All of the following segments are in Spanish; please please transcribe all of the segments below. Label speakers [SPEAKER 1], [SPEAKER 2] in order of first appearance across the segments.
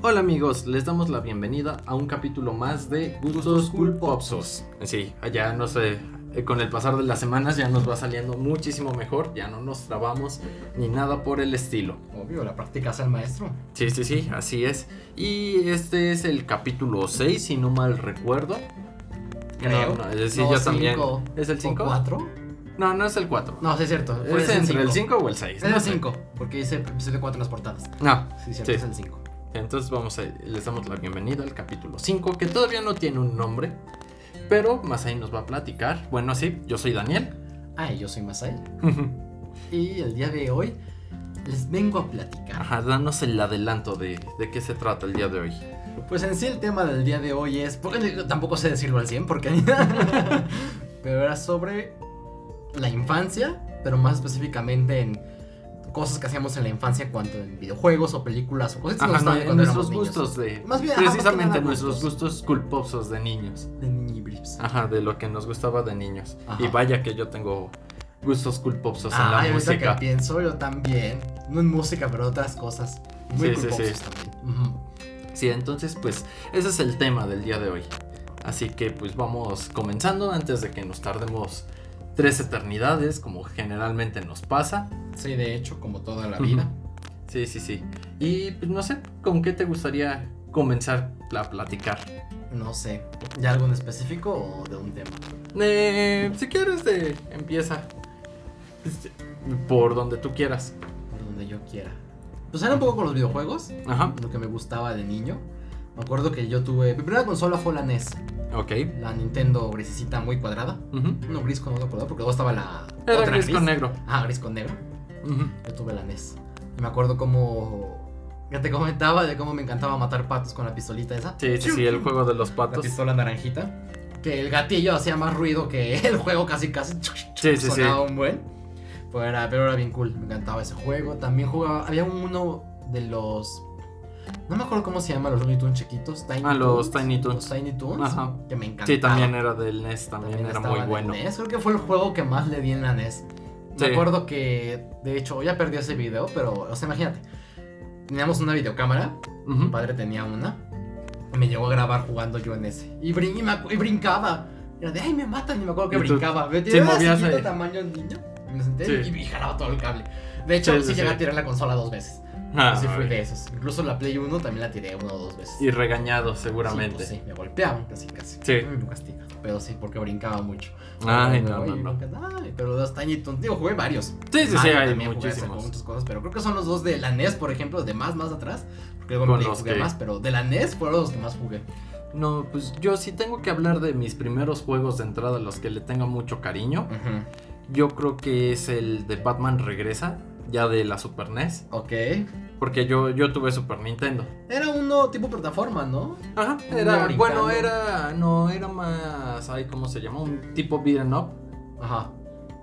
[SPEAKER 1] Hola amigos, les damos la bienvenida a un capítulo más de Gustos Culposos. Sí, ya no sé, eh, con el pasar de las semanas ya nos va saliendo muchísimo mejor, ya no nos trabamos ni nada por el estilo.
[SPEAKER 2] Obvio, la práctica es el maestro.
[SPEAKER 1] Sí, sí, sí, así es. Y este es el capítulo 6, si no mal recuerdo.
[SPEAKER 2] Creo.
[SPEAKER 1] No, no, es decir,
[SPEAKER 2] No,
[SPEAKER 1] yo también.
[SPEAKER 2] cinco.
[SPEAKER 1] ¿Es el 5?
[SPEAKER 2] ¿O cuatro?
[SPEAKER 1] No, no es el 4.
[SPEAKER 2] No, sí es cierto. puede
[SPEAKER 1] es
[SPEAKER 2] ser
[SPEAKER 1] entre el
[SPEAKER 2] cinco.
[SPEAKER 1] 5 o el 6.
[SPEAKER 2] Es el 5, porque dice episodio 4 en las portadas.
[SPEAKER 1] No,
[SPEAKER 2] Sí, cierto,
[SPEAKER 1] Sí.
[SPEAKER 2] es el 5.
[SPEAKER 1] Entonces vamos a, les damos la bienvenida al capítulo 5, que todavía no tiene un nombre, pero Masai nos va a platicar. Bueno, sí, yo soy Daniel.
[SPEAKER 2] Ah, y yo soy Masai. Y el día de hoy les vengo a platicar.
[SPEAKER 1] Ajá, danos el adelanto de, de qué se trata el día de hoy.
[SPEAKER 2] Pues en sí el tema del día de hoy es... Porque yo tampoco sé decirlo al 100 porque... pero era sobre la infancia, pero más específicamente en cosas que hacíamos en la infancia en cuanto en videojuegos o películas o cosas que nos
[SPEAKER 1] Ajá, no,
[SPEAKER 2] gustaban
[SPEAKER 1] en
[SPEAKER 2] cuando
[SPEAKER 1] nuestros
[SPEAKER 2] éramos niños.
[SPEAKER 1] gustos de...
[SPEAKER 2] Más bien, ajá, más que
[SPEAKER 1] Precisamente
[SPEAKER 2] nada
[SPEAKER 1] nuestros gustos culposos de niños.
[SPEAKER 2] De niñibrips.
[SPEAKER 1] Ajá, de lo que nos gustaba de niños.
[SPEAKER 2] Ajá.
[SPEAKER 1] Y vaya que yo tengo gustos culposos en la
[SPEAKER 2] Ay, ahorita
[SPEAKER 1] música.
[SPEAKER 2] Ah, que pienso yo también. No en música, pero otras cosas. Muy
[SPEAKER 1] Sí, sí,
[SPEAKER 2] culposos
[SPEAKER 1] sí.
[SPEAKER 2] también. Ujú.
[SPEAKER 1] Sí, entonces pues ese es el tema del día de hoy. Así que pues vamos comenzando antes de que nos tardemos tres eternidades como generalmente nos pasa.
[SPEAKER 2] Sí, de hecho, como toda la vida.
[SPEAKER 1] Sí, sí, sí. Y pues no sé, ¿con qué te gustaría comenzar a platicar?
[SPEAKER 2] No sé. ¿Ya algo en específico o de un tema?
[SPEAKER 1] Eh, si quieres, eh, empieza Este, por donde tú quieras.
[SPEAKER 2] Por donde yo quiera. Pues era un poco con los videojuegos.
[SPEAKER 1] Ajá,
[SPEAKER 2] Lo que me gustaba de niño. Me acuerdo que yo tuve. Mi primera consola fue la NES.
[SPEAKER 1] ok.
[SPEAKER 2] La Nintendo grisecita muy cuadrada.
[SPEAKER 1] Ujú.
[SPEAKER 2] No gris con otro cuadrado, porque luego estaba la.
[SPEAKER 1] Era
[SPEAKER 2] otra
[SPEAKER 1] gris con negro.
[SPEAKER 2] Ah, gris con negro.
[SPEAKER 1] Ujú.
[SPEAKER 2] Yo tuve la NES. Y me acuerdo como. Ya te comentaba de cómo me encantaba matar patos con la pistolita esa.
[SPEAKER 1] Sí, sí, sí, el juego de los
[SPEAKER 2] La
[SPEAKER 1] patos.
[SPEAKER 2] pistola naranjita. Que el gatillo hacía más ruido que el juego casi casi.
[SPEAKER 1] Sí, sí, sí.
[SPEAKER 2] Sonaba un buen. Pero era, pero era bien cool. Me encantaba ese juego. También jugaba. Había uno de los. No me acuerdo cómo se llama los Looney Tunes chiquitos. Tiny
[SPEAKER 1] Ah, los
[SPEAKER 2] Toons,
[SPEAKER 1] Tiny Toons.
[SPEAKER 2] Los Tiny Toons.
[SPEAKER 1] Ajá.
[SPEAKER 2] Que me encantaba.
[SPEAKER 1] Sí, también era del NES, también, era
[SPEAKER 2] estaba
[SPEAKER 1] muy
[SPEAKER 2] en el
[SPEAKER 1] bueno.
[SPEAKER 2] NES. Creo que fue el juego que más le di en la NES. Me
[SPEAKER 1] Sí.
[SPEAKER 2] acuerdo que, de hecho, ya perdí ese video, pero, o sea, imagínate. Teníamos una videocámara,
[SPEAKER 1] Ujú.
[SPEAKER 2] mi padre tenía una, y me llegó a grabar jugando yo en ese. Y, brin- y me acu- y brincaba. Era de, ay, me matan, y me acuerdo que
[SPEAKER 1] Y tú-
[SPEAKER 2] brincaba. Me
[SPEAKER 1] sí,
[SPEAKER 2] tiré de
[SPEAKER 1] movías
[SPEAKER 2] chiquito
[SPEAKER 1] ahí.
[SPEAKER 2] tamaño niño. y Me senté
[SPEAKER 1] Sí.
[SPEAKER 2] y, y jalaba todo el cable. De hecho,
[SPEAKER 1] Sí,
[SPEAKER 2] sí,
[SPEAKER 1] sí,
[SPEAKER 2] llegué
[SPEAKER 1] sí.
[SPEAKER 2] a tirar la consola dos veces.
[SPEAKER 1] Ah,
[SPEAKER 2] Así fui
[SPEAKER 1] ok.
[SPEAKER 2] de esos. Incluso la Play 1 también la tiré una o dos veces.
[SPEAKER 1] Y regañado, seguramente.
[SPEAKER 2] Sí, pues sí, me golpeaban casi, casi.
[SPEAKER 1] pues Sí.
[SPEAKER 2] Ay, me castigan, Pero sí, porque brincaba mucho.
[SPEAKER 1] Ay,
[SPEAKER 2] Pero,
[SPEAKER 1] Ah, no, no,
[SPEAKER 2] ay,
[SPEAKER 1] no.
[SPEAKER 2] ay, pero los Tiny Toons, digo, jugué varios.
[SPEAKER 1] Sí, sí, sí,
[SPEAKER 2] Mario
[SPEAKER 1] hay
[SPEAKER 2] también jugué, sacó
[SPEAKER 1] muchísimos.
[SPEAKER 2] muchas cosas, pero creo que son los dos de la NES, por ejemplo, de más, más atrás. Porque luego
[SPEAKER 1] Con
[SPEAKER 2] me
[SPEAKER 1] los
[SPEAKER 2] jugué
[SPEAKER 1] que-
[SPEAKER 2] más, pero de la NES fueron los que más jugué.
[SPEAKER 1] No, pues yo sí tengo que hablar de mis primeros juegos de entrada, a los que le tengo mucho cariño. Yo creo que es el de Batman Regresa, ya de la Super NES,
[SPEAKER 2] Ok.
[SPEAKER 1] porque yo, yo tuve Super Nintendo.
[SPEAKER 2] Era uno tipo plataforma, ¿no?
[SPEAKER 1] Ajá,
[SPEAKER 2] Uno
[SPEAKER 1] era,
[SPEAKER 2] brincando.
[SPEAKER 1] bueno, era, no, era más, ay, ¿cómo se llama? Un tipo beat'em up,
[SPEAKER 2] Ajá.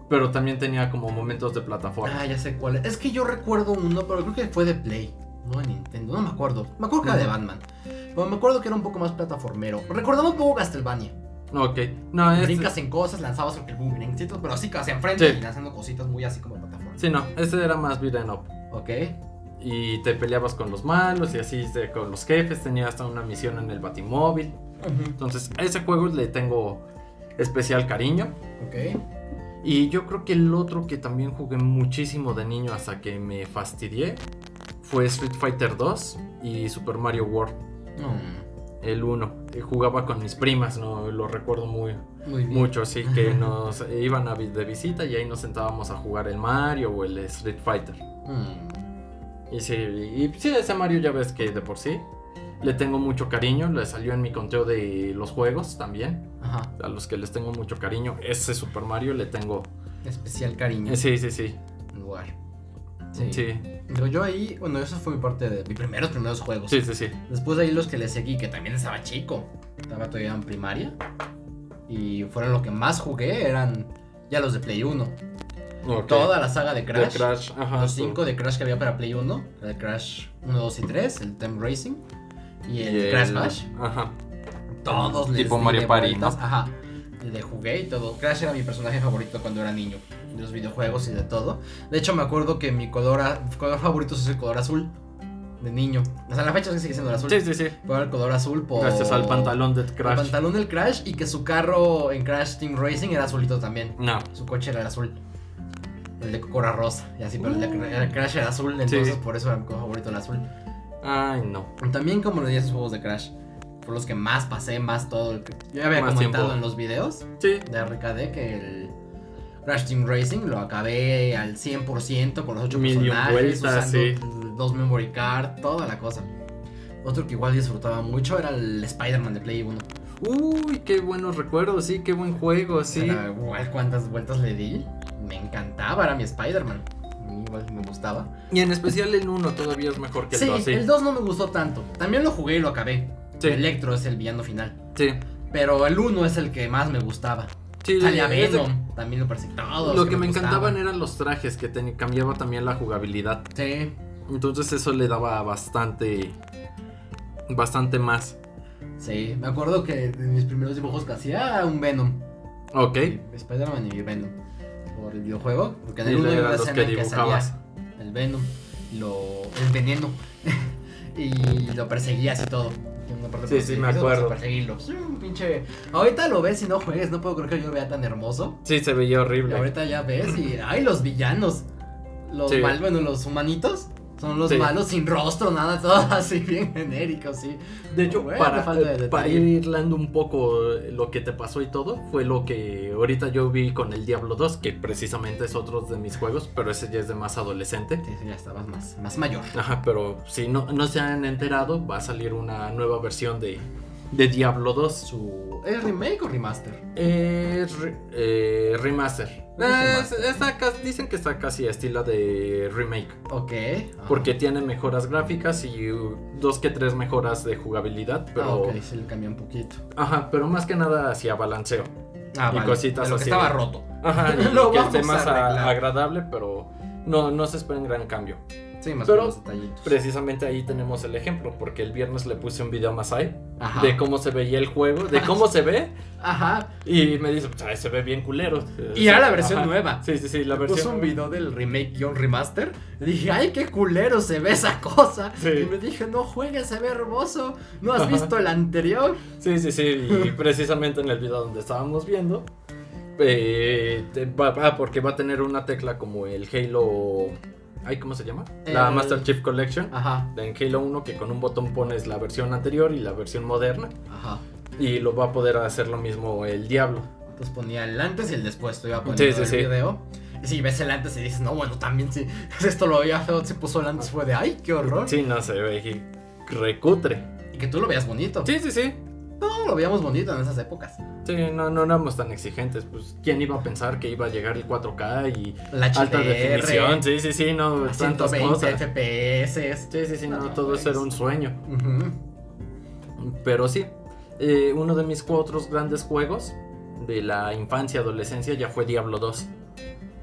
[SPEAKER 1] pero también tenía como momentos de plataforma.
[SPEAKER 2] Ah, ya sé cuál. Es Es que yo recuerdo uno, pero creo que fue de Play. No de Nintendo, no me acuerdo. Me acuerdo que era de
[SPEAKER 1] Ujú.
[SPEAKER 2] Batman. Pero me acuerdo que era un poco más plataformero. Recordaba un poco Castlevania.
[SPEAKER 1] Ok, no, este-
[SPEAKER 2] Brincas en cosas, lanzabas con el boomerangucito, pero así hacia enfrente
[SPEAKER 1] Sí.
[SPEAKER 2] y lanzando cositas muy así como plataforma.
[SPEAKER 1] sí, no, ese era más beat'em up.
[SPEAKER 2] Ok.
[SPEAKER 1] Y te peleabas con los malos y así de- con los jefes, tenía hasta una misión en el Batimóvil. Entonces, a ese juego le tengo especial cariño.
[SPEAKER 2] Ok.
[SPEAKER 1] Y yo creo que el otro que también jugué muchísimo de niño hasta que me fastidié fue Street Fighter 2 y Super Mario World,
[SPEAKER 2] Mm.
[SPEAKER 1] el 1. Jugaba con mis primas, no lo recuerdo muy
[SPEAKER 2] Muy bien.
[SPEAKER 1] mucho, así que nos iban a vi- de visita y ahí nos sentábamos a jugar el Mario o el Street Fighter.
[SPEAKER 2] Mm.
[SPEAKER 1] Y sí, y sí, ese Mario ya ves que de por sí le tengo mucho cariño, le salió en mi conteo de los juegos también.
[SPEAKER 2] Ajá.
[SPEAKER 1] a los que les tengo mucho cariño. Ese Super Mario le tengo.
[SPEAKER 2] Especial cariño.
[SPEAKER 1] Eh, Sí, sí, sí.
[SPEAKER 2] en lugar.
[SPEAKER 1] Sí, sí,
[SPEAKER 2] Pero yo ahí, bueno, eso fue mi parte de mis primeros, primeros juegos.
[SPEAKER 1] sí. sí.
[SPEAKER 2] Después de ahí los que le seguí, que también estaba chico. Estaba todavía en primaria. Y fueron los que más jugué, eran ya los de Play 1.
[SPEAKER 1] Ok.
[SPEAKER 2] Toda la saga de
[SPEAKER 1] De
[SPEAKER 2] Crash.
[SPEAKER 1] Crash, ajá.
[SPEAKER 2] Los
[SPEAKER 1] sí.
[SPEAKER 2] 5 de Crash que había para Play 1. Era el Crash 1, 2 y 3, el Time Racing. Y el Crash Bash.
[SPEAKER 1] Ajá.
[SPEAKER 2] Todos les
[SPEAKER 1] Tipo
[SPEAKER 2] di
[SPEAKER 1] Mario
[SPEAKER 2] de
[SPEAKER 1] Party,
[SPEAKER 2] vueltas,
[SPEAKER 1] ¿no?
[SPEAKER 2] Ajá. Le jugué y todo. Crash era mi personaje favorito cuando era niño. De los videojuegos y de todo. De hecho, me acuerdo que mi color, a- color favorito es el color azul. de niño. O sea, la fecha sigue siendo el azul.
[SPEAKER 1] Sí, sí, sí.
[SPEAKER 2] Por el color azul, por...
[SPEAKER 1] Gracias al pantalón de
[SPEAKER 2] Oh. El
[SPEAKER 1] Crash.
[SPEAKER 2] pantalón del Crash y que su carro en Crash Team Racing era azulito también.
[SPEAKER 1] No.
[SPEAKER 2] Su coche era el azul. El de Coco era rosa y así, pero el de Cra- el Crash era azul,
[SPEAKER 1] Uh. Sí.
[SPEAKER 2] entonces por eso era mi juego favorito el azul.
[SPEAKER 1] Ay, no.
[SPEAKER 2] También como los 10 juegos de Crash, por los que más pasé, más todo. el que- Yo ya había
[SPEAKER 1] Más
[SPEAKER 2] comentado
[SPEAKER 1] tiempo.
[SPEAKER 2] en los videos
[SPEAKER 1] Sí.
[SPEAKER 2] de RKD que el Crash Team Racing lo acabé al 100% con los 8
[SPEAKER 1] Mil y un
[SPEAKER 2] personajes,
[SPEAKER 1] vueltas,
[SPEAKER 2] usando dos memory card, toda la cosa. Otro que igual disfrutaba mucho era el Spider-Man de Play 1.
[SPEAKER 1] Uy, qué buenos recuerdos, sí, qué buen juego, sí.
[SPEAKER 2] Era igual cuántas vueltas le di. Me encantaba, era mi Spider-Man. A mí Igual me gustaba.
[SPEAKER 1] Y en especial el 1 todavía es mejor que el
[SPEAKER 2] sí,
[SPEAKER 1] 2, sí.
[SPEAKER 2] el 2 no me gustó tanto. También lo jugué y lo acabé.
[SPEAKER 1] Sí.
[SPEAKER 2] Electro es el villano final.
[SPEAKER 1] Sí.
[SPEAKER 2] Pero el 1 es el que más me gustaba.
[SPEAKER 1] Sí,
[SPEAKER 2] Salía
[SPEAKER 1] es de-
[SPEAKER 2] Venom, también lo perseguí. Todos
[SPEAKER 1] Lo
[SPEAKER 2] los
[SPEAKER 1] que me encantaban
[SPEAKER 2] gustaban.
[SPEAKER 1] eran los trajes, que ten- cambiaba también la jugabilidad.
[SPEAKER 2] Sí.
[SPEAKER 1] Entonces eso le daba bastante. Bastante más.
[SPEAKER 2] Sí, me acuerdo que de mis primeros dibujos que hacía era un Venom.
[SPEAKER 1] Ok.
[SPEAKER 2] Spider-Man y Venom. Por el videojuego. Porque en
[SPEAKER 1] Y
[SPEAKER 2] el 1
[SPEAKER 1] luego
[SPEAKER 2] era la
[SPEAKER 1] eran los
[SPEAKER 2] escena
[SPEAKER 1] que
[SPEAKER 2] en que salía
[SPEAKER 1] dibujabas.
[SPEAKER 2] el Venom. Lo, el veneno. y lo perseguías y todo. Y una parte
[SPEAKER 1] Sí, sí, me
[SPEAKER 2] perseguirlo,
[SPEAKER 1] acuerdo.
[SPEAKER 2] otra Perseguirlo. Sí, un pinche... Ahorita lo ves y no juegues. No puedo creer que yo lo vea tan hermoso.
[SPEAKER 1] Sí, se veía
[SPEAKER 2] Y
[SPEAKER 1] horrible.
[SPEAKER 2] ahorita ya ves y... ¡Ay, los villanos! Los
[SPEAKER 1] Sí.
[SPEAKER 2] mal, bueno, los humanitos. Son los
[SPEAKER 1] Sí.
[SPEAKER 2] malos sin rostro, nada, todo así bien genérico, sí.
[SPEAKER 1] De hecho,
[SPEAKER 2] Bueno,
[SPEAKER 1] para,
[SPEAKER 2] falta de
[SPEAKER 1] eh, para
[SPEAKER 2] detalle.
[SPEAKER 1] ir hilando un poco eh, lo que te pasó y todo, fue lo que ahorita yo vi con el Diablo 2, que precisamente es otro de mis juegos, pero ese ya es de más adolescente.
[SPEAKER 2] Sí, sí, ya estabas más, más mayor.
[SPEAKER 1] Ajá, pero si no, no se han enterado, va a salir una nueva versión de, de Diablo 2.
[SPEAKER 2] Su... ¿Es remake o remaster?
[SPEAKER 1] Eh, re- eh, remaster. Eh, es- está ca- dicen que está casi a estilo de remake.
[SPEAKER 2] Ok. ajá.
[SPEAKER 1] Porque tiene mejoras gráficas y uh, dos que tres mejoras de jugabilidad. Pero,
[SPEAKER 2] Ah, ok, sí le cambió un poquito.
[SPEAKER 1] ajá, pero más que nada hacia balanceo.
[SPEAKER 2] Ah,
[SPEAKER 1] Y cositas
[SPEAKER 2] de lo que
[SPEAKER 1] así.
[SPEAKER 2] estaba roto.
[SPEAKER 1] Ajá, y
[SPEAKER 2] Lo
[SPEAKER 1] que
[SPEAKER 2] vamos
[SPEAKER 1] esté más
[SPEAKER 2] a
[SPEAKER 1] a-
[SPEAKER 2] arreglar.
[SPEAKER 1] agradable, pero no, no se espera un gran cambio.
[SPEAKER 2] Sí, más
[SPEAKER 1] Pero-
[SPEAKER 2] o menos detallitos.
[SPEAKER 1] Precisamente ahí tenemos el ejemplo, porque el viernes le puse un video a Masai
[SPEAKER 2] Ajá.
[SPEAKER 1] de cómo se veía el juego, de cómo se ve,
[SPEAKER 2] Ajá.
[SPEAKER 1] y me dice, pues, ay, se ve bien culero.
[SPEAKER 2] Y era la versión nueva.
[SPEAKER 1] Sí, sí, sí, la
[SPEAKER 2] Me Puso
[SPEAKER 1] versión
[SPEAKER 2] un video del remake y un remaster. Y dije, ay, qué culero se ve esa cosa.
[SPEAKER 1] Sí.
[SPEAKER 2] Y me dije, no juegues, se ve hermoso. No has
[SPEAKER 1] Ajá.
[SPEAKER 2] visto el anterior.
[SPEAKER 1] Sí, sí, sí, y precisamente en el video donde estábamos viendo, eh, te- va, va- porque va a tener una tecla como el Halo, ay, ¿cómo se llama? La
[SPEAKER 2] El-
[SPEAKER 1] Master Chief Collection.
[SPEAKER 2] Ajá.
[SPEAKER 1] En Halo 1 que con un botón pones la versión anterior y la versión moderna
[SPEAKER 2] Ajá.
[SPEAKER 1] y lo va a poder hacer lo mismo el diablo.
[SPEAKER 2] Entonces ponía el antes y el después. Te iba poniendo
[SPEAKER 1] sí,
[SPEAKER 2] el
[SPEAKER 1] sí.
[SPEAKER 2] video. Y si ves el antes y dices, no, bueno, también si esto lo veía feo, se puso el antes. Fue de, ay, qué horror.
[SPEAKER 1] Sí, no se ve recutre.
[SPEAKER 2] Y que tú lo veas bonito.
[SPEAKER 1] Sí, sí, sí.
[SPEAKER 2] Todo lo veíamos bonito en esas épocas.
[SPEAKER 1] Sí, no, no éramos tan exigentes. Pues, ¿quién iba a pensar que iba a llegar el 4K y
[SPEAKER 2] La HDR,
[SPEAKER 1] alta definición? Sí, sí, sí, no,
[SPEAKER 2] a
[SPEAKER 1] tantas
[SPEAKER 2] 120
[SPEAKER 1] cosas.
[SPEAKER 2] FPS.
[SPEAKER 1] Sí, sí, sí, no,
[SPEAKER 2] No,
[SPEAKER 1] todo eso
[SPEAKER 2] pues.
[SPEAKER 1] era un sueño.
[SPEAKER 2] este. Ujú.
[SPEAKER 1] Pero sí, eh, uno de mis otros grandes juegos de la infancia, adolescencia, ya fue Diablo 2.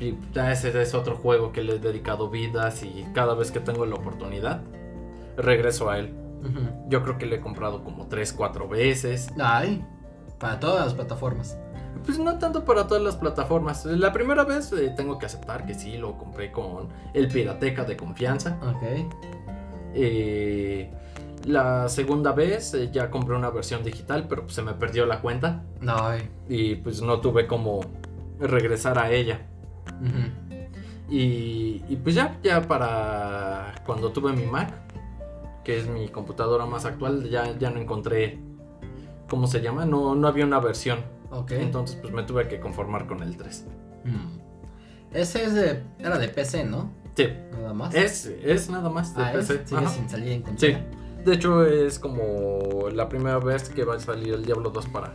[SPEAKER 1] Y ya ese es otro juego que le he dedicado vidas y cada vez que tengo la oportunidad, regreso a él.
[SPEAKER 2] Ujú.
[SPEAKER 1] Yo creo que le he comprado como 3, 4 veces.
[SPEAKER 2] Ay, para todas las plataformas.
[SPEAKER 1] Pues no tanto para todas las plataformas. La primera vez eh, tengo que aceptar que sí, lo compré con el Pirateca de confianza.
[SPEAKER 2] Ok.
[SPEAKER 1] Eh, la segunda vez eh, ya compré una versión digital, pero pues, se me perdió la cuenta.
[SPEAKER 2] Ay.
[SPEAKER 1] y pues no tuve como regresar a ella.
[SPEAKER 2] Ujú.
[SPEAKER 1] Y, y, pues ya, ya para cuando tuve mi Mac, que es mi computadora más actual, ya, ya no encontré cómo se llama, no, no había una versión.
[SPEAKER 2] Ok.
[SPEAKER 1] Entonces pues me tuve que conformar con el 3.
[SPEAKER 2] Mm. Ese es de, era de PC, ¿no?
[SPEAKER 1] Sí,
[SPEAKER 2] Nada más.
[SPEAKER 1] es, es nada más de
[SPEAKER 2] Ah, es.
[SPEAKER 1] PC.
[SPEAKER 2] Sigue
[SPEAKER 1] Ajá.
[SPEAKER 2] sin salir en
[SPEAKER 1] Sí.
[SPEAKER 2] consola.
[SPEAKER 1] De hecho es como la primera vez que va a salir el Diablo 2 para,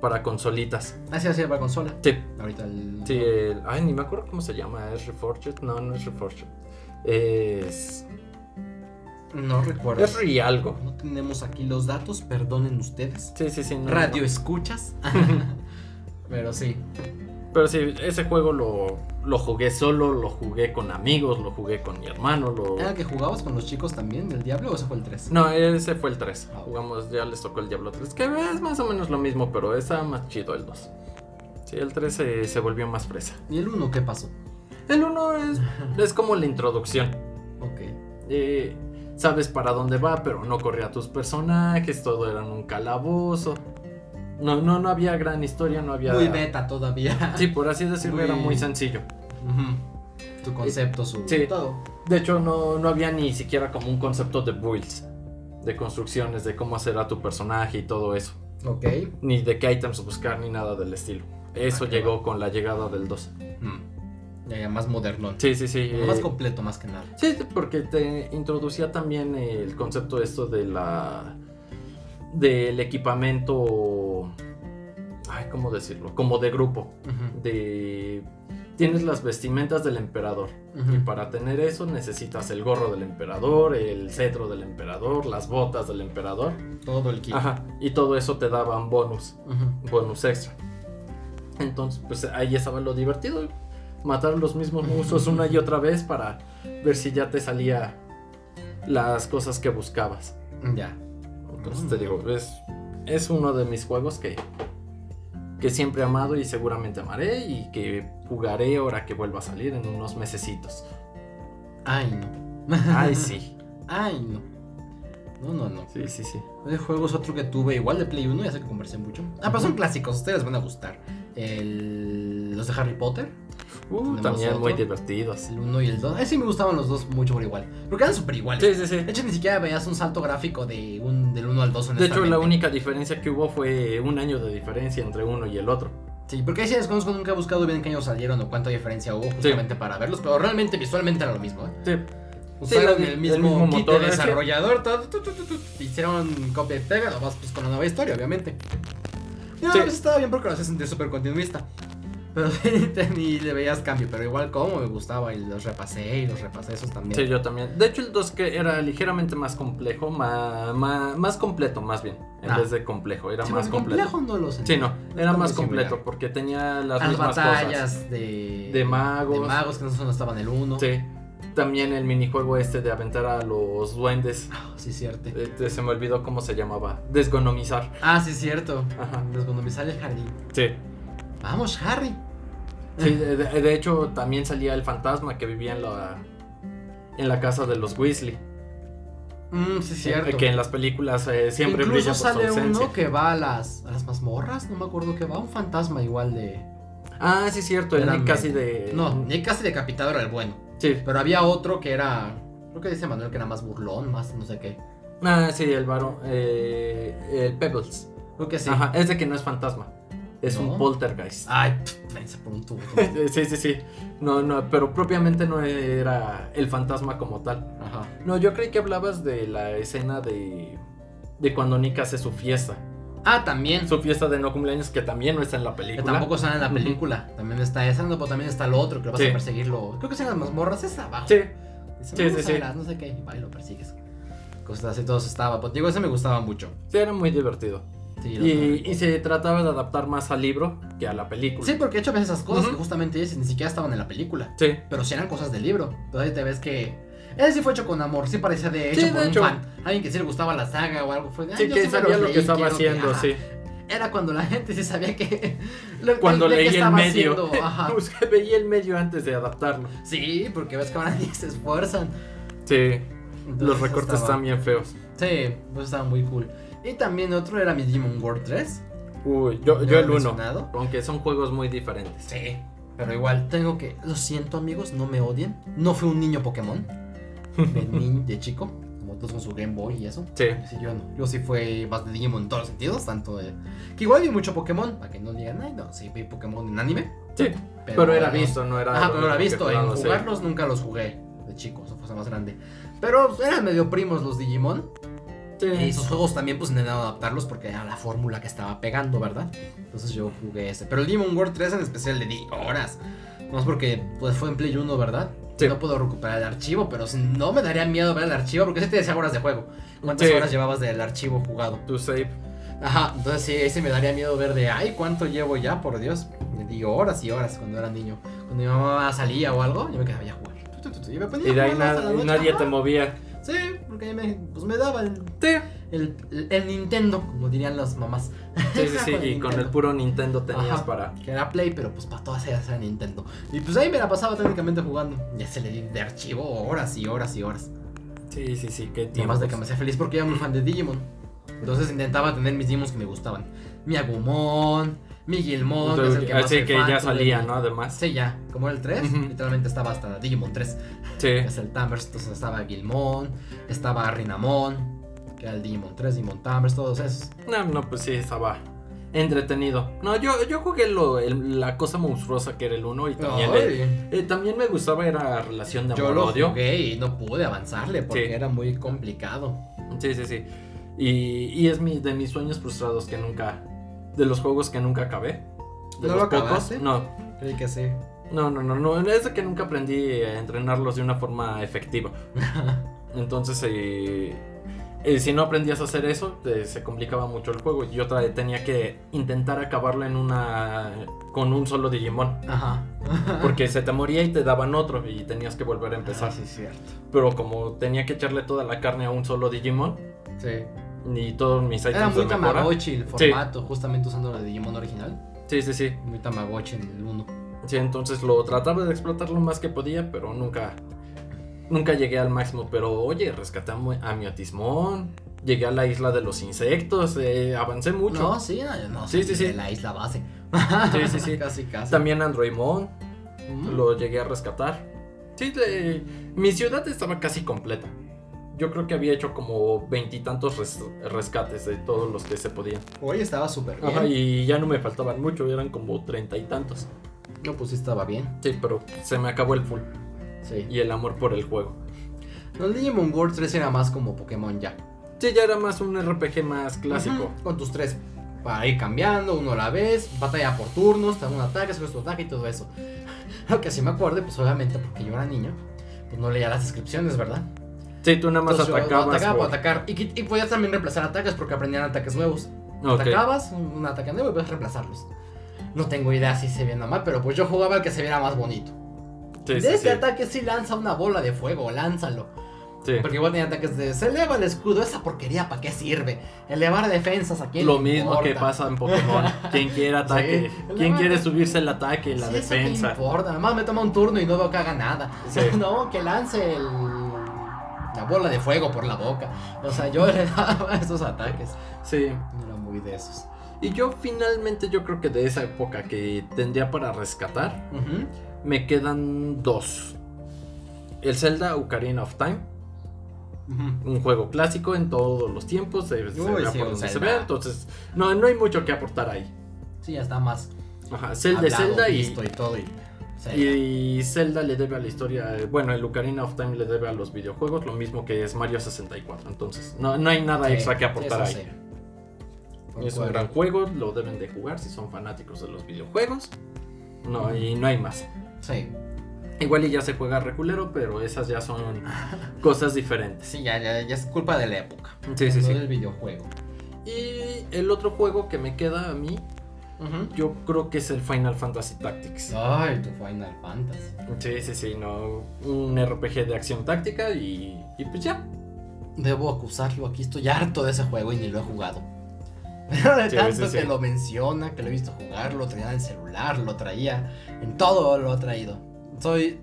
[SPEAKER 1] para consolitas.
[SPEAKER 2] Ah, sí, sí, para consola.
[SPEAKER 1] Sí.
[SPEAKER 2] Ahorita el.
[SPEAKER 1] Sí, el- ay, ni me acuerdo cómo se llama, ¿es Reforged? No, no es Reforged. Es.
[SPEAKER 2] No recuerdo.
[SPEAKER 1] Es Rialgo.
[SPEAKER 2] No tenemos aquí los datos, perdonen ustedes.
[SPEAKER 1] Sí, sí, sí. no,
[SPEAKER 2] Radio
[SPEAKER 1] no.
[SPEAKER 2] escuchas. Pero sí.
[SPEAKER 1] Pero sí, ese juego lo, lo jugué solo, lo jugué con amigos, lo jugué con mi hermano. Lo...
[SPEAKER 2] ¿Era el que jugabas con los chicos también del Diablo o ese fue el 3?
[SPEAKER 1] No, ese fue el 3.
[SPEAKER 2] Ah, ok.
[SPEAKER 1] Jugamos, ya les tocó el Diablo 3. Que es más o menos lo mismo, pero está más chido el 2. Sí, el 3 se, se volvió más fresa.
[SPEAKER 2] ¿Y el 1 qué pasó?
[SPEAKER 1] El 1 es, es como la introducción.
[SPEAKER 2] Ok.
[SPEAKER 1] Eh, sabes para dónde va, pero no corría a tus personajes, todo era en un calabozo. No, no, no había gran historia, no había.
[SPEAKER 2] Muy beta todavía.
[SPEAKER 1] Sí, por así decirlo,
[SPEAKER 2] Muy-
[SPEAKER 1] era muy sencillo.
[SPEAKER 2] Ujú. Tu concepto, su
[SPEAKER 1] Sí.
[SPEAKER 2] todo.
[SPEAKER 1] De hecho, no, no había ni siquiera como un concepto de builds, de construcciones, de cómo hacer a tu personaje y todo eso.
[SPEAKER 2] Ok.
[SPEAKER 1] Ni de qué items buscar, ni nada del estilo. Eso
[SPEAKER 2] Ah, qué
[SPEAKER 1] llegó con la llegada del 2.
[SPEAKER 2] Mm. Ya, ya más moderno.
[SPEAKER 1] Sí, sí, sí. eh,
[SPEAKER 2] Más completo, más que nada.
[SPEAKER 1] Sí, porque te introducía también el concepto esto de la del equipamiento ay, ¿cómo decirlo? Como de grupo, de tienes las vestimentas del emperador
[SPEAKER 2] Ujú.
[SPEAKER 1] y para tener eso necesitas el gorro del emperador, el cetro del emperador, las botas del emperador.
[SPEAKER 2] Todo el kit.
[SPEAKER 1] Ajá, y todo eso te daban bonus,
[SPEAKER 2] Ujú.
[SPEAKER 1] bonus extra. Entonces, pues ahí estaba lo divertido, matar los mismos monstruos una y otra vez para ver si ya te salía las cosas que buscabas.
[SPEAKER 2] Ya.
[SPEAKER 1] Entonces te digo, es, es uno de mis juegos que, que siempre he amado y seguramente amaré y que jugaré ahora que vuelva a salir en unos mesecitos.
[SPEAKER 2] Ay, no.
[SPEAKER 1] Ay, sí.
[SPEAKER 2] Ay, no. No, no, no.
[SPEAKER 1] Sí, sí, sí.
[SPEAKER 2] De juegos otro que tuve igual de Play 1, ya sé que conversé mucho. Ah, pero son clásicos, a ustedes les van a gustar. El- Los de Harry Potter,
[SPEAKER 1] Uh,
[SPEAKER 2] ¿Tenemos
[SPEAKER 1] también muy
[SPEAKER 2] otro?
[SPEAKER 1] divertidos.
[SPEAKER 2] el 1 y el 2. Ay, sí me gustaban los dos mucho por igual. Porque eran súper iguales.
[SPEAKER 1] Sí, sí, sí.
[SPEAKER 2] De hecho, ni siquiera veías un salto gráfico de un, del 1 al 2.
[SPEAKER 1] De hecho, la
[SPEAKER 2] honestamente.
[SPEAKER 1] única diferencia que hubo fue un año de diferencia entre uno y el otro.
[SPEAKER 2] Sí, porque ahí sí desconozco, nunca he buscado bien qué años salieron o cuánta diferencia hubo justamente para verlos. Pero realmente, visualmente era lo mismo, ¿eh?
[SPEAKER 1] Sí,
[SPEAKER 2] Usaron
[SPEAKER 1] la-
[SPEAKER 2] el
[SPEAKER 1] el
[SPEAKER 2] mismo,
[SPEAKER 1] mismo
[SPEAKER 2] kit
[SPEAKER 1] motor,
[SPEAKER 2] de
[SPEAKER 1] ¿eh?
[SPEAKER 2] desarrollador, todo, tu, tu, tu, tu, hicieron copia y pega, nomás pues con la nueva historia, obviamente. Y no,
[SPEAKER 1] Sí.
[SPEAKER 2] pues, estaba bien porque lo hacía sentir súper continuista. Pero sí, te- ni le veías cambio, pero igual como me gustaba y los repasé y los repasé esos también.
[SPEAKER 1] sí, yo también. De hecho, el 2 que era ligeramente más complejo, ma- ma- más, completo, más bien. En
[SPEAKER 2] Ah.
[SPEAKER 1] vez de complejo, era
[SPEAKER 2] Sí,
[SPEAKER 1] más
[SPEAKER 2] porque
[SPEAKER 1] completo.
[SPEAKER 2] complejo no lo sé.
[SPEAKER 1] Sí, no, era
[SPEAKER 2] Está
[SPEAKER 1] más
[SPEAKER 2] muy
[SPEAKER 1] completo
[SPEAKER 2] similar.
[SPEAKER 1] porque tenía las,
[SPEAKER 2] Las,
[SPEAKER 1] mismas
[SPEAKER 2] batallas
[SPEAKER 1] cosas.
[SPEAKER 2] de,
[SPEAKER 1] De magos.
[SPEAKER 2] de magos que no solo estaban el uno.
[SPEAKER 1] Sí. También el minijuego este de aventar a los duendes.
[SPEAKER 2] Ah, sí, cierto.
[SPEAKER 1] Este, se me olvidó cómo se llamaba. Desgonomizar.
[SPEAKER 2] Ah, sí, cierto.
[SPEAKER 1] Ajá.
[SPEAKER 2] Entonces cuando me sale el jardín.
[SPEAKER 1] Sí.
[SPEAKER 2] Vamos, Harry.
[SPEAKER 1] Sí,
[SPEAKER 2] Eh.
[SPEAKER 1] de, de- de hecho, también salía el fantasma que vivía en la, en la casa de los Weasley.
[SPEAKER 2] Mm, sí, cierto.
[SPEAKER 1] Que en las películas eh, siempre brilla
[SPEAKER 2] Incluso
[SPEAKER 1] por su
[SPEAKER 2] sale
[SPEAKER 1] ausencia.
[SPEAKER 2] uno que va a las, a las mazmorras, no me acuerdo que va, un fantasma igual de...
[SPEAKER 1] Ah, sí, cierto, el
[SPEAKER 2] Era
[SPEAKER 1] Nick
[SPEAKER 2] me-
[SPEAKER 1] casi de.
[SPEAKER 2] No, Nick casi decapitado era el bueno,
[SPEAKER 1] Sí.
[SPEAKER 2] pero había otro que era, creo que dice Manuel que era más burlón, más no sé qué.
[SPEAKER 1] Ah, sí, el varón. eh, el Pebbles.
[SPEAKER 2] Creo que sí.
[SPEAKER 1] Ajá, es de que no es fantasma. Es
[SPEAKER 2] No. Ah.
[SPEAKER 1] un poltergeist.
[SPEAKER 2] Ay, pff, vence por un tubo.
[SPEAKER 1] Sí, sí, sí. No, no, pero propiamente no era el fantasma como tal.
[SPEAKER 2] Ajá.
[SPEAKER 1] No, yo creí que hablabas de la escena de. de cuando Nick hace su fiesta.
[SPEAKER 2] Ah, también.
[SPEAKER 1] Su fiesta de no cumpleaños que también no está en la
[SPEAKER 2] Que
[SPEAKER 1] película.
[SPEAKER 2] tampoco sale en la
[SPEAKER 1] Ujú.
[SPEAKER 2] película. También está esa, no, pero también está el otro que lo vas
[SPEAKER 1] Sí.
[SPEAKER 2] a perseguirlo. Creo que es en las mazmorras, es abajo.
[SPEAKER 1] Sí, Sí,
[SPEAKER 2] Dice, "No,
[SPEAKER 1] sí,
[SPEAKER 2] no
[SPEAKER 1] sí.
[SPEAKER 2] sabrás, No sé qué, y va y lo persigues. Cosas así, todo eso estaba. pues, Digo, ese me gustaba mucho.
[SPEAKER 1] sí, era muy divertido.
[SPEAKER 2] Sí, lo-
[SPEAKER 1] Y, y se trataba de adaptar más al libro que a la película.
[SPEAKER 2] Sí, porque he hecho a veces esas cosas
[SPEAKER 1] Ujú.
[SPEAKER 2] que justamente dices, ni siquiera estaban en la película.
[SPEAKER 1] Sí.
[SPEAKER 2] Pero si eran cosas del libro. Entonces ahí te ves que. Él sí fue hecho con amor, sí parecía de hecho
[SPEAKER 1] Sí,
[SPEAKER 2] por
[SPEAKER 1] de
[SPEAKER 2] un
[SPEAKER 1] hecho.
[SPEAKER 2] fan. Alguien que sí le gustaba la saga o algo. Fue, de, "Ay,
[SPEAKER 1] Sí,
[SPEAKER 2] yo
[SPEAKER 1] que
[SPEAKER 2] sí me
[SPEAKER 1] sabía
[SPEAKER 2] los
[SPEAKER 1] lo
[SPEAKER 2] leí,
[SPEAKER 1] que estaba
[SPEAKER 2] quiero
[SPEAKER 1] haciendo,
[SPEAKER 2] ajá".
[SPEAKER 1] sí.
[SPEAKER 2] Era cuando la gente sí sabía que. lo-
[SPEAKER 1] Cuando
[SPEAKER 2] de qué
[SPEAKER 1] leí el
[SPEAKER 2] estaba
[SPEAKER 1] medio.
[SPEAKER 2] haciendo, ajá.
[SPEAKER 1] Usted veía el medio antes de adaptarlo.
[SPEAKER 2] Sí, porque ves que ahora ni se esfuerzan.
[SPEAKER 1] Sí,
[SPEAKER 2] Entonces,
[SPEAKER 1] los recortes
[SPEAKER 2] estaba-
[SPEAKER 1] están bien feos.
[SPEAKER 2] Sí, pues estaba muy cool. Y también otro era mi Demon World 3.
[SPEAKER 1] Uy, yo,
[SPEAKER 2] Ya
[SPEAKER 1] yo
[SPEAKER 2] lo
[SPEAKER 1] el
[SPEAKER 2] he
[SPEAKER 1] uno.
[SPEAKER 2] mencionado.
[SPEAKER 1] Aunque son juegos muy diferentes.
[SPEAKER 2] Sí, pero igual tengo que. Lo siento, amigos, no me odien. No fui un niño Pokémon. De, ni- de chico. Como todos con su Game Boy y eso.
[SPEAKER 1] Sí.
[SPEAKER 2] Sí, yo no. Yo sí fue más de Digimon en todos los sentidos. Tanto de. Que igual vi mucho Pokémon. Para que no digan, ay, no, sí vi Pokémon en anime.
[SPEAKER 1] Sí, pero, era
[SPEAKER 2] no-
[SPEAKER 1] visto, no era.
[SPEAKER 2] Ajá, pero era
[SPEAKER 1] que
[SPEAKER 2] visto. En
[SPEAKER 1] jugaba, sí.
[SPEAKER 2] jugarlos nunca los jugué. De chico, eso fue más grande. Pero eran medio primos los Digimon. Y sus juegos también pues intentaron adaptarlos porque era la fórmula que estaba pegando, ¿verdad? Entonces yo jugué ese. Pero el Demon World 3 en especial le di horas. Más porque pues fue en Play 1, ¿verdad?
[SPEAKER 1] Sí.
[SPEAKER 2] No puedo recuperar el archivo, pero si no me daría miedo ver el archivo porque sí te decía horas de juego. ¿Cuántas
[SPEAKER 1] Sí.
[SPEAKER 2] horas llevabas del archivo jugado?
[SPEAKER 1] Tu save.
[SPEAKER 2] Ajá, entonces sí, ahí sí me daría miedo ver de, ay, ¿cuánto llevo ya? Por Dios. Le di horas y horas cuando era niño. Cuando mi mamá salía o algo, yo me quedaba ya a jugar. Tu, tu, tu, Y, me ponía
[SPEAKER 1] Y de
[SPEAKER 2] a
[SPEAKER 1] ahí
[SPEAKER 2] jugar
[SPEAKER 1] na-
[SPEAKER 2] hasta la noche.
[SPEAKER 1] nadie te
[SPEAKER 2] Ajá.
[SPEAKER 1] movía.
[SPEAKER 2] Sí, porque ahí me, pues me daba el
[SPEAKER 1] Sí,
[SPEAKER 2] el, el Nintendo, como dirían las mamás.
[SPEAKER 1] sí, sí. sí,
[SPEAKER 2] Con el
[SPEAKER 1] y con
[SPEAKER 2] Nintendo.
[SPEAKER 1] el puro Nintendo tenías
[SPEAKER 2] Ajá.
[SPEAKER 1] para.
[SPEAKER 2] Que era Play, pero pues para todas ellas era Nintendo. Y pues ahí me la pasaba técnicamente jugando. Ya se le di de archivo horas y horas y horas.
[SPEAKER 1] Sí, sí, sí, qué tiempos.
[SPEAKER 2] Además de que me hacía feliz porque era muy fan de Digimon. Entonces intentaba tener mis Digimons que me gustaban. Mi Agumon, mi Gilmon. que es el que más
[SPEAKER 1] Así
[SPEAKER 2] soy
[SPEAKER 1] Ah, que
[SPEAKER 2] fan,
[SPEAKER 1] ya
[SPEAKER 2] tuve
[SPEAKER 1] salía,
[SPEAKER 2] mi-
[SPEAKER 1] ¿no? Además.
[SPEAKER 2] Sí, ya. Como era el 3,
[SPEAKER 1] Ujú.
[SPEAKER 2] literalmente estaba hasta Digimon 3.
[SPEAKER 1] Sí.
[SPEAKER 2] que Es el Tamers, entonces estaba Gilmon, estaba Rinamon, que era el Digimon 3, Digimon Tamers, todos esos.
[SPEAKER 1] No, no, pues sí, estaba entretenido. No, yo, yo jugué lo, el- la cosa monstruosa que era el 1 y también, el-
[SPEAKER 2] Ay,
[SPEAKER 1] eh, también me gustaba era relación de
[SPEAKER 2] yo lo
[SPEAKER 1] amor-odio.
[SPEAKER 2] jugué y no pude avanzarle porque
[SPEAKER 1] Sí.
[SPEAKER 2] era muy complicado.
[SPEAKER 1] Sí, sí, sí. Y, y es mi, de mis sueños frustrados que nunca. De los juegos que nunca acabé. De los
[SPEAKER 2] ¿No lo acabaste?
[SPEAKER 1] No,
[SPEAKER 2] Creí que sí.
[SPEAKER 1] no, no, no, no. Es de que nunca aprendí a entrenarlos de una forma efectiva. Entonces, eh, eh, si no aprendías a hacer eso, te- se complicaba mucho el juego. Yo tra- tenía que intentar acabarlo en una. con un solo Digimon.
[SPEAKER 2] Ajá.
[SPEAKER 1] Porque se te moría y te daban otro y tenías que volver a empezar.
[SPEAKER 2] Ah, sí, cierto.
[SPEAKER 1] Pero como tenía que echarle toda la carne a un solo Digimon
[SPEAKER 2] Sí.
[SPEAKER 1] y todos mis items
[SPEAKER 2] Era muy
[SPEAKER 1] de mejora-
[SPEAKER 2] Tamagotchi el formato, justamente usando lo de Digimon original.
[SPEAKER 1] Sí, sí, sí.
[SPEAKER 2] Muy Tamagotchi en el 1.
[SPEAKER 1] Sí, entonces lo trataba de explotar lo más que podía, pero nunca nunca llegué al máximo. Pero oye, rescaté a, mu- a mi otismón, llegué a la isla de los insectos, eh, avancé mucho.
[SPEAKER 2] No, sí, no, no,
[SPEAKER 1] Sí, sí,
[SPEAKER 2] salí de
[SPEAKER 1] sí.
[SPEAKER 2] La isla base.
[SPEAKER 1] Sí, sí, sí.
[SPEAKER 2] casi, casi.
[SPEAKER 1] También Androimon,
[SPEAKER 2] Mm.
[SPEAKER 1] lo llegué a rescatar. Sí, te- mi ciudad estaba casi completa. Yo creo que había hecho como veintitantos res- rescates de todos los que se podían.
[SPEAKER 2] Hoy estaba súper bien.
[SPEAKER 1] Ajá, y ya no me faltaban mucho, eran como treinta y tantos.
[SPEAKER 2] No, pues sí estaba bien.
[SPEAKER 1] Sí, pero se me acabó el full
[SPEAKER 2] Sí.
[SPEAKER 1] y el amor por el juego.
[SPEAKER 2] No, el Digimon World 3 era más como Pokémon ya.
[SPEAKER 1] Sí, ya era más un RPG más clásico.
[SPEAKER 2] Ujú, Con tus tres. Para ir cambiando, uno a la vez, batalla por turnos, te dan un ataque, sacas tu ataque y todo eso. Lo que sí me acuerdo, pues obviamente porque yo era niño, pues no leía las descripciones, ¿verdad?
[SPEAKER 1] Sí, tú nada más
[SPEAKER 2] Entonces, yo
[SPEAKER 1] atacabas.
[SPEAKER 2] Atacaba por
[SPEAKER 1] por-
[SPEAKER 2] atacar. Y, que- y podías también reemplazar ataques porque aprendían ataques nuevos.
[SPEAKER 1] Ok.
[SPEAKER 2] Atacabas, un un ataque nuevo y podías reemplazarlos. No tengo idea si se viera mal, pero pues yo jugaba el que se viera más bonito.
[SPEAKER 1] Sí,
[SPEAKER 2] De
[SPEAKER 1] sí,
[SPEAKER 2] este
[SPEAKER 1] sí.
[SPEAKER 2] ataque sí lanza una bola de fuego, lánzalo.
[SPEAKER 1] Sí.
[SPEAKER 2] Porque igual tenía ataques de se eleva el escudo, esa porquería para qué sirve. Elevar defensas aquí.
[SPEAKER 1] Lo mismo que pasa en Pokémon. Quien quiera ataque.
[SPEAKER 2] Sí.
[SPEAKER 1] Quien quiere subirse el ataque, la
[SPEAKER 2] sí, eso qué
[SPEAKER 1] defensa.
[SPEAKER 2] importa, además me toma un turno y no veo que haga nada.
[SPEAKER 1] Sí.
[SPEAKER 2] No, que lance el... la bola de fuego por la boca. O sea, yo le daba esos ataques.
[SPEAKER 1] Sí.
[SPEAKER 2] No era muy de esos.
[SPEAKER 1] Y yo finalmente, yo creo que de esa época que tendría para rescatar, me quedan dos. El Zelda Ocarina of Time, un juego clásico en todos los tiempos, se, se
[SPEAKER 2] Uy,
[SPEAKER 1] vea
[SPEAKER 2] sí,
[SPEAKER 1] por
[SPEAKER 2] un
[SPEAKER 1] donde se
[SPEAKER 2] Zelda.
[SPEAKER 1] vea, entonces no, no hay mucho que aportar ahí.
[SPEAKER 2] Sí, ya está más.
[SPEAKER 1] Ajá, Zelda, es
[SPEAKER 2] hablado,
[SPEAKER 1] Zelda y,
[SPEAKER 2] visto y todo. Y... Zelda.
[SPEAKER 1] Y Zelda le debe a la historia, eh, bueno, el Ocarina of Time le debe a los videojuegos, lo mismo que es Mario 64. Entonces, no, no hay nada
[SPEAKER 2] Sí,
[SPEAKER 1] extra que aportar
[SPEAKER 2] eso
[SPEAKER 1] ahí.
[SPEAKER 2] sí. Por
[SPEAKER 1] Es un
[SPEAKER 2] cual.
[SPEAKER 1] gran juego, lo deben de jugar si son fanáticos de los videojuegos. No, y no hay más.
[SPEAKER 2] Sí.
[SPEAKER 1] Igual y ya se juega reculero, pero esas ya son cosas diferentes.
[SPEAKER 2] Sí, ya, ya, ya es culpa de la época.
[SPEAKER 1] Sí, sí,
[SPEAKER 2] no
[SPEAKER 1] sí.
[SPEAKER 2] del videojuego.
[SPEAKER 1] Y el otro juego que me queda a mí, yo creo que es el Final Fantasy Tactics.
[SPEAKER 2] Ay, tu Final Fantasy.
[SPEAKER 1] Sí, sí, sí, no. Un RPG de acción táctica y, y pues ya.
[SPEAKER 2] Debo acusarlo, aquí estoy harto de ese juego y ni lo he jugado. Pero de
[SPEAKER 1] Sí,
[SPEAKER 2] tanto
[SPEAKER 1] sí, sí.
[SPEAKER 2] que lo menciona, que lo he visto jugar, lo traía en el celular, lo traía, en todo lo ha traído. Soy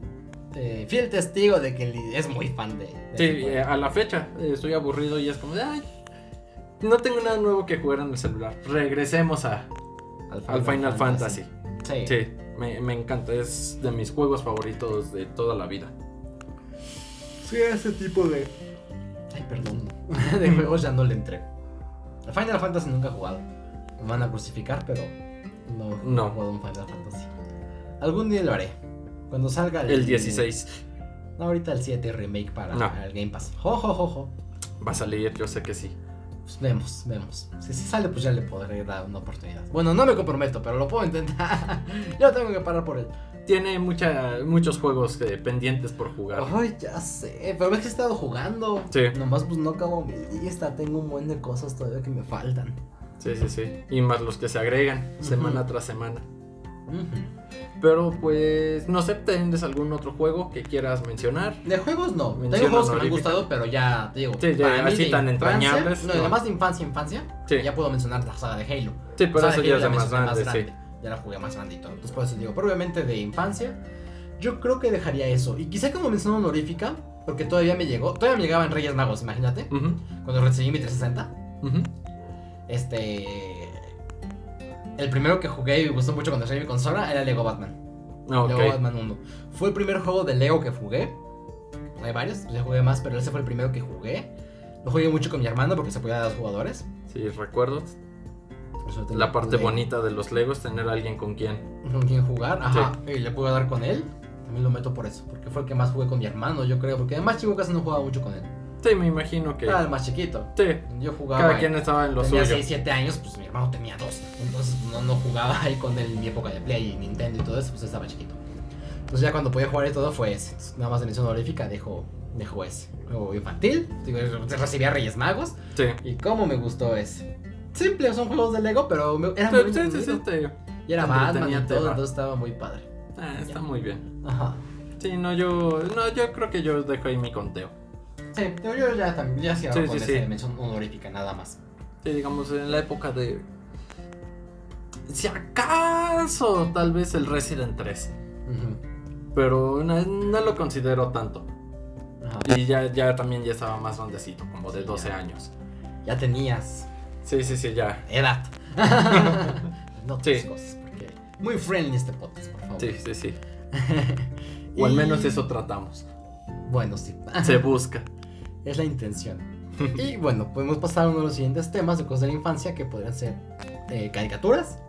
[SPEAKER 2] eh, fiel testigo de que li- es muy fan de. de
[SPEAKER 1] Sí,
[SPEAKER 2] ese juego.
[SPEAKER 1] eh, a la fecha eh, estoy aburrido y es como de, ay, no tengo nada nuevo que jugar en el celular. Regresemos a, al Final Fantasy.
[SPEAKER 2] Sí.
[SPEAKER 1] Sí, me, me encanta, es de mis juegos favoritos de toda la vida.
[SPEAKER 2] Sí, ese tipo de. Ay, perdón. De juegos ya no le entré. Al Final Fantasy nunca he jugado. Me van a crucificar, pero no,
[SPEAKER 1] No.
[SPEAKER 2] he jugado un Final Fantasy. Algún día lo haré. Cuando salga
[SPEAKER 1] El 16
[SPEAKER 2] No, ahorita el 7 remake para
[SPEAKER 1] No.
[SPEAKER 2] el Game Pass. Jo, jo, jo, jo.
[SPEAKER 1] va a salir, yo sé que sí.
[SPEAKER 2] Pues vemos, vemos. Si se sale, pues ya le podré dar una oportunidad. Bueno, no me comprometo, pero lo puedo intentar. Yo tengo que parar por él.
[SPEAKER 1] Tiene mucha, muchos juegos eh, pendientes por jugar.
[SPEAKER 2] Ay, ya sé, pero es que he estado jugando.
[SPEAKER 1] Sí.
[SPEAKER 2] Nomás pues no acabo mi lista, tengo un buen de cosas todavía que me faltan.
[SPEAKER 1] Sí, sí, sí. Y más los que se agregan semana tras semana.
[SPEAKER 2] Ujú.
[SPEAKER 1] Pero pues, no sé, ¿tienes algún otro juego que quieras mencionar?
[SPEAKER 2] De juegos no,
[SPEAKER 1] Menciona
[SPEAKER 2] tengo juegos que me han
[SPEAKER 1] honorífica.
[SPEAKER 2] gustado, pero ya, te digo,
[SPEAKER 1] Sí, ya, así
[SPEAKER 2] de
[SPEAKER 1] tan
[SPEAKER 2] infancia-
[SPEAKER 1] entrañables,
[SPEAKER 2] No,
[SPEAKER 1] no.
[SPEAKER 2] además de infancia, infancia,
[SPEAKER 1] Sí.
[SPEAKER 2] ya puedo mencionar la saga de Halo.
[SPEAKER 1] Sí, pero
[SPEAKER 2] Saga
[SPEAKER 1] eso
[SPEAKER 2] de
[SPEAKER 1] ya
[SPEAKER 2] Halo
[SPEAKER 1] es de más
[SPEAKER 2] mencioné
[SPEAKER 1] grande, sí.
[SPEAKER 2] Ya la jugué más grande y todo, entonces por eso digo, pero obviamente de infancia, yo creo que dejaría eso. Y quizá como mención honorífica, Porque todavía me llegó, todavía me llegaba en Reyes Magos, imagínate.
[SPEAKER 1] Ujú,
[SPEAKER 2] Cuando recibí mi 360,
[SPEAKER 1] ujú.
[SPEAKER 2] este. El primero que jugué y me gustó mucho cuando recibí mi consola era Lego Batman.
[SPEAKER 1] Ah, ok.
[SPEAKER 2] Lego Batman 1. Fue el primer juego de Lego que jugué. Hay varios, pues ya jugué más, pero ese fue el primero que jugué. Lo jugué mucho con mi hermano porque se apoyaba a dos jugadores.
[SPEAKER 1] Sí, recuerdo.
[SPEAKER 2] Por eso tenía
[SPEAKER 1] La parte
[SPEAKER 2] Lego.
[SPEAKER 1] bonita de los Legos, tener a alguien con quien.
[SPEAKER 2] con quien jugar, ajá, y le pude dar con él. También lo meto por eso, porque fue el que más jugué con mi hermano, yo creo, porque además chico casi no jugaba mucho con él.
[SPEAKER 1] Sí, me imagino que.
[SPEAKER 2] Era el más chiquito.
[SPEAKER 1] Sí,
[SPEAKER 2] Yo jugaba.
[SPEAKER 1] cada
[SPEAKER 2] y
[SPEAKER 1] quien estaba en lo
[SPEAKER 2] tenía
[SPEAKER 1] suyo.
[SPEAKER 2] 6, 7 años, pues mi hermano tenía 2. Entonces no, no jugaba ahí con él en mi época de Play y Nintendo y todo eso, pues estaba chiquito. Entonces ya cuando podía jugar y todo fue ese. Entonces, nada más de mención honorífica dejo, dejo ese. Luego infantil, digo, recibía Reyes Magos.
[SPEAKER 1] Sí.
[SPEAKER 2] Y cómo me gustó ese. Simple, son juegos de Lego, pero me- era muy
[SPEAKER 1] Sí, sí, sí,
[SPEAKER 2] entretenido.
[SPEAKER 1] sí, te-
[SPEAKER 2] Y era Batman y
[SPEAKER 1] Entretenía
[SPEAKER 2] todo,
[SPEAKER 1] tema.
[SPEAKER 2] entonces estaba muy padre.
[SPEAKER 1] Ah, está
[SPEAKER 2] Ya.
[SPEAKER 1] muy bien.
[SPEAKER 2] Ajá.
[SPEAKER 1] Sí, no, yo. No, yo creo que yo dejo ahí mi conteo.
[SPEAKER 2] Sí, yo, yo ya también ya cierro
[SPEAKER 1] Sí,
[SPEAKER 2] con
[SPEAKER 1] sí,
[SPEAKER 2] esa
[SPEAKER 1] sí.
[SPEAKER 2] mención honorífica, nada más.
[SPEAKER 1] Sí, digamos, en la época de. Si acaso, tal vez el Resident 3. Pero no, no lo considero tanto.
[SPEAKER 2] Ajá.
[SPEAKER 1] Y ya, ya también ya estaba más grandecito, como de
[SPEAKER 2] Sí,
[SPEAKER 1] 12
[SPEAKER 2] ya.
[SPEAKER 1] años.
[SPEAKER 2] Ya tenías
[SPEAKER 1] Sí, sí, sí, ya.
[SPEAKER 2] edad. no tus
[SPEAKER 1] Sí.
[SPEAKER 2] cosas, porque muy friendly este podcast, por favor.
[SPEAKER 1] Sí, sí, sí. O al
[SPEAKER 2] Y-
[SPEAKER 1] menos eso tratamos.
[SPEAKER 2] Bueno, sí.
[SPEAKER 1] Se busca.
[SPEAKER 2] Es la intención. y bueno, podemos pasar a uno de los siguientes temas de cosas de la infancia que podrían ser eh, caricaturas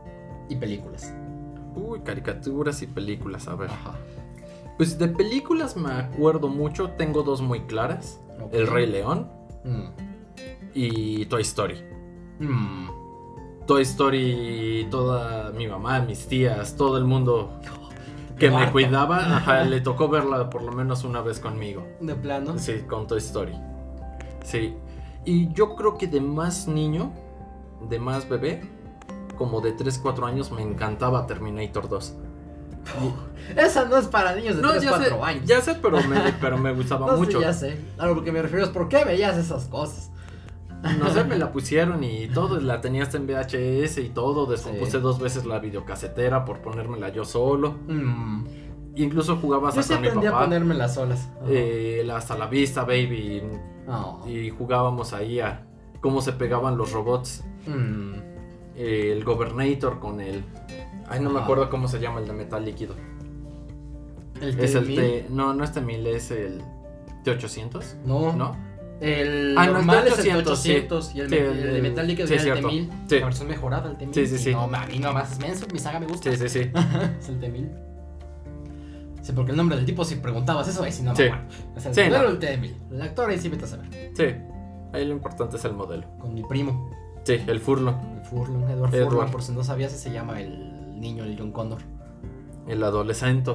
[SPEAKER 2] y películas.
[SPEAKER 1] Uy, caricaturas y películas, a ver.
[SPEAKER 2] Ajá.
[SPEAKER 1] Pues de películas me acuerdo mucho, tengo dos muy claras.
[SPEAKER 2] Ok.
[SPEAKER 1] El Rey León
[SPEAKER 2] Mm.
[SPEAKER 1] y Toy Story.
[SPEAKER 2] Mm.
[SPEAKER 1] Toy Story, toda mi mamá, mis tías, todo el mundo que me
[SPEAKER 2] Harto.
[SPEAKER 1] cuidaba, ajá, le tocó verla por lo menos una vez conmigo.
[SPEAKER 2] De plano.
[SPEAKER 1] Sí, con Toy Story. Sí. Y yo creo que de más niño, de más bebé, como de 3, 4 años, me encantaba Terminator 2.
[SPEAKER 2] Esa no es para niños de
[SPEAKER 1] No,
[SPEAKER 2] 3,
[SPEAKER 1] ya sé,
[SPEAKER 2] 4 años.
[SPEAKER 1] ya sé, pero me, pero me gustaba
[SPEAKER 2] No, sí,
[SPEAKER 1] mucho.
[SPEAKER 2] ya sé. A lo que me refiero es por qué veías esas cosas.
[SPEAKER 1] No sé, me la pusieron y todo, la tenías en VHS y todo, descompuse
[SPEAKER 2] Sí.
[SPEAKER 1] dos veces la videocasetera por ponérmela yo solo.
[SPEAKER 2] Mm.
[SPEAKER 1] Incluso jugabas
[SPEAKER 2] Yo sí
[SPEAKER 1] hasta con mi
[SPEAKER 2] aprendí a
[SPEAKER 1] papá.
[SPEAKER 2] ponerme las solas. Ajá.
[SPEAKER 1] eh, la hasta la vista, baby.
[SPEAKER 2] Oh.
[SPEAKER 1] Y jugábamos ahí a cómo se pegaban los robots.
[SPEAKER 2] Mm.
[SPEAKER 1] eh, el Gobernator con el. Ay, no me
[SPEAKER 2] Ajá.
[SPEAKER 1] acuerdo cómo se llama el de metal líquido.
[SPEAKER 2] El
[SPEAKER 1] Es el
[SPEAKER 2] T-1000.
[SPEAKER 1] T. No, no es T1000, es el T800.
[SPEAKER 2] No.
[SPEAKER 1] ¿No?
[SPEAKER 2] El
[SPEAKER 1] Ah, no, el
[SPEAKER 2] normal es el
[SPEAKER 1] 800, sí.
[SPEAKER 2] 800 y el,
[SPEAKER 1] Sí,
[SPEAKER 2] me-
[SPEAKER 1] el-
[SPEAKER 2] el de metal líquido
[SPEAKER 1] sí,
[SPEAKER 2] es el
[SPEAKER 1] cierto.
[SPEAKER 2] T1000.
[SPEAKER 1] Sí.
[SPEAKER 2] La versión mejorada del T1000.
[SPEAKER 1] Sí, sí,
[SPEAKER 2] Y
[SPEAKER 1] sí.
[SPEAKER 2] No, a mí nomás es menso, mi saga me gusta.
[SPEAKER 1] Sí, sí, sí.
[SPEAKER 2] Es el T1000. Sí, porque el nombre del tipo, si preguntabas eso, ahí sí no me
[SPEAKER 1] Sí.
[SPEAKER 2] acuerdo. Es el
[SPEAKER 1] Sí,
[SPEAKER 2] modelo
[SPEAKER 1] no.
[SPEAKER 2] del T1000. El actor ahí sí vete a saber.
[SPEAKER 1] Sí. Ahí lo importante es el modelo.
[SPEAKER 2] Con mi primo,
[SPEAKER 1] Sí, el Furlong.
[SPEAKER 2] el Furlong, Edward,
[SPEAKER 1] Edward.
[SPEAKER 2] Furlong, por si no sabías, ese se llama el niño, el John Connor.
[SPEAKER 1] El adolescente.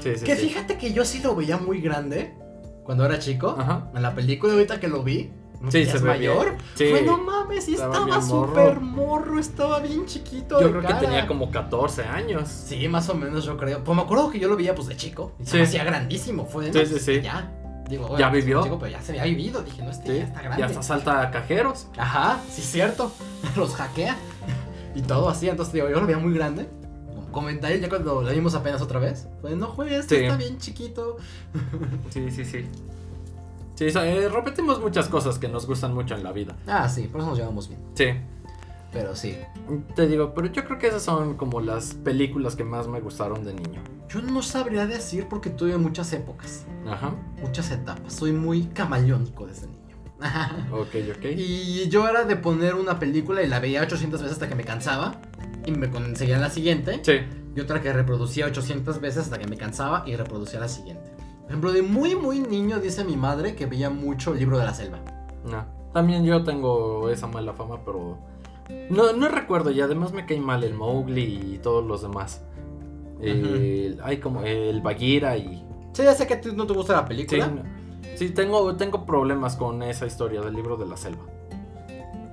[SPEAKER 1] Sí, sí,
[SPEAKER 2] que
[SPEAKER 1] sí.
[SPEAKER 2] fíjate que yo sí lo veía muy grande cuando era chico.
[SPEAKER 1] Ajá.
[SPEAKER 2] En la película ahorita que lo vi,
[SPEAKER 1] Sí,
[SPEAKER 2] ya
[SPEAKER 1] se
[SPEAKER 2] es
[SPEAKER 1] ve
[SPEAKER 2] mayor.
[SPEAKER 1] bien. Sí.
[SPEAKER 2] Fue, no mames, y
[SPEAKER 1] Estaba
[SPEAKER 2] estaba
[SPEAKER 1] bien morro.
[SPEAKER 2] súper morro, estaba bien chiquito.
[SPEAKER 1] Yo
[SPEAKER 2] de
[SPEAKER 1] creo
[SPEAKER 2] cara.
[SPEAKER 1] que tenía como 14 años.
[SPEAKER 2] Sí, más o menos yo creo. Pues me acuerdo que yo lo veía pues de chico. Y se
[SPEAKER 1] Sí.
[SPEAKER 2] me hacía grandísimo, fue de
[SPEAKER 1] Sí,
[SPEAKER 2] no,
[SPEAKER 1] sí,
[SPEAKER 2] pues,
[SPEAKER 1] sí.
[SPEAKER 2] Ya. Digo,
[SPEAKER 1] ¿Ya
[SPEAKER 2] pues,
[SPEAKER 1] vivió?
[SPEAKER 2] chico, pero ya se había vivido. Dije, no, este
[SPEAKER 1] Sí.
[SPEAKER 2] ya está
[SPEAKER 1] Y
[SPEAKER 2] grande.
[SPEAKER 1] hasta salta a cajeros.
[SPEAKER 2] Ajá, sí, cierto. Los hackea. Y todo así. Entonces digo, yo lo veía muy grande. Comentaré ya cuando lo vimos apenas otra vez. Pues no, juegues, este
[SPEAKER 1] Sí.
[SPEAKER 2] está bien chiquito.
[SPEAKER 1] Sí, sí, sí. Sí, sa- eh, repetimos muchas cosas que nos gustan mucho en la vida.
[SPEAKER 2] Ah, sí, por eso nos llevamos bien.
[SPEAKER 1] Sí.
[SPEAKER 2] Pero sí.
[SPEAKER 1] Te digo, pero yo creo que esas son como las películas que más me gustaron de niño.
[SPEAKER 2] Yo no sabría decir porque tuve muchas épocas,
[SPEAKER 1] Ajá.
[SPEAKER 2] muchas etapas. Soy muy camaleónico desde niño.
[SPEAKER 1] Ok, ok.
[SPEAKER 2] y yo era de poner una película y la veía 800 veces hasta que me cansaba. Y me conseguía la siguiente.
[SPEAKER 1] Sí.
[SPEAKER 2] Y otra que reproducía 800 veces hasta que me cansaba y reproducía la siguiente. Por ejemplo, de muy, muy niño, dice mi madre que veía mucho el libro de la selva.
[SPEAKER 1] No. También yo tengo esa mala fama, pero. No, no recuerdo, y además me cae mal el Mowgli y todos los demás. El- Hay como el Bagheera y.
[SPEAKER 2] Sí, ya sé que a ti no te gusta la
[SPEAKER 1] Sí,
[SPEAKER 2] película.
[SPEAKER 1] no. Sí, tengo, tengo problemas con esa historia del libro de la selva.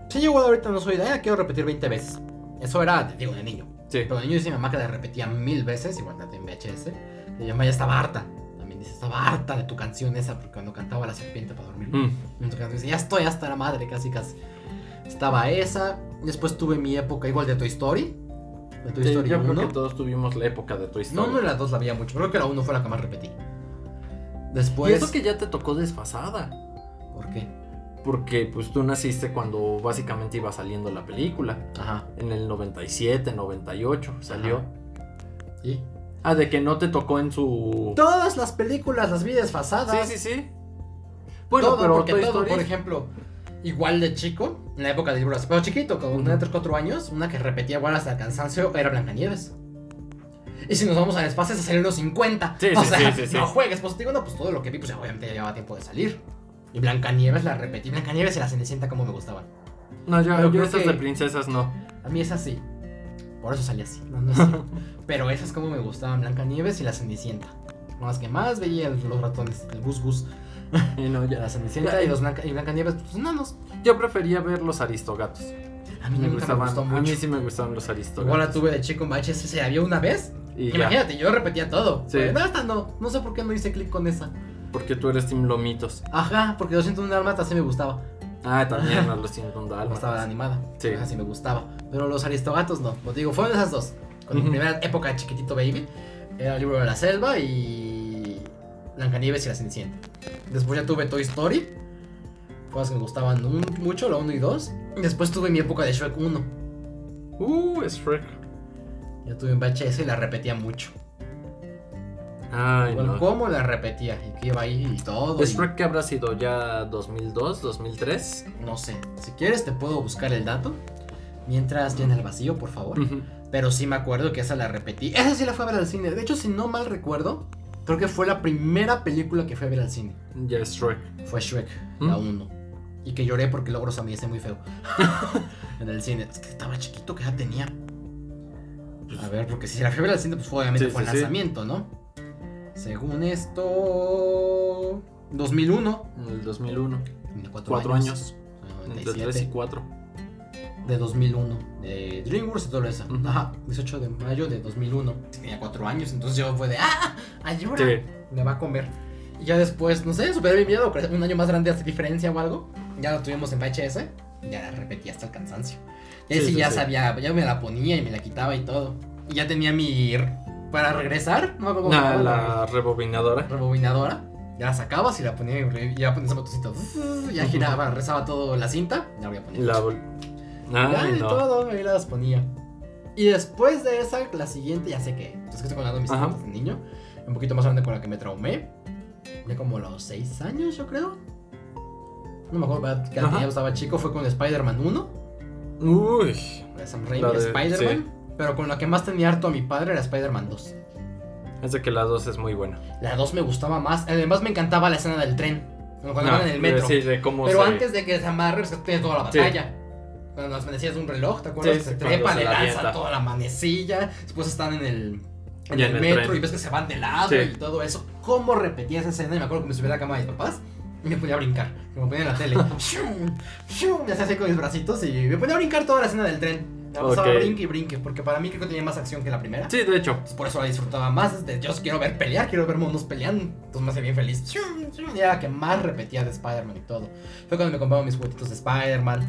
[SPEAKER 2] Sí, yo igual ahorita no soy de, "Ah, quiero repetir 20 veces. Eso era, te digo, de niño.
[SPEAKER 1] Sí.
[SPEAKER 2] Pero de niño dice mi mamá que la repetía mil veces, igual tanto en VHS. Y mi mamá ya estaba harta. También dice, estaba harta de tu canción esa, porque cuando cantaba la serpiente para dormir.
[SPEAKER 1] Mm.
[SPEAKER 2] en tu canción dice, ya estoy hasta la madre, casi casi. Estaba esa. Después tuve mi época igual de Toy Story. De Toy
[SPEAKER 1] Sí,
[SPEAKER 2] Story
[SPEAKER 1] Eh, yo creo
[SPEAKER 2] 1.
[SPEAKER 1] que todos tuvimos la época de Toy Story.
[SPEAKER 2] No, no, la pues. 2 la veía mucho. Creo que la 1 fue la que más repetí. Después.
[SPEAKER 1] Y eso que ya te tocó desfasada.
[SPEAKER 2] ¿Por qué?
[SPEAKER 1] Porque pues tú naciste cuando básicamente iba saliendo la película.
[SPEAKER 2] Ajá.
[SPEAKER 1] En el 97, 98 salió.
[SPEAKER 2] Ajá. ¿Y?
[SPEAKER 1] Ah, de que no te tocó en su...
[SPEAKER 2] Todas las películas las vi
[SPEAKER 1] Sí,
[SPEAKER 2] desfasadas.
[SPEAKER 1] sí, sí. Bueno,
[SPEAKER 2] Todo,
[SPEAKER 1] pero
[SPEAKER 2] porque
[SPEAKER 1] Toy
[SPEAKER 2] todo,
[SPEAKER 1] Story-
[SPEAKER 2] por ejemplo, igual de chico, en la época de libros, pero chiquito, con
[SPEAKER 1] Ujú.
[SPEAKER 2] 3, 4 años, una que repetía igual hasta el cansancio era Blancanieves. Y si nos vamos a desfases, a salir los 50.
[SPEAKER 1] Sí,
[SPEAKER 2] o
[SPEAKER 1] sí,
[SPEAKER 2] sea,
[SPEAKER 1] sí, sí, sí.
[SPEAKER 2] no juegues. Pues digo, no, pues todo lo que vi, pues ya obviamente ya llevaba tiempo de salir. Y Blancanieves la repetí. Blancanieves y la Cenicienta como me gustaban.
[SPEAKER 1] No, yo,
[SPEAKER 2] Pero
[SPEAKER 1] yo
[SPEAKER 2] creo
[SPEAKER 1] estas
[SPEAKER 2] que-
[SPEAKER 1] de princesas no.
[SPEAKER 2] A mí es así. Por eso salí así. No, no es cierto. Pero esas como me gustaban, Blancanieves y la Cenicienta. Más que más veía el- los ratones, el Gus Gus.
[SPEAKER 1] Y no, ya.
[SPEAKER 2] La Cenicienta y, los Blanca, y Blancanieves, pues nanos.
[SPEAKER 1] Yo prefería ver los aristogatos.
[SPEAKER 2] A mí
[SPEAKER 1] Me
[SPEAKER 2] nunca
[SPEAKER 1] gustaban.
[SPEAKER 2] me gustó
[SPEAKER 1] a mí
[SPEAKER 2] mucho.
[SPEAKER 1] sí me gustaban los
[SPEAKER 2] Igual
[SPEAKER 1] aristogatos.
[SPEAKER 2] la tuve de chico en VHS, se la vi una vez.
[SPEAKER 1] Y ya,
[SPEAKER 2] Imagínate, yo repetía todo.
[SPEAKER 1] Sí.
[SPEAKER 2] Pues, no, esta no. No sé por qué no hice clic con esa.
[SPEAKER 1] porque tú eres Team Lomitos.
[SPEAKER 2] Ajá, porque 201 Dálmatas sí me gustaba.
[SPEAKER 1] Ah, también a los 100
[SPEAKER 2] Me gustaba la
[SPEAKER 1] Dalmas.
[SPEAKER 2] animada.
[SPEAKER 1] Sí.
[SPEAKER 2] Ajá, sí me gustaba. Pero los Aristogatos no. Como te digo, fueron esas dos. Con mi
[SPEAKER 1] Ujú.
[SPEAKER 2] primera época de chiquitito baby. Era el libro de la selva y. Blancanieves y la Cenicienta. Después ya tuve Toy Story. Cosas que me gustaban un- mucho, la 1 y 2. Después tuve mi época de Shrek 1.
[SPEAKER 1] Uh, Shrek.
[SPEAKER 2] Ya tuve en VHS y la repetía mucho.
[SPEAKER 1] Ay,
[SPEAKER 2] Igual,
[SPEAKER 1] no.
[SPEAKER 2] ¿Cómo la repetía? Y que iba ahí y todo. y-
[SPEAKER 1] Shrek que habrá sido ya 2002, 2003.
[SPEAKER 2] No sé. Si quieres, te puedo buscar el dato. Mientras llena el vacío, por favor.
[SPEAKER 1] Ujú.
[SPEAKER 2] Pero sí me acuerdo que esa la repetí. Esa sí la fue a ver al cine. De hecho, si no mal recuerdo, creo que fue la primera película que fui a ver al cine.
[SPEAKER 1] Ya Shrek.
[SPEAKER 2] Fue Shrek,
[SPEAKER 1] ¿Mm?
[SPEAKER 2] la 1. Y que lloré porque logros a mí ese muy feo. en el cine. Es que estaba chiquito, que ya tenía. Pues, A ver, porque si la fui a ver al cine, pues fue- obviamente
[SPEAKER 1] Sí,
[SPEAKER 2] fue el
[SPEAKER 1] sí, sí.
[SPEAKER 2] lanzamiento, ¿no? Según esto. 2001.
[SPEAKER 1] En el 2001.
[SPEAKER 2] Tenía Cuatro,
[SPEAKER 1] Cuatro años. Entre
[SPEAKER 2] 97.
[SPEAKER 1] 3 y 4.
[SPEAKER 2] de 2001, de DreamWorks y todo eso.
[SPEAKER 1] Ujú.
[SPEAKER 2] Ajá, 18 de mayo de 2001. Tenía 4 años, entonces yo fue de ¡Ah! ¡Ayuda!
[SPEAKER 1] Sí.
[SPEAKER 2] Me va a comer. Y ya después, no sé, superé mi miedo, cre- un año más grande hace diferencia o algo. Ya lo tuvimos en VHS, ya la repetí hasta el cansancio. Y ahí
[SPEAKER 1] Sí,
[SPEAKER 2] sí,
[SPEAKER 1] sí,
[SPEAKER 2] ya
[SPEAKER 1] sí.
[SPEAKER 2] sabía, ya me la ponía y me la quitaba y todo. Y ya tenía mi. r- Para regresar, no me acuerdo cómo
[SPEAKER 1] Ah,
[SPEAKER 2] se llama,
[SPEAKER 1] la rebobinadora.
[SPEAKER 2] rebobinadora. Ya la sacabas y la ponía en re- y ya ponías el botoncito. Ya
[SPEAKER 1] Ujú.
[SPEAKER 2] giraba, rezaba todo la cinta. Ya voy a poner.
[SPEAKER 1] La. vol- Ay,
[SPEAKER 2] Ay,
[SPEAKER 1] no.
[SPEAKER 2] todo, ahí las ponía. Y después de esa, la siguiente, ya sé que. Es que estoy contando mis
[SPEAKER 1] Ajá.
[SPEAKER 2] traumas de niño. Un poquito más grande con la que me traumé. Ya como los 6 años, yo creo. No me acuerdo ¿verdad? que
[SPEAKER 1] Ajá.
[SPEAKER 2] tenía, estaba chico. Fue con Spider-Man 1,
[SPEAKER 1] Uy.
[SPEAKER 2] de Sam Raimi,
[SPEAKER 1] La de-
[SPEAKER 2] Spider-Man. Pero con la que más tenía harto a mi padre era Spider-Man 2.
[SPEAKER 1] Es de que la 2 es muy buena.
[SPEAKER 2] La 2 me gustaba más. Además, me encantaba la escena del tren. Cuando
[SPEAKER 1] Ah,
[SPEAKER 2] iban en el metro.
[SPEAKER 1] Sí, de cómo
[SPEAKER 2] Pero
[SPEAKER 1] se-
[SPEAKER 2] antes de que se amarre, pues, tienes toda la
[SPEAKER 1] Sí.
[SPEAKER 2] batalla. Cuando las manecillas de un reloj, ¿te acuerdas?
[SPEAKER 1] Sí,
[SPEAKER 2] que
[SPEAKER 1] sí,
[SPEAKER 2] se
[SPEAKER 1] cuando
[SPEAKER 2] trepan,
[SPEAKER 1] se
[SPEAKER 2] le
[SPEAKER 1] la
[SPEAKER 2] lanzan
[SPEAKER 1] avienta.
[SPEAKER 2] toda la manecilla. Después están en el, en
[SPEAKER 1] Y
[SPEAKER 2] el
[SPEAKER 1] en el
[SPEAKER 2] metro
[SPEAKER 1] tren.
[SPEAKER 2] y ves que se van de lado
[SPEAKER 1] Sí.
[SPEAKER 2] y todo eso. ¿Cómo repetía esa escena? Y me acuerdo que me subí a la cama de mis papás y me ponía a brincar. que Me ponía en la tele. ¡Shum! ¡Shum! Ya se hacía con mis bracitos y me ponía a brincar toda la escena del tren. La pasaba
[SPEAKER 1] Ok.
[SPEAKER 2] brinque y brinque, porque para mí creo que tenía más acción que la primera.
[SPEAKER 1] Sí, de hecho.
[SPEAKER 2] Entonces, por eso la disfrutaba más. es de, yo quiero ver pelear, quiero ver monos peleando. Entonces me hacía bien feliz. Chum, chum, Y era la que más repetía de Spider-Man y todo. Fue cuando me compraba mis juguetitos de Spider-Man.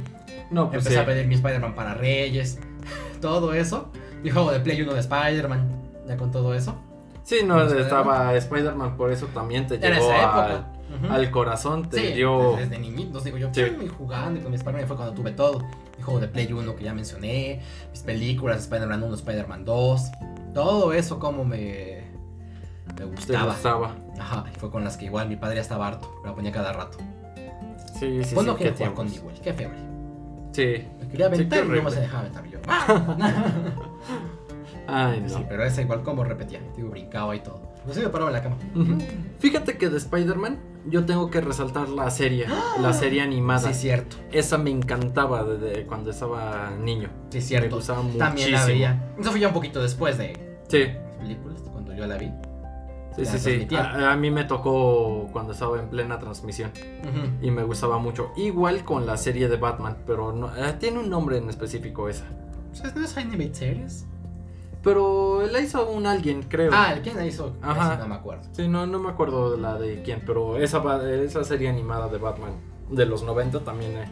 [SPEAKER 1] No, pues
[SPEAKER 2] empecé
[SPEAKER 1] sí.
[SPEAKER 2] a pedir mi Spider-Man para Reyes. Todo eso. Mi juego de Play 1 de Spider-Man. Ya con todo eso.
[SPEAKER 1] Sí, no,
[SPEAKER 2] Spider-Man.
[SPEAKER 1] estaba Spider-Man, por eso también te
[SPEAKER 2] Era
[SPEAKER 1] llegó
[SPEAKER 2] esa
[SPEAKER 1] al,
[SPEAKER 2] época. Ujú.
[SPEAKER 1] al corazón, te
[SPEAKER 2] sí,
[SPEAKER 1] dio...
[SPEAKER 2] desde niñitos, digo yo,
[SPEAKER 1] Sí.
[SPEAKER 2] chum, y jugando y con mi Spider-Man fue cuando tuve todo. Mi juego de Play 1 que ya mencioné, mis películas, Spider-Man 1, Spider-Man 2, todo eso como me, me
[SPEAKER 1] Te
[SPEAKER 2] gustaba.
[SPEAKER 1] gustaba.
[SPEAKER 2] Ajá, y fue con las que igual mi padre ya estaba harto, la ponía cada rato.
[SPEAKER 1] Sí, sí,
[SPEAKER 2] Vos
[SPEAKER 1] sí.
[SPEAKER 2] no
[SPEAKER 1] qué
[SPEAKER 2] querías jugar
[SPEAKER 1] tiempos.
[SPEAKER 2] conmigo, güey, qué feo, güey.
[SPEAKER 1] Sí.
[SPEAKER 2] Me quería
[SPEAKER 1] Sí,
[SPEAKER 2] aventar
[SPEAKER 1] qué
[SPEAKER 2] y no me
[SPEAKER 1] horrible.
[SPEAKER 2] se dejaba aventar yo. Ah,
[SPEAKER 1] Ay, no.
[SPEAKER 2] Sí, pero esa igual como repetía, digo, brincaba y todo. Yo sí me paraba en la cama.
[SPEAKER 1] Ujú. Fíjate que de Spider-Man yo tengo que resaltar la serie, la serie
[SPEAKER 2] ¡Ah! Sí,
[SPEAKER 1] animada.
[SPEAKER 2] es cierto,
[SPEAKER 1] Esa me encantaba desde cuando estaba niño.
[SPEAKER 2] sí, es
[SPEAKER 1] Me
[SPEAKER 2] cierto.
[SPEAKER 1] gustaba muchísimo.
[SPEAKER 2] También la veía. Eso fue ya un poquito después de
[SPEAKER 1] Sí,
[SPEAKER 2] las películas, cuando yo la vi.
[SPEAKER 1] sí,
[SPEAKER 2] La
[SPEAKER 1] sí. sí.
[SPEAKER 2] transmitían.
[SPEAKER 1] A, a mí me tocó cuando estaba en plena transmisión
[SPEAKER 2] Ujú.
[SPEAKER 1] y me gustaba mucho. Igual con la serie de Batman, pero no, eh, tiene un nombre en específico esa.
[SPEAKER 2] Pues, ¿No es Animate Series?
[SPEAKER 1] Pero la hizo un alguien, creo.
[SPEAKER 2] Ah, ¿quién la hizo?
[SPEAKER 1] Ajá.
[SPEAKER 2] Ese No me acuerdo.
[SPEAKER 1] Sí, no, no me acuerdo de la de quién, pero esa, va- esa serie animada de Batman de los 90 también eh,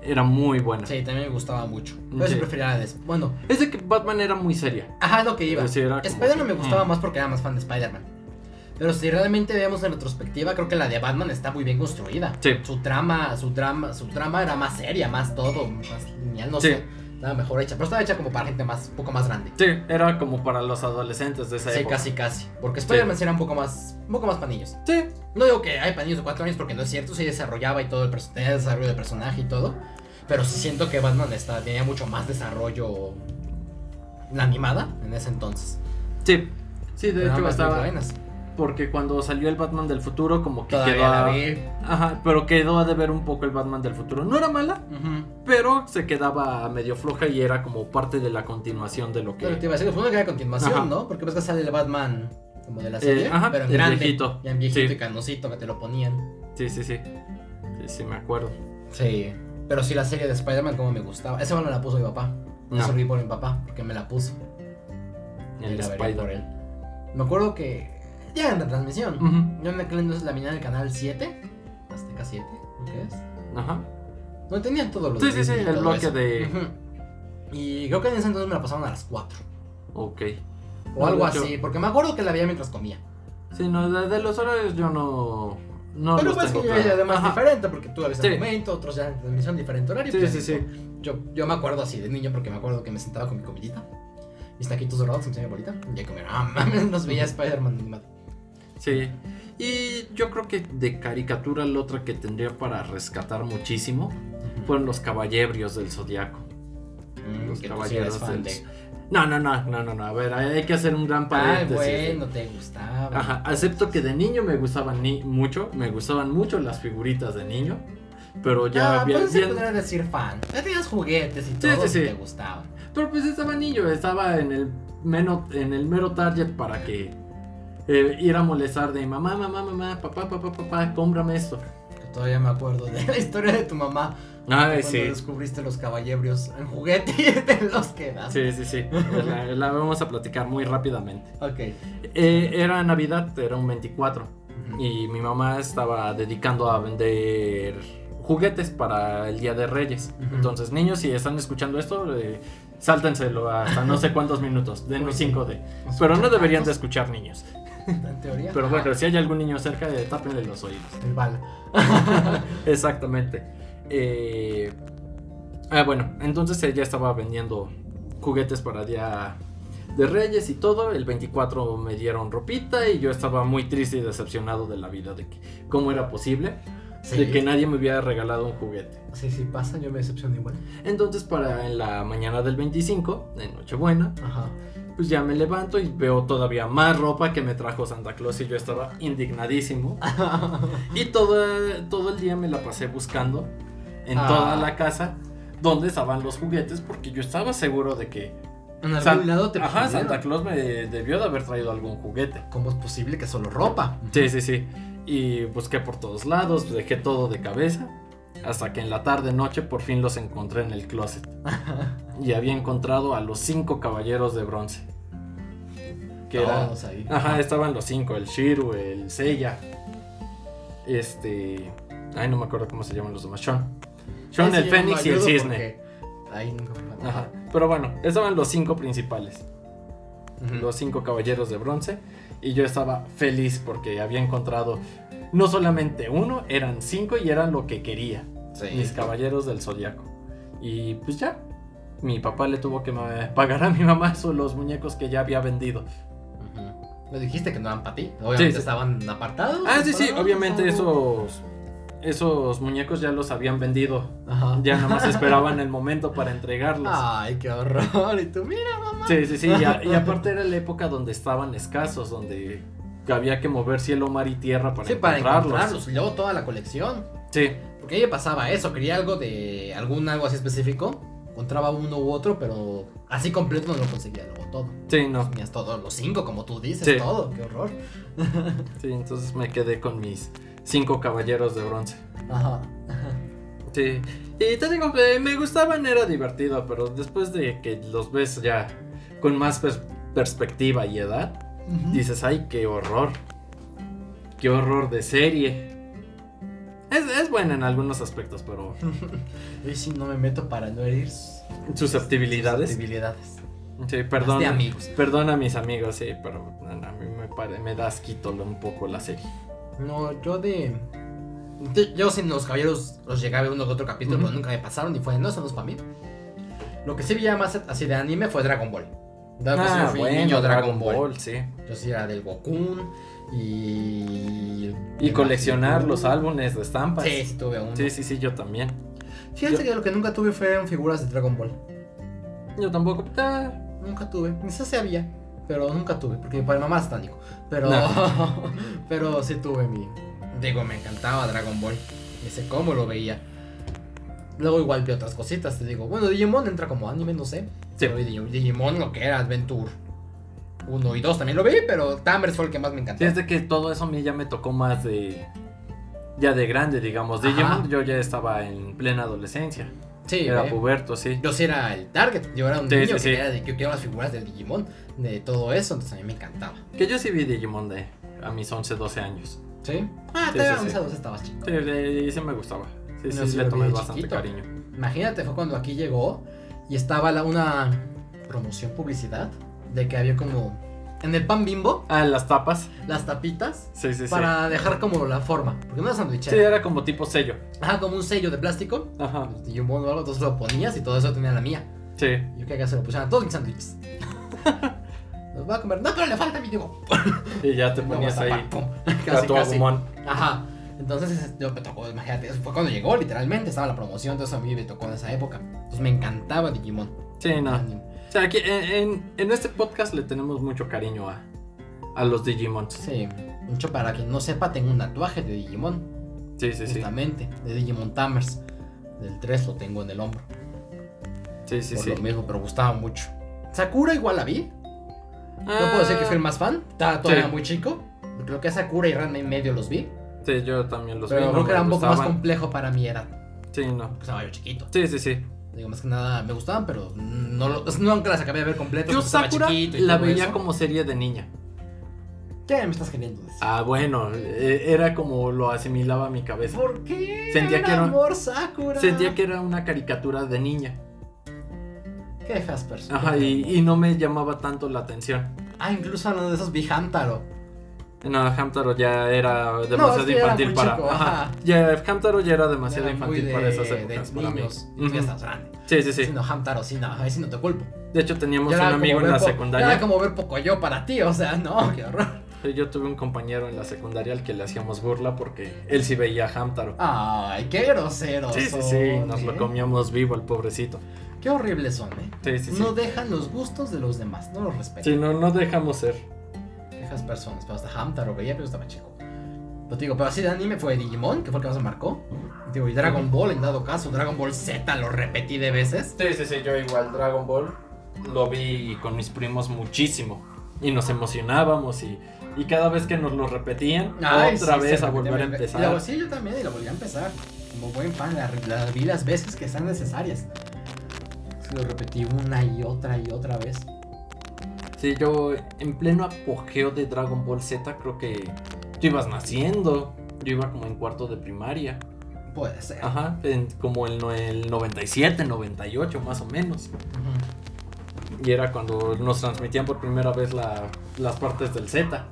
[SPEAKER 1] era muy buena.
[SPEAKER 2] Sí, también me gustaba mucho. Pero
[SPEAKER 1] Sí.
[SPEAKER 2] sí prefería la de... Bueno,
[SPEAKER 1] Es de que Batman era muy seria.
[SPEAKER 2] ajá, es lo que iba.
[SPEAKER 1] Sí, era como
[SPEAKER 2] Spider-Man
[SPEAKER 1] que-
[SPEAKER 2] me gustaba
[SPEAKER 1] Mm.
[SPEAKER 2] más porque era más fan de Spider-Man. Pero si realmente vemos en retrospectiva, creo que la de Batman está muy bien construida.
[SPEAKER 1] Sí.
[SPEAKER 2] Su trama, su trama, su trama era más seria, más todo, más lineal, no
[SPEAKER 1] Sí.
[SPEAKER 2] sé. Estaba mejor hecha, pero estaba hecha como para gente más, un poco más grande.
[SPEAKER 1] Sí, era como para los adolescentes de esa
[SPEAKER 2] Sí,
[SPEAKER 1] época.
[SPEAKER 2] casi, casi. Porque Spider-Man sí era un poco más, un poco más panillos.
[SPEAKER 1] Sí,
[SPEAKER 2] No digo que hay panillos de cuatro años porque no es cierto, se desarrollaba y todo el perso- tenía desarrollo de personaje y todo. Pero sí siento que Batman está, tenía mucho más desarrollo la animada en ese entonces.
[SPEAKER 1] sí. Sí, de
[SPEAKER 2] Pero
[SPEAKER 1] hecho
[SPEAKER 2] ambas muy
[SPEAKER 1] estaba.
[SPEAKER 2] buenas.
[SPEAKER 1] Porque cuando salió el Batman del futuro, como que
[SPEAKER 2] ¿eh? Todavía
[SPEAKER 1] quedó. a-
[SPEAKER 2] la vi.
[SPEAKER 1] Ajá, pero quedó a deber un poco el Batman del futuro. No era mala,
[SPEAKER 2] Ujú.
[SPEAKER 1] pero se quedaba medio floja y era como parte de la continuación de lo que.
[SPEAKER 2] Pero te iba a decir, fue una gran continuación,
[SPEAKER 1] Ajá.
[SPEAKER 2] ¿no? Porque ves que sale el Batman como de la serie,
[SPEAKER 1] Eh, ajá,
[SPEAKER 2] pero en
[SPEAKER 1] el
[SPEAKER 2] grande.
[SPEAKER 1] viejito.
[SPEAKER 2] Ya en viejito
[SPEAKER 1] Sí.
[SPEAKER 2] y canosito que te lo ponían.
[SPEAKER 1] Sí, sí, sí. Sí, sí, me acuerdo.
[SPEAKER 2] Sí. Pero sí, la serie de Spider-Man como me gustaba. Esa no me la puso mi papá. No
[SPEAKER 1] No.
[SPEAKER 2] serví por mi papá, porque me la puso.
[SPEAKER 1] Ah. El
[SPEAKER 2] Y
[SPEAKER 1] de
[SPEAKER 2] la vería por
[SPEAKER 1] Spider.
[SPEAKER 2] él. Me acuerdo que ya en la transmisión.
[SPEAKER 1] Ujú,
[SPEAKER 2] Yo en aquel entonces la miraba en el canal 7, Azteca 7, creo que es.
[SPEAKER 1] Ajá.
[SPEAKER 2] No tenían todos los
[SPEAKER 1] Sí, sí, sí,
[SPEAKER 2] Disney y
[SPEAKER 1] el
[SPEAKER 2] todo
[SPEAKER 1] bloque
[SPEAKER 2] eso.
[SPEAKER 1] de-
[SPEAKER 2] Ujú. Y creo que en ese entonces me la pasaron a las 4
[SPEAKER 1] Ok.
[SPEAKER 2] o
[SPEAKER 1] No,
[SPEAKER 2] algo
[SPEAKER 1] de hecho-
[SPEAKER 2] así, porque me acuerdo que la veía mientras comía.
[SPEAKER 1] Sí, no, de, de los horarios yo no. No
[SPEAKER 2] Pero
[SPEAKER 1] los
[SPEAKER 2] pues que
[SPEAKER 1] tengo
[SPEAKER 2] yo
[SPEAKER 1] claro.
[SPEAKER 2] ya además
[SPEAKER 1] Ajá.
[SPEAKER 2] diferente, porque tú la ves en
[SPEAKER 1] Sí.
[SPEAKER 2] el momento, otros ya en transmisión diferente horario.
[SPEAKER 1] Sí,
[SPEAKER 2] pues,
[SPEAKER 1] sí, sí.
[SPEAKER 2] Yo, yo me acuerdo así de niño, porque me acuerdo que me sentaba con mi comidita, mis taquitos dorados, que me hacía mi abuelita, y ya comía, ah, mames, nos veía Spider-Man animado.
[SPEAKER 1] Sí. Y yo creo que de caricatura la otra que tendría para rescatar muchísimo fueron los caballeros del zodiaco.
[SPEAKER 2] Mm,
[SPEAKER 1] Los
[SPEAKER 2] que tú sí
[SPEAKER 1] caballeros
[SPEAKER 2] eres fan
[SPEAKER 1] del.
[SPEAKER 2] de...
[SPEAKER 1] No, no, no, no, no, no. A ver, hay hay que hacer un gran
[SPEAKER 2] Ah,
[SPEAKER 1] paréntesis.
[SPEAKER 2] bueno, te gustaba.
[SPEAKER 1] Ajá, acepto que de niño me gustaban ni- mucho, me gustaban mucho las figuritas de niño, pero ya
[SPEAKER 2] ah,
[SPEAKER 1] bien-
[SPEAKER 2] pues se
[SPEAKER 1] bien-
[SPEAKER 2] podría decir fan. Ya tenías juguetes y todo
[SPEAKER 1] sí, sí.
[SPEAKER 2] que te gustaba.
[SPEAKER 1] pero pues estaba niño, estaba en el meno, en el mero target para que eh, ir a molestar de mamá, mamá, mamá, papá, papá, papá, cómprame esto.
[SPEAKER 2] Que todavía me acuerdo de la historia de tu mamá.
[SPEAKER 1] Ay,
[SPEAKER 2] cuando
[SPEAKER 1] sí.
[SPEAKER 2] descubriste los caballeros en juguete y te los quedas.
[SPEAKER 1] Sí, sí, sí. La, la vamos a platicar muy rápidamente.
[SPEAKER 2] Ok.
[SPEAKER 1] Eh, era Navidad, era un 24. Y mi mamá estaba dedicando a vender juguetes para el Día de Reyes.
[SPEAKER 2] Ujú.
[SPEAKER 1] Entonces, niños, si están escuchando esto, eh, sáltenselo hasta no sé cuántos minutos. Denos 5D. Pero no deberían de escuchar niños.
[SPEAKER 2] En teoría.
[SPEAKER 1] Pero
[SPEAKER 2] ajá,
[SPEAKER 1] bueno, si hay algún niño cerca, eh, tápenle los oídos.
[SPEAKER 2] El bala.
[SPEAKER 1] Exactamente. Eh, ah, bueno, entonces ella estaba vendiendo juguetes para Día de Reyes y todo. El 24 me dieron ropita y yo estaba muy triste y decepcionado de la vida, de que cómo era posible. de que nadie me hubiera regalado un juguete.
[SPEAKER 2] sí, sí, pasa, yo me decepciono igual.
[SPEAKER 1] Entonces para en la mañana del 25, de Nochebuena,
[SPEAKER 2] Ajá.
[SPEAKER 1] pues ya me levanto y veo todavía más ropa que me trajo Santa Claus y yo estaba indignadísimo. Y todo, todo el día me la pasé buscando en
[SPEAKER 2] Ah.
[SPEAKER 1] toda la casa dónde estaban los juguetes porque yo estaba seguro de que...
[SPEAKER 2] en algún
[SPEAKER 1] San-
[SPEAKER 2] lado te
[SPEAKER 1] Ajá,
[SPEAKER 2] pidieron.
[SPEAKER 1] Santa Claus me debió de haber traído algún juguete.
[SPEAKER 2] ¿Cómo es posible que solo ropa?
[SPEAKER 1] Sí, sí, sí. Y busqué por todos lados, dejé todo de cabeza. Hasta que en la tarde noche por fin los encontré en el closet. y había encontrado a los cinco caballeros de bronce. Que era. Ah,
[SPEAKER 2] Todos ahí.
[SPEAKER 1] Ajá, estaban los cinco: el Shiru, el Seiya. Este. Ay, no me acuerdo cómo se llaman los demás. Sean. Sean,
[SPEAKER 2] Ese
[SPEAKER 1] el
[SPEAKER 2] yo no
[SPEAKER 1] Fénix y el
[SPEAKER 2] ayudo
[SPEAKER 1] Cisne.
[SPEAKER 2] porque Ahí nunca me
[SPEAKER 1] Ajá. Pero bueno, estaban los cinco principales
[SPEAKER 2] Ujú.
[SPEAKER 1] los cinco caballeros de bronce y yo estaba feliz porque había encontrado no solamente uno, eran cinco y eran lo que quería,
[SPEAKER 2] Sí.
[SPEAKER 1] mis caballeros del zodiaco. Y pues ya, mi papá le tuvo que ma- pagar a mi mamá su- los muñecos que ya había vendido.
[SPEAKER 2] Ujú. Lo dijiste que no eran para ti. Obviamente
[SPEAKER 1] Sí, sí.
[SPEAKER 2] estaban apartados.
[SPEAKER 1] Ah, sí, sí,
[SPEAKER 2] separados,
[SPEAKER 1] obviamente
[SPEAKER 2] o-
[SPEAKER 1] esos esos muñecos ya los habían vendido.
[SPEAKER 2] Ajá.
[SPEAKER 1] Ya nomás esperaban el momento para entregarlos.
[SPEAKER 2] Ay, qué horror. Y tú, mira, mamá.
[SPEAKER 1] Sí, sí, sí. Y, a- y aparte era la época donde estaban escasos, donde había que mover cielo, mar y tierra para
[SPEAKER 2] Sí, para
[SPEAKER 1] encontrarlos.
[SPEAKER 2] encontrarlos. Y luego toda la colección.
[SPEAKER 1] Sí,
[SPEAKER 2] Porque a ella pasaba eso. Quería algo de. algún algo así específico. Encontraba uno u otro, pero así completo no lo conseguía luego todo.
[SPEAKER 1] sí, no.
[SPEAKER 2] Tenías todos los cinco, como tú dices,
[SPEAKER 1] Sí.
[SPEAKER 2] todo. Qué horror.
[SPEAKER 1] Sí, entonces me quedé con mis cinco caballeros de bronce.
[SPEAKER 2] Ajá.
[SPEAKER 1] Sí. Y te digo que me gustaban, era divertido, pero después de que los ves ya con más pers- perspectiva y edad, dices, ay, qué horror. Qué horror de serie. Es, es buena en algunos aspectos, pero
[SPEAKER 2] Yo sí no me meto para no herir sus
[SPEAKER 1] susceptibilidades.
[SPEAKER 2] debilidades.
[SPEAKER 1] Sí, perdón.
[SPEAKER 2] de amigos.
[SPEAKER 1] Perdón a mis amigos, sí, pero no, no, a mí me, pare- me da asquito lo- un poco la serie.
[SPEAKER 2] No, yo de. de- Yo sin los caballeros los llegué a ver uno que otro capítulo,
[SPEAKER 1] Ujú.
[SPEAKER 2] pero nunca me pasaron y fue, no, eso no es para mí. Lo que sí vi ya más así de anime fue Dragon Ball. Dragon
[SPEAKER 1] Ah,
[SPEAKER 2] Ball, Ah, pues, sí, yo fui niño Dragon Ball.
[SPEAKER 1] sí.
[SPEAKER 2] Yo sí era del Goku y.
[SPEAKER 1] Y coleccionar los álbumes de estampas.
[SPEAKER 2] Sí, sí tuve uno.
[SPEAKER 1] sí, sí, sí, yo también.
[SPEAKER 2] Fíjate
[SPEAKER 1] Yo-
[SPEAKER 2] que lo que nunca tuve fueron figuras de Dragon Ball.
[SPEAKER 1] Yo tampoco. ah,
[SPEAKER 2] Nunca tuve. Quizás se había, pero nunca tuve, porque mi padre mamá es tánico. Pero, pero sí tuve mi. Digo, me encantaba Dragon Ball. No sé cómo lo veía. Luego igual vi otras cositas, te digo. Bueno, Digimon entra como anime, no sé.
[SPEAKER 1] Sí.
[SPEAKER 2] Pero Digi- Digimon lo que era Adventure 1 y 2 también lo vi, pero Tamers fue el que más me encantó.
[SPEAKER 1] sí, es de que todo eso a mí ya me tocó más de. Ya de grande, digamos.
[SPEAKER 2] Ajá.
[SPEAKER 1] Digimon, yo ya estaba en plena adolescencia.
[SPEAKER 2] Sí,
[SPEAKER 1] Era
[SPEAKER 2] ve.
[SPEAKER 1] puberto, sí.
[SPEAKER 2] Yo sí era el target, yo era un
[SPEAKER 1] Sí,
[SPEAKER 2] niño
[SPEAKER 1] sí,
[SPEAKER 2] que
[SPEAKER 1] sí.
[SPEAKER 2] era de, yo quiero las figuras del Digimon, de todo eso, entonces a mí me encantaba.
[SPEAKER 1] Que yo sí vi Digimon de a mis 11, 12 años.
[SPEAKER 2] ¿Sí? Ah,
[SPEAKER 1] Sí, sí,
[SPEAKER 2] te avanzados
[SPEAKER 1] sí.
[SPEAKER 2] estabas chico.
[SPEAKER 1] Sí, sí, sí me gustaba. Sí,
[SPEAKER 2] No,
[SPEAKER 1] sí,
[SPEAKER 2] sí
[SPEAKER 1] le
[SPEAKER 2] lo vi
[SPEAKER 1] tomé
[SPEAKER 2] de
[SPEAKER 1] bastante
[SPEAKER 2] chiquito.
[SPEAKER 1] cariño.
[SPEAKER 2] Imagínate, fue cuando aquí llegó y estaba la, una promoción publicidad de que había como en el pan bimbo
[SPEAKER 1] Ah, las tapas.
[SPEAKER 2] las tapitas
[SPEAKER 1] Sí, sí, sí.
[SPEAKER 2] para dejar como la forma, porque no era
[SPEAKER 1] Sí,
[SPEAKER 2] sandwichera,
[SPEAKER 1] era como tipo sello.
[SPEAKER 2] ajá, como un sello de plástico, pues,
[SPEAKER 1] Ajá.
[SPEAKER 2] Digimon o algo, entonces lo ponías y todo eso tenía la mía.
[SPEAKER 1] Sí.
[SPEAKER 2] Yo quería que se lo pusieran a todos mis sándwiches. Los voy a comer, no, pero le falta mi Digimon.
[SPEAKER 1] Y ya te
[SPEAKER 2] Lo
[SPEAKER 1] ponías
[SPEAKER 2] vas a
[SPEAKER 1] ahí.
[SPEAKER 2] pa- pum.
[SPEAKER 1] a
[SPEAKER 2] Casi,
[SPEAKER 1] tu
[SPEAKER 2] casi.
[SPEAKER 1] agumón.
[SPEAKER 2] Ajá. Entonces, yo me tocó, imagínate, eso fue cuando llegó, literalmente, estaba la promoción, entonces a mí me tocó en esa época. Entonces me encantaba Digimon.
[SPEAKER 1] Sí, no. O sea, aquí en, en- en este podcast le tenemos mucho cariño a, a los Digimons.
[SPEAKER 2] Sí. Mucho para quien no sepa, tengo un tatuaje de Digimon,
[SPEAKER 1] Sí, sí, sí.
[SPEAKER 2] justamente, de Digimon Tamers. Del 3 lo tengo en el hombro.
[SPEAKER 1] Sí, sí,
[SPEAKER 2] por
[SPEAKER 1] sí.
[SPEAKER 2] lo mismo, pero gustaba mucho. Sakura igual la vi. No
[SPEAKER 1] Ah,
[SPEAKER 2] puedo decir que fui el más fan. Estaba todavía
[SPEAKER 1] Sí.
[SPEAKER 2] muy chico. Creo que Sakura y Ranma y medio los vi.
[SPEAKER 1] Ah, Sí, yo también los
[SPEAKER 2] pero
[SPEAKER 1] vi. no
[SPEAKER 2] creo
[SPEAKER 1] me
[SPEAKER 2] que era un poco más
[SPEAKER 1] gustaban.
[SPEAKER 2] complejo para mi edad.
[SPEAKER 1] Sí, no.
[SPEAKER 2] Porque estaba yo chiquito.
[SPEAKER 1] Sí, sí, sí.
[SPEAKER 2] Digo, más que nada me gustaban, pero no lo- pues, nunca las acabé de ver completas.
[SPEAKER 1] Yo
[SPEAKER 2] porque estaba
[SPEAKER 1] Sakura
[SPEAKER 2] chiquito y
[SPEAKER 1] la
[SPEAKER 2] todo
[SPEAKER 1] veía
[SPEAKER 2] eso.
[SPEAKER 1] como serie de niña.
[SPEAKER 2] ¿Qué me estás queriendo decir?
[SPEAKER 1] Ah, bueno, eh, era como lo asimilaba a mi cabeza.
[SPEAKER 2] ¿Por qué?
[SPEAKER 1] Sentía
[SPEAKER 2] Era
[SPEAKER 1] que era un-
[SPEAKER 2] amor Sakura.
[SPEAKER 1] Sentía que era una caricatura de niña.
[SPEAKER 2] Qué feas personas.
[SPEAKER 1] Ajá, y, y no me llamaba tanto la atención.
[SPEAKER 2] Ah, incluso uno de esos vi Hamtaro.
[SPEAKER 1] No, Hamtaro ya era
[SPEAKER 2] es
[SPEAKER 1] demasiado
[SPEAKER 2] que era
[SPEAKER 1] infantil
[SPEAKER 2] muy
[SPEAKER 1] para.
[SPEAKER 2] chico,
[SPEAKER 1] ajá.
[SPEAKER 2] ajá.
[SPEAKER 1] Ya, Hamtaro ya era demasiado
[SPEAKER 2] Era muy
[SPEAKER 1] infantil
[SPEAKER 2] de-
[SPEAKER 1] para esas
[SPEAKER 2] de
[SPEAKER 1] épocas. para mí.
[SPEAKER 2] niños. Tú
[SPEAKER 1] Ujú.
[SPEAKER 2] ya estás grande.
[SPEAKER 1] Sí, sí, sí.
[SPEAKER 2] Si no, Hamtaro, sí, no, ahí sí no te culpo.
[SPEAKER 1] De hecho, teníamos
[SPEAKER 2] Ya
[SPEAKER 1] un
[SPEAKER 2] era
[SPEAKER 1] amigo
[SPEAKER 2] como
[SPEAKER 1] en la
[SPEAKER 2] ver po- ya
[SPEAKER 1] secundaria.
[SPEAKER 2] Era como ver Pocoyo para ti, o sea, no, qué horror.
[SPEAKER 1] Yo tuve un compañero en la secundaria al que le hacíamos burla porque él sí veía a Hamtaro.
[SPEAKER 2] Ay, qué groseros.
[SPEAKER 1] sí, sí, sí.
[SPEAKER 2] son,
[SPEAKER 1] Nos lo
[SPEAKER 2] ¿eh?
[SPEAKER 1] comíamos vivo al pobrecito.
[SPEAKER 2] Qué horribles son, ¿eh?
[SPEAKER 1] Sí, sí, sí.
[SPEAKER 2] No dejan los gustos de los demás, no los respetan.
[SPEAKER 1] Sí, no, no dejamos ser.
[SPEAKER 2] Esas personas, pero hasta Hamtaro veía, pero estaba chico. Pero te digo, pero así de anime fue Digimon, que fue el que más me marcó. Y Digo, y Dragon Ball en dado caso, Dragon Ball Z lo repetí de veces.
[SPEAKER 1] Sí, sí, sí. Yo igual Dragon Ball lo vi con mis primos muchísimo. Y nos emocionábamos y, y cada vez que nos lo repetían,
[SPEAKER 2] Ay,
[SPEAKER 1] otra
[SPEAKER 2] sí,
[SPEAKER 1] vez
[SPEAKER 2] se
[SPEAKER 1] a
[SPEAKER 2] repetía
[SPEAKER 1] volver a
[SPEAKER 2] mil veces.
[SPEAKER 1] empezar.
[SPEAKER 2] Y luego, sí, yo también, y lo volví a empezar. Como buen fan, la, la vi las veces que sean necesarias. Sí, Lo repetí una y otra y otra vez.
[SPEAKER 1] Sí, yo en pleno apogeo de Dragon Ball Z creo que tú ibas naciendo. Yo iba como en cuarto de primaria.
[SPEAKER 2] Puede ser.
[SPEAKER 1] Ajá, en- como el, no- el 97, 98 más o menos.
[SPEAKER 2] Ujú.
[SPEAKER 1] Y era cuando nos transmitían por primera vez la- las partes del Z.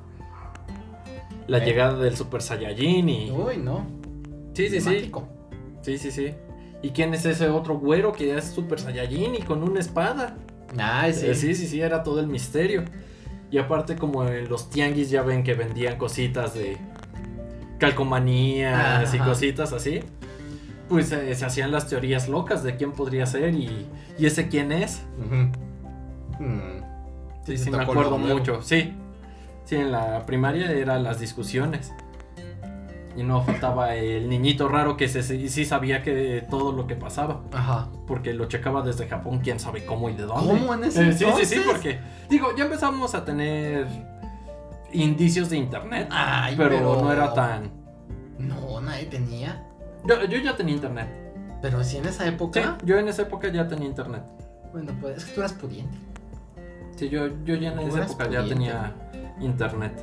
[SPEAKER 1] La
[SPEAKER 2] Ok. Oh,
[SPEAKER 1] llegada del Super Saiyajin y...
[SPEAKER 2] Uy, no.
[SPEAKER 1] sí, sí, sí.
[SPEAKER 2] Dramático.
[SPEAKER 1] Sí, sí, sí. ¿Y quién es ese otro güero que es Super Saiyajin y con una espada?
[SPEAKER 2] Ay, sí.
[SPEAKER 1] Eh, Sí, sí, sí, era todo el misterio. Y aparte, como en los tianguis ya ven que vendían cositas de calcomanías y
[SPEAKER 2] Ajá.
[SPEAKER 1] cositas así, pues eh, se hacían las teorías locas de quién podría ser y, y ese quién es.
[SPEAKER 2] Ujú. Mm.
[SPEAKER 1] Sí,
[SPEAKER 2] Sí,
[SPEAKER 1] sí,
[SPEAKER 2] te
[SPEAKER 1] me
[SPEAKER 2] tocó
[SPEAKER 1] acuerdo
[SPEAKER 2] luego, luego.
[SPEAKER 1] mucho. Sí, sí, en la primaria eran las discusiones. Y no faltaba el niñito raro que se, sí sí sabía que todo lo que pasaba,
[SPEAKER 2] Ajá.
[SPEAKER 1] porque lo checaba desde Japón, quién sabe cómo y de dónde.
[SPEAKER 2] ¿Cómo en ese
[SPEAKER 1] Eh, sí, sí, sí,
[SPEAKER 2] entonces?
[SPEAKER 1] porque digo, ya empezamos a tener indicios de internet,
[SPEAKER 2] Ay,
[SPEAKER 1] pero, no era tan...
[SPEAKER 2] No, nadie tenía.
[SPEAKER 1] Yo, yo ya tenía internet.
[SPEAKER 2] Pero si en esa
[SPEAKER 1] Sí,
[SPEAKER 2] época.
[SPEAKER 1] yo en esa época ya tenía internet.
[SPEAKER 2] Bueno, pues es que tú eras pudiente.
[SPEAKER 1] Sí, yo, yo ya en
[SPEAKER 2] Tú
[SPEAKER 1] esa
[SPEAKER 2] eras
[SPEAKER 1] época ya
[SPEAKER 2] pudiente.
[SPEAKER 1] tenía internet.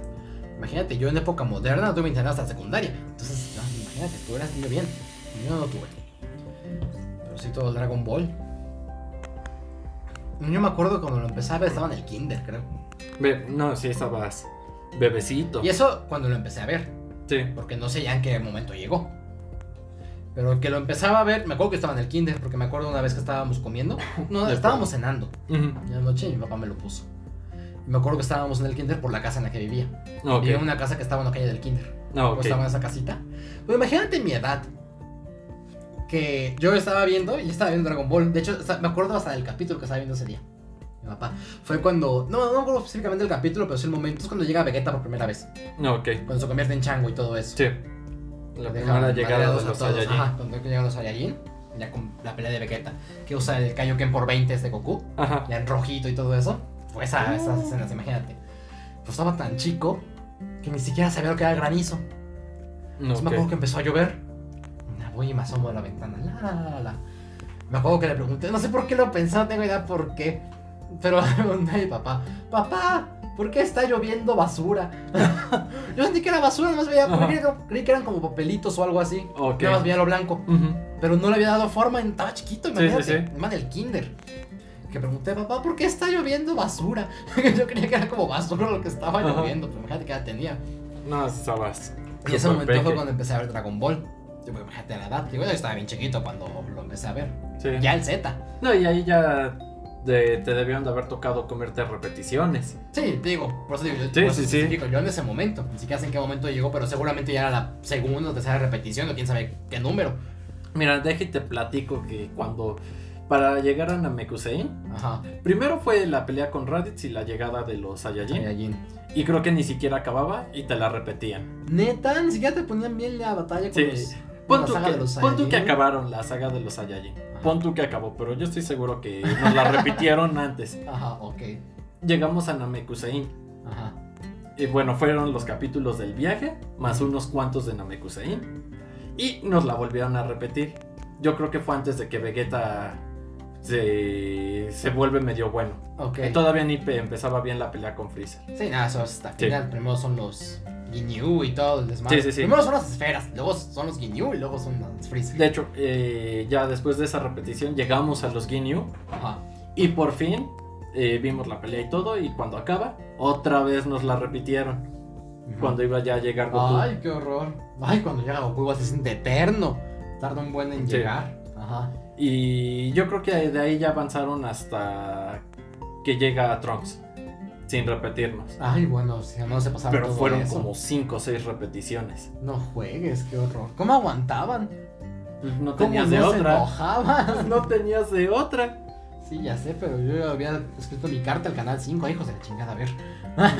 [SPEAKER 2] Imagínate, yo en época moderna no tuve internet hasta secundaria. Entonces, no, imagínate, tú eras niño bien. Yo no lo tuve. Pero sí todo el Dragon Ball. Yo me acuerdo cuando lo empecé a ver, estaba en el kinder, creo.
[SPEAKER 1] Be- no, sí, estabas bebecito.
[SPEAKER 2] Y eso cuando lo empecé a ver,
[SPEAKER 1] Sí.
[SPEAKER 2] porque no sé ya en qué momento llegó. Pero que lo empezaba a ver, me acuerdo que estaba en el kinder, porque me acuerdo una vez que estábamos comiendo. No,
[SPEAKER 1] De
[SPEAKER 2] estábamos cenando.
[SPEAKER 1] Ujú.
[SPEAKER 2] En la noche y mi papá me lo puso. Y me acuerdo que estábamos en el kinder por la casa en la que vivía.
[SPEAKER 1] Ok.
[SPEAKER 2] Vivía en una casa que estaba en la calle del kinder.
[SPEAKER 1] Ah,
[SPEAKER 2] Yo
[SPEAKER 1] ok.
[SPEAKER 2] estaba en esa casita. Pero imagínate mi edad. Que yo estaba viendo y estaba viendo Dragon Ball. De hecho, hasta- me acuerdo hasta del capítulo que estaba viendo ese día. Mi papá. Fue cuando. No, no me acuerdo específicamente el capítulo, pero es el momento. Es cuando llega Vegeta por primera vez.
[SPEAKER 1] No, ok.
[SPEAKER 2] Cuando se convierte en Chango y todo eso.
[SPEAKER 1] Sí. La primera llegada de los Saiyajin. Ajá.
[SPEAKER 2] cuando llegan los Saiyajin. Ya con la pelea de Vegeta. Que usa el Kaioken por 20 de Goku ya en rojito y todo eso. Pues a esas escenas, imagínate. Pues estaba tan chico que ni siquiera sabía lo que era granizo.
[SPEAKER 1] No,
[SPEAKER 2] Entonces
[SPEAKER 1] ok.
[SPEAKER 2] Me acuerdo que empezó a llover. Ya voy y me asomo a la ventana. La, la, la, la, la. Me acuerdo que le pregunté, no sé por qué lo pensé, no tengo idea por qué. Pero le pregunté a mi papá, papá, ¿por qué está lloviendo basura? Yo sentí que era basura, nomás veía,
[SPEAKER 1] Ajá.
[SPEAKER 2] creí, que- creí que eran como papelitos o algo así.
[SPEAKER 1] Ok.
[SPEAKER 2] Nada más veía lo blanco
[SPEAKER 1] Ujú.
[SPEAKER 2] pero no le había dado forma, estaba chiquito, imagínate,
[SPEAKER 1] sí, sí.
[SPEAKER 2] más del kinder. Que pregunté, papá, ¿por qué está lloviendo basura? Yo creía que era como basura lo que estaba
[SPEAKER 1] Ajá.
[SPEAKER 2] lloviendo, pero imagínate que ya tenía.
[SPEAKER 1] No, estabas.
[SPEAKER 2] Y ese
[SPEAKER 1] súper
[SPEAKER 2] momento fue
[SPEAKER 1] peque.
[SPEAKER 2] cuando empecé a ver Dragon Ball. Yo, pues, imagínate la edad, digo, yo estaba bien chiquito cuando lo empecé a ver.
[SPEAKER 1] Sí.
[SPEAKER 2] Ya el Z.
[SPEAKER 1] No, y ahí ya de- te debieron de haber tocado comerte repeticiones.
[SPEAKER 2] Sí, te digo, por eso digo, yo,
[SPEAKER 1] Sí,
[SPEAKER 2] por eso
[SPEAKER 1] sí, sí.
[SPEAKER 2] especifico, yo en ese momento, ni siquiera sé en qué momento llegó, pero seguramente ya era la segunda o tercera repetición o quién sabe qué número.
[SPEAKER 1] Mira, déjate te platico que cuando. Para llegar a Namekusein,
[SPEAKER 2] Ajá.
[SPEAKER 1] primero fue la pelea con Raditz y la llegada de los Saiyajin.
[SPEAKER 2] Saiyajin.
[SPEAKER 1] Y creo que ni siquiera acababa y te la repetían.
[SPEAKER 2] Neta, ni siquiera te ponían bien la batalla con
[SPEAKER 1] Sí.
[SPEAKER 2] los- con
[SPEAKER 1] Pon
[SPEAKER 2] la
[SPEAKER 1] tú,
[SPEAKER 2] saga
[SPEAKER 1] que,
[SPEAKER 2] de los
[SPEAKER 1] pon tú que
[SPEAKER 2] Saiyajin.
[SPEAKER 1] acabaron la saga de los Saiyajin.
[SPEAKER 2] Ajá.
[SPEAKER 1] Pon tú que acabó, pero yo estoy seguro que nos la repitieron antes.
[SPEAKER 2] Ajá, ok.
[SPEAKER 1] Llegamos a Namekusein.
[SPEAKER 2] Ajá.
[SPEAKER 1] Y bueno, fueron los capítulos del viaje, más unos cuantos de Namekusein. Y nos la volvieron a repetir. Yo creo que fue antes de que Vegeta se, se vuelve medio bueno.
[SPEAKER 2] Ok.
[SPEAKER 1] Todavía ni pe- empezaba bien la pelea con Freezer.
[SPEAKER 2] sí, nada, eso es hasta el final. Primero son los Ginyu y todo el desmadre.
[SPEAKER 1] Sí, sí, sí.
[SPEAKER 2] Primero son las esferas, luego son los Ginyu y luego son las Freezer.
[SPEAKER 1] De hecho, eh, ya después de esa repetición llegamos a los Ginyu
[SPEAKER 2] Ajá.
[SPEAKER 1] y por fin eh, vimos la pelea y todo y cuando acaba, otra vez nos la repitieron. Cuando iba ya a llegar Goku.
[SPEAKER 2] Ay, qué horror. Ay, cuando llega Goku se siente eterno. Tarda un buen en
[SPEAKER 1] Sí.
[SPEAKER 2] llegar. Ajá.
[SPEAKER 1] Y yo creo que de ahí ya avanzaron hasta que llega a Trunks, sin repetirnos.
[SPEAKER 2] Ay, bueno, si no se pasaron
[SPEAKER 1] Pero
[SPEAKER 2] todo
[SPEAKER 1] fueron
[SPEAKER 2] eso.
[SPEAKER 1] como 5 o 6 repeticiones.
[SPEAKER 2] No juegues, qué horror. ¿Cómo aguantaban?
[SPEAKER 1] No
[SPEAKER 2] ¿Cómo
[SPEAKER 1] tenías
[SPEAKER 2] Pues no
[SPEAKER 1] de
[SPEAKER 2] se
[SPEAKER 1] otra.
[SPEAKER 2] enojaban?
[SPEAKER 1] No tenías de otra.
[SPEAKER 2] Sí, ya sé, pero yo ya había escrito mi carta al canal 5, hijos de la chingada, a ver.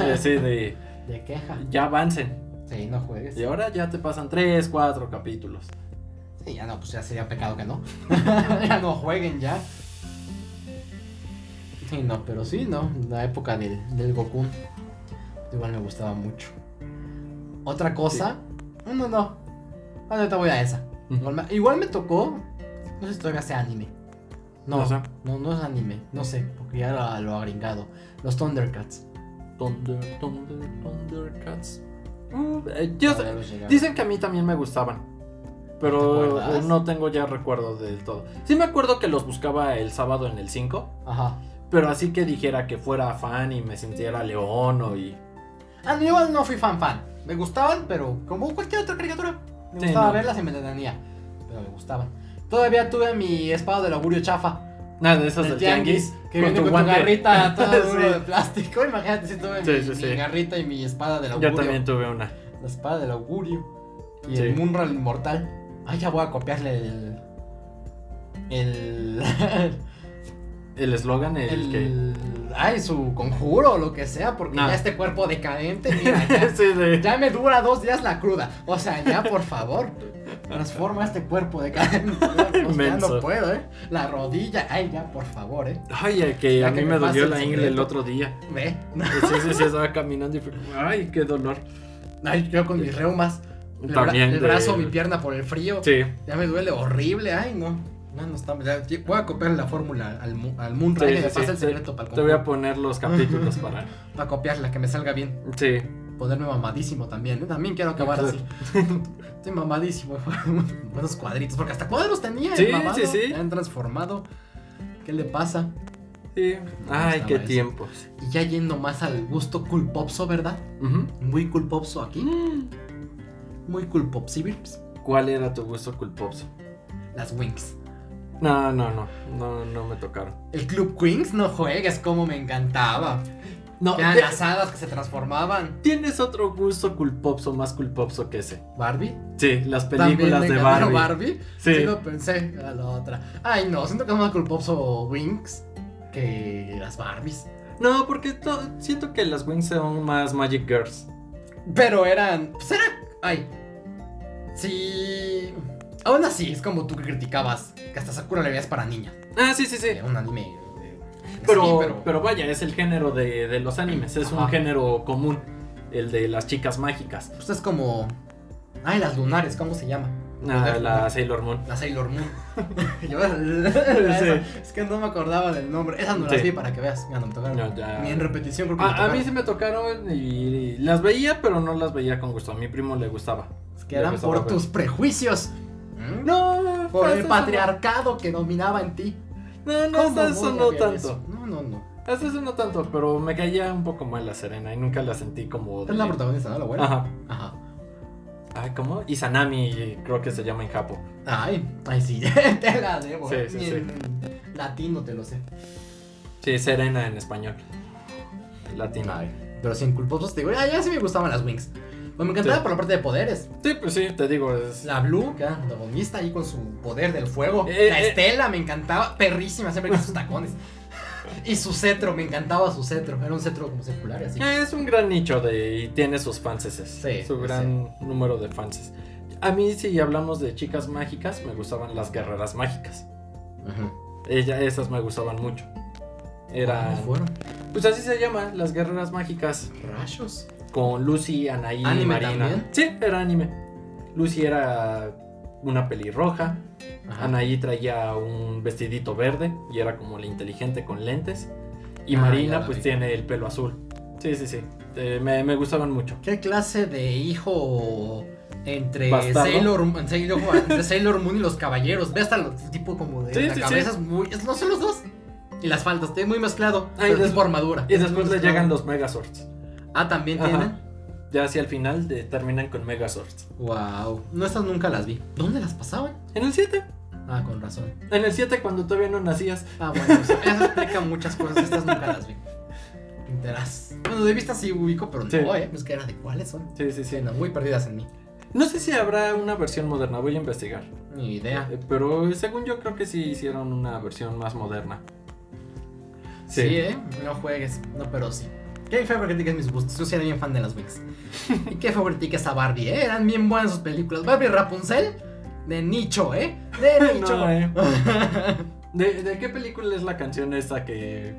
[SPEAKER 1] Y Así de,
[SPEAKER 2] De queja.
[SPEAKER 1] ya avancen.
[SPEAKER 2] Sí, no juegues.
[SPEAKER 1] Y ahora ya te pasan 3, 4 capítulos.
[SPEAKER 2] Sí, ya no, pues ya sería pecado que no. ya no jueguen ya. Sí, no, pero sí, no. La época del, del Goku. Igual me gustaba mucho. Otra cosa. No, no. Ah, no te voy a esa. Igual me, igual me tocó. No sé si todavía sea anime. No,
[SPEAKER 1] No sé.
[SPEAKER 2] no, no es anime. No sé, porque ya lo, lo ha gringado. Los Thundercats.
[SPEAKER 1] Thunder, Thunder, Thundercats. Mm, eh, yo
[SPEAKER 2] Todavía
[SPEAKER 1] sé-
[SPEAKER 2] los llegaron.
[SPEAKER 1] Dicen que a mí también me gustaban.
[SPEAKER 2] ¿No
[SPEAKER 1] Pero
[SPEAKER 2] te acuerdas?
[SPEAKER 1] eh, no tengo ya recuerdo del todo. Sí me acuerdo que los buscaba el sábado en el 5.
[SPEAKER 2] Ajá.
[SPEAKER 1] Pero así que dijera que fuera fan y me sintiera león o y...
[SPEAKER 2] Ah, no, yo igual no fui fan fan. Me gustaban, pero como cualquier otra caricatura. Me
[SPEAKER 1] Sí,
[SPEAKER 2] gustaba
[SPEAKER 1] no.
[SPEAKER 2] verlas y me entretenía. Pero me gustaban. Todavía tuve mi espada del augurio chafa.
[SPEAKER 1] Nada de esas
[SPEAKER 2] del
[SPEAKER 1] del tianguis.
[SPEAKER 2] Que viene con tu
[SPEAKER 1] guante.
[SPEAKER 2] garrita toda duro
[SPEAKER 1] Sí.
[SPEAKER 2] de plástico. Imagínate si tuve
[SPEAKER 1] Sí,
[SPEAKER 2] mi,
[SPEAKER 1] sí,
[SPEAKER 2] mi
[SPEAKER 1] sí.
[SPEAKER 2] garrita y mi espada del augurio.
[SPEAKER 1] Yo también tuve una.
[SPEAKER 2] La espada del augurio. Y
[SPEAKER 1] Sí.
[SPEAKER 2] el Munra el inmortal. Ay, ya voy a copiarle el. El.
[SPEAKER 1] El eslogan, el,
[SPEAKER 2] el-
[SPEAKER 1] que...
[SPEAKER 2] Ay, su conjuro o lo que sea. Porque
[SPEAKER 1] No.
[SPEAKER 2] ya este cuerpo decadente. Mira, ya.
[SPEAKER 1] Sí, de-
[SPEAKER 2] Ya me dura dos días la cruda. O sea, ya por favor. Transforma este cuerpo de carne. Ya
[SPEAKER 1] Menso.
[SPEAKER 2] no puedo, ¿eh? La rodilla. Ay, ya por favor, ¿eh?
[SPEAKER 1] Ay, eh, que
[SPEAKER 2] Ya
[SPEAKER 1] a
[SPEAKER 2] que
[SPEAKER 1] mí
[SPEAKER 2] me
[SPEAKER 1] me
[SPEAKER 2] pase
[SPEAKER 1] dolió
[SPEAKER 2] el
[SPEAKER 1] la ingle el
[SPEAKER 2] secreto.
[SPEAKER 1] otro día. Pues
[SPEAKER 2] Ve.
[SPEAKER 1] Sí, sí, sí, estaba caminando y fue como, ay, qué dolor.
[SPEAKER 2] Ay, yo con mis reumas. El, bra-
[SPEAKER 1] También
[SPEAKER 2] el
[SPEAKER 1] de-
[SPEAKER 2] brazo, mi pierna por el frío.
[SPEAKER 1] Sí,
[SPEAKER 2] Ya me duele horrible. Ay, no. No, no está. ya- ya- voy a copiar la fórmula al, mu- al
[SPEAKER 1] Sí,
[SPEAKER 2] Moonray.
[SPEAKER 1] sí,
[SPEAKER 2] me
[SPEAKER 1] sí.
[SPEAKER 2] pasa el secreto para
[SPEAKER 1] te voy a poner los capítulos para...
[SPEAKER 2] Para copiarla, que me salga bien.
[SPEAKER 1] Sí.
[SPEAKER 2] Ponerme mamadísimo también. ¿eh? También quiero acabar así. Estoy mamadísimo. Buenos cuadritos. Porque hasta cuadros tenía. el
[SPEAKER 1] Sí,
[SPEAKER 2] mamado,
[SPEAKER 1] sí, sí.
[SPEAKER 2] ya han transformado. ¿Qué le pasa?
[SPEAKER 1] Sí. Ay,
[SPEAKER 2] gustaba
[SPEAKER 1] qué
[SPEAKER 2] eso.
[SPEAKER 1] tiempos.
[SPEAKER 2] Y ya yendo más al gusto cool popso, ¿verdad?
[SPEAKER 1] Ujú.
[SPEAKER 2] Muy cool popso aquí. Muy cool pop, ¿sí, Virps?
[SPEAKER 1] ¿Cuál era tu gusto culposo?
[SPEAKER 2] Las Wings.
[SPEAKER 1] No, no, no, no, no me tocaron.
[SPEAKER 2] El Club Wings no juegues, como me encantaba.
[SPEAKER 1] No,
[SPEAKER 2] Que eran
[SPEAKER 1] te-
[SPEAKER 2] las hadas que se transformaban.
[SPEAKER 1] tienes otro gusto culposo más culposo que ese.
[SPEAKER 2] Barbie.
[SPEAKER 1] Sí, las
[SPEAKER 2] También
[SPEAKER 1] películas
[SPEAKER 2] me
[SPEAKER 1] de
[SPEAKER 2] encantaba
[SPEAKER 1] Barbie.
[SPEAKER 2] Barbie.
[SPEAKER 1] Sí.
[SPEAKER 2] Sí, lo pensé a la otra. Ay, no, siento que es más cool popso Wings que las Barbies.
[SPEAKER 1] No, porque to- siento que las Wings son más Magic Girls.
[SPEAKER 2] Pero eran. Pues era. Ay. Sí. Aún así, es como tú que criticabas que hasta Sakura le veías para niña.
[SPEAKER 1] Ah, sí, sí, sí.
[SPEAKER 2] Eh, un anime. eh,
[SPEAKER 1] Pero,
[SPEAKER 2] sí,
[SPEAKER 1] pero... vaya, es el género de, de los animes, es un
[SPEAKER 2] Ajá.
[SPEAKER 1] género común, el de las chicas mágicas.
[SPEAKER 2] Pues es como. Ay, las lunares, ¿cómo se llama?
[SPEAKER 1] Ah, la Sailor Moon.
[SPEAKER 2] La Sailor Moon. Yo- esa- Es que no me acordaba del nombre. Esas no las
[SPEAKER 1] Sí.
[SPEAKER 2] vi para que veas. Ya no me tocaron.
[SPEAKER 1] No, ya- Ah,
[SPEAKER 2] Ni en repetición creo que me
[SPEAKER 1] A, a mí
[SPEAKER 2] tocaron.
[SPEAKER 1] se me tocaron y, y las veía, pero no las veía con gusto. A mi primo le gustaba.
[SPEAKER 2] Es que eran
[SPEAKER 1] Ya empezaba a
[SPEAKER 2] por
[SPEAKER 1] ver.
[SPEAKER 2] tus prejuicios. ¿Mm?
[SPEAKER 1] No,
[SPEAKER 2] Por
[SPEAKER 1] hasta
[SPEAKER 2] el
[SPEAKER 1] Pues eso
[SPEAKER 2] patriarcado que dominaba en ti.
[SPEAKER 1] No, no, no, hasta eso
[SPEAKER 2] voy a
[SPEAKER 1] no
[SPEAKER 2] ver
[SPEAKER 1] tanto.
[SPEAKER 2] eso? No, no, no.
[SPEAKER 1] Hasta eso no tanto, pero me caía un poco mal la Serena y nunca la sentí como. de-
[SPEAKER 2] Es la protagonista, ¿no? La buena.
[SPEAKER 1] Pues Ajá.
[SPEAKER 2] Ajá.
[SPEAKER 1] Ay, ¿cómo? Izanami, creo que se llama en Japo.
[SPEAKER 2] Ay, ay, sí, te la debo.
[SPEAKER 1] Sí, sí,
[SPEAKER 2] Ni
[SPEAKER 1] sí.
[SPEAKER 2] en latino te lo sé.
[SPEAKER 1] Sí, Serena en español. Latina.
[SPEAKER 2] Ay, pero sin culposos te digo, ya, ya sí me gustaban las Wings. Pues me encantaba
[SPEAKER 1] Sí.
[SPEAKER 2] por la parte de poderes.
[SPEAKER 1] Sí, pues sí, te digo, es.
[SPEAKER 2] La Blue, que era protagonista ahí con su poder del fuego.
[SPEAKER 1] Eh,
[SPEAKER 2] la
[SPEAKER 1] eh.
[SPEAKER 2] Estela me encantaba, perrísima siempre con sus tacones. y su cetro, me encantaba su cetro. Era un cetro como circular y así.
[SPEAKER 1] Es un gran nicho de, y tiene sus fanses.
[SPEAKER 2] Sí,
[SPEAKER 1] Su
[SPEAKER 2] sí.
[SPEAKER 1] gran número de fanses. A mí, si hablamos de chicas mágicas, me gustaban las guerreras mágicas.
[SPEAKER 2] Ujú.
[SPEAKER 1] Ella, esas me gustaban mucho.
[SPEAKER 2] ¿Cuáles
[SPEAKER 1] Eran.
[SPEAKER 2] Ah, fueron?
[SPEAKER 1] Pues así se llaman, las guerreras mágicas.
[SPEAKER 2] Rayos.
[SPEAKER 1] con Lucy, Anaí y
[SPEAKER 2] ¿Anime
[SPEAKER 1] Marina.
[SPEAKER 2] también?
[SPEAKER 1] Sí, era anime. Lucy era una pelirroja,
[SPEAKER 2] Ajá.
[SPEAKER 1] Anaí traía un vestidito verde y era como la inteligente con lentes. Y
[SPEAKER 2] Ah, ya
[SPEAKER 1] Marina
[SPEAKER 2] la
[SPEAKER 1] pues
[SPEAKER 2] vi.
[SPEAKER 1] tiene el pelo azul. Sí, sí, sí. Eh, me, me gustaban mucho.
[SPEAKER 2] ¿Qué clase de hijo entre
[SPEAKER 1] Bastardo.
[SPEAKER 2] Sailor, Moon- Sailor, entre Sailor Moon y los caballeros? Ve hasta los tipo como de
[SPEAKER 1] Sí,
[SPEAKER 2] la
[SPEAKER 1] sí,
[SPEAKER 2] cabeza es muy. es- no son los dos. Y las faldas, estoy muy mezclado.
[SPEAKER 1] Ah, y
[SPEAKER 2] pero
[SPEAKER 1] des-
[SPEAKER 2] tipo armadura.
[SPEAKER 1] Y
[SPEAKER 2] es muy
[SPEAKER 1] después le
[SPEAKER 2] mezclado.
[SPEAKER 1] llegan los Megazords.
[SPEAKER 2] Ah, también
[SPEAKER 1] Ajá.
[SPEAKER 2] tienen.
[SPEAKER 1] Ya hacia el final de- terminan con Megazords.
[SPEAKER 2] Wow. No, estas nunca las vi. ¿Dónde las pasaban?
[SPEAKER 1] En el 7.
[SPEAKER 2] Ah, con razón.
[SPEAKER 1] En el 7 cuando todavía no nacías.
[SPEAKER 2] Ah, bueno, eso, eso explica muchas cosas. Estas nunca las vi. Enteras. Bueno, de vista sí ubico, pero no,
[SPEAKER 1] Sí.
[SPEAKER 2] eh. Es que era de cuáles son.
[SPEAKER 1] Sí, sí, sí.
[SPEAKER 2] Sí, no, muy perdidas en mí.
[SPEAKER 1] No sé si habrá una versión moderna, voy a investigar.
[SPEAKER 2] Ni idea.
[SPEAKER 1] Eh, Pero según yo creo que sí hicieron una versión más moderna.
[SPEAKER 2] Sí. ¿eh? No juegues. No, pero sí. ¿Qué favoriticas mis gustos? Yo sí era bien fan de las Wings. ¿Y qué favoriticas a Barbie, eh? Eran bien buenas sus películas. Barbie Rapunzel, de nicho, ¿eh? De nicho.
[SPEAKER 1] No, eh. ¿De, de qué película es la canción esta que,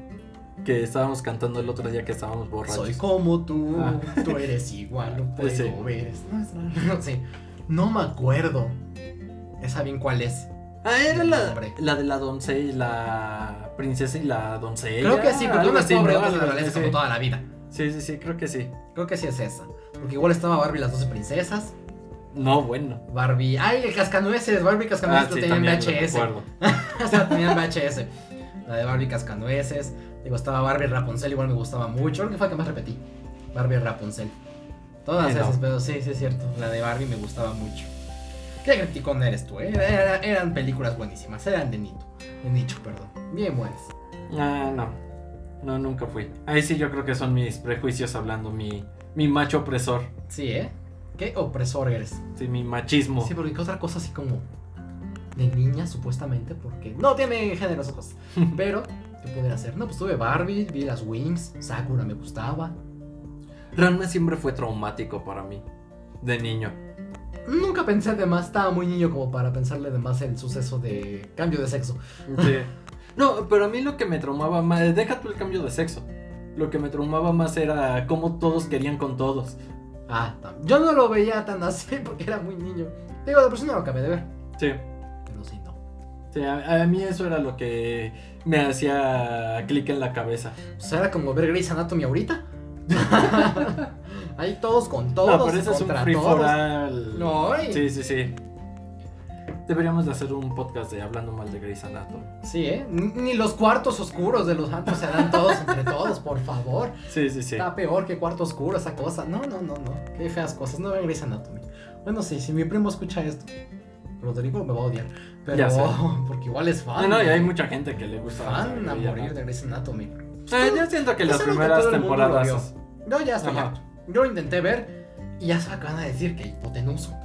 [SPEAKER 1] que estábamos cantando el otro día que estábamos borrachos?
[SPEAKER 2] Soy como tú,
[SPEAKER 1] Ah.
[SPEAKER 2] tú eres igual, no puedo
[SPEAKER 1] Pues sí.
[SPEAKER 2] ver. es- No, es raro. no sé. No me acuerdo. Esa bien cuál es.
[SPEAKER 1] Ah, era la,
[SPEAKER 2] Hombre.
[SPEAKER 1] la de la doncella y la princesa y la doncella.
[SPEAKER 2] Creo que sí, porque
[SPEAKER 1] algo
[SPEAKER 2] una es
[SPEAKER 1] así,
[SPEAKER 2] pobre,
[SPEAKER 1] ¿no?
[SPEAKER 2] otra es
[SPEAKER 1] Algo
[SPEAKER 2] realeza
[SPEAKER 1] así.
[SPEAKER 2] como toda la vida.
[SPEAKER 1] Sí, sí, sí, creo que sí.
[SPEAKER 2] Creo que sí es esa. Porque igual estaba Barbie y las 12 princesas.
[SPEAKER 1] No, bueno.
[SPEAKER 2] Barbie. Ay, el cascanueces. Barbie y cascanueces
[SPEAKER 1] Ah,
[SPEAKER 2] lo
[SPEAKER 1] sí,
[SPEAKER 2] tenía en
[SPEAKER 1] también lo
[SPEAKER 2] VHS.
[SPEAKER 1] recuerdo.
[SPEAKER 2] Hasta tenía el VHS. La de Barbie Cascanueces. Me gustaba Barbie Rapunzel, igual me gustaba mucho. Creo que fue la que más repetí. Barbie Rapunzel. Todas
[SPEAKER 1] Sí, no.
[SPEAKER 2] esas, pero sí, sí es cierto. La de Barbie me gustaba mucho. Qué criticón eres tú, eh? Era- eran películas buenísimas. Eran de Nito. De Nicho, perdón. Bien buenas.
[SPEAKER 1] Ah, no. No, nunca fui. Ahí sí yo creo que son mis prejuicios hablando, mi, mi macho opresor.
[SPEAKER 2] Sí, ¿eh? Qué opresor eres.
[SPEAKER 1] Sí, mi machismo.
[SPEAKER 2] Sí, porque qué otra cosa así como de niña, supuestamente, porque no tiene género esas cosas. Pero, ¿qué pudiera hacer? No, pues tuve Barbie, vi las Wings, Sakura me gustaba.
[SPEAKER 1] Ranma siempre fue traumático para mí, de niño.
[SPEAKER 2] Nunca pensé de más, estaba muy niño como para pensarle de más el suceso de cambio de sexo.
[SPEAKER 1] No, pero a mí lo que me traumaba más, deja tú el cambio de sexo. Lo que me traumaba más era cómo todos querían con todos.
[SPEAKER 2] Ah, tam- yo no lo veía tan así porque era muy niño. Digo, de por sí no lo acabé de ver.
[SPEAKER 1] Sí.
[SPEAKER 2] Pero sí, no.
[SPEAKER 1] Sí, a, a mí eso era lo que me hacía clic en la cabeza.
[SPEAKER 2] O sea, Pues, era como ver Grey's Anatomy ahorita. Ahí todos con todos.
[SPEAKER 1] no, Ah, pero ese es un
[SPEAKER 2] contra
[SPEAKER 1] free for
[SPEAKER 2] todos.
[SPEAKER 1] all.
[SPEAKER 2] No, y-
[SPEAKER 1] Sí, sí, sí. Deberíamos de hacer un podcast de hablando mal de Grey's Anatomy.
[SPEAKER 2] Sí, ¿eh? Ni ni los cuartos oscuros de los antros se dan todos entre todos, por favor.
[SPEAKER 1] Sí, sí, sí.
[SPEAKER 2] Está peor que cuarto oscuro esa cosa. No, no, no, no. Qué feas cosas. No vean Grey's Anatomy. Bueno, sí, si mi primo escucha esto, Rodrigo me va a odiar. Pero,
[SPEAKER 1] Ya sé.
[SPEAKER 2] porque igual es fan.
[SPEAKER 1] No, no, y hay mucha gente que le gusta.
[SPEAKER 2] Fan a
[SPEAKER 1] Grey's
[SPEAKER 2] morir
[SPEAKER 1] Anatomy.
[SPEAKER 2] de Grey's Anatomy.
[SPEAKER 1] Eh, yo siento que
[SPEAKER 2] Es
[SPEAKER 1] las
[SPEAKER 2] algo que
[SPEAKER 1] primeras
[SPEAKER 2] todo el mundo lo
[SPEAKER 1] temporadas.
[SPEAKER 2] vio. Yo ya estoy
[SPEAKER 1] Ajá.
[SPEAKER 2] harto. Yo lo intenté ver y ya se acaban de decir que hipotenuso.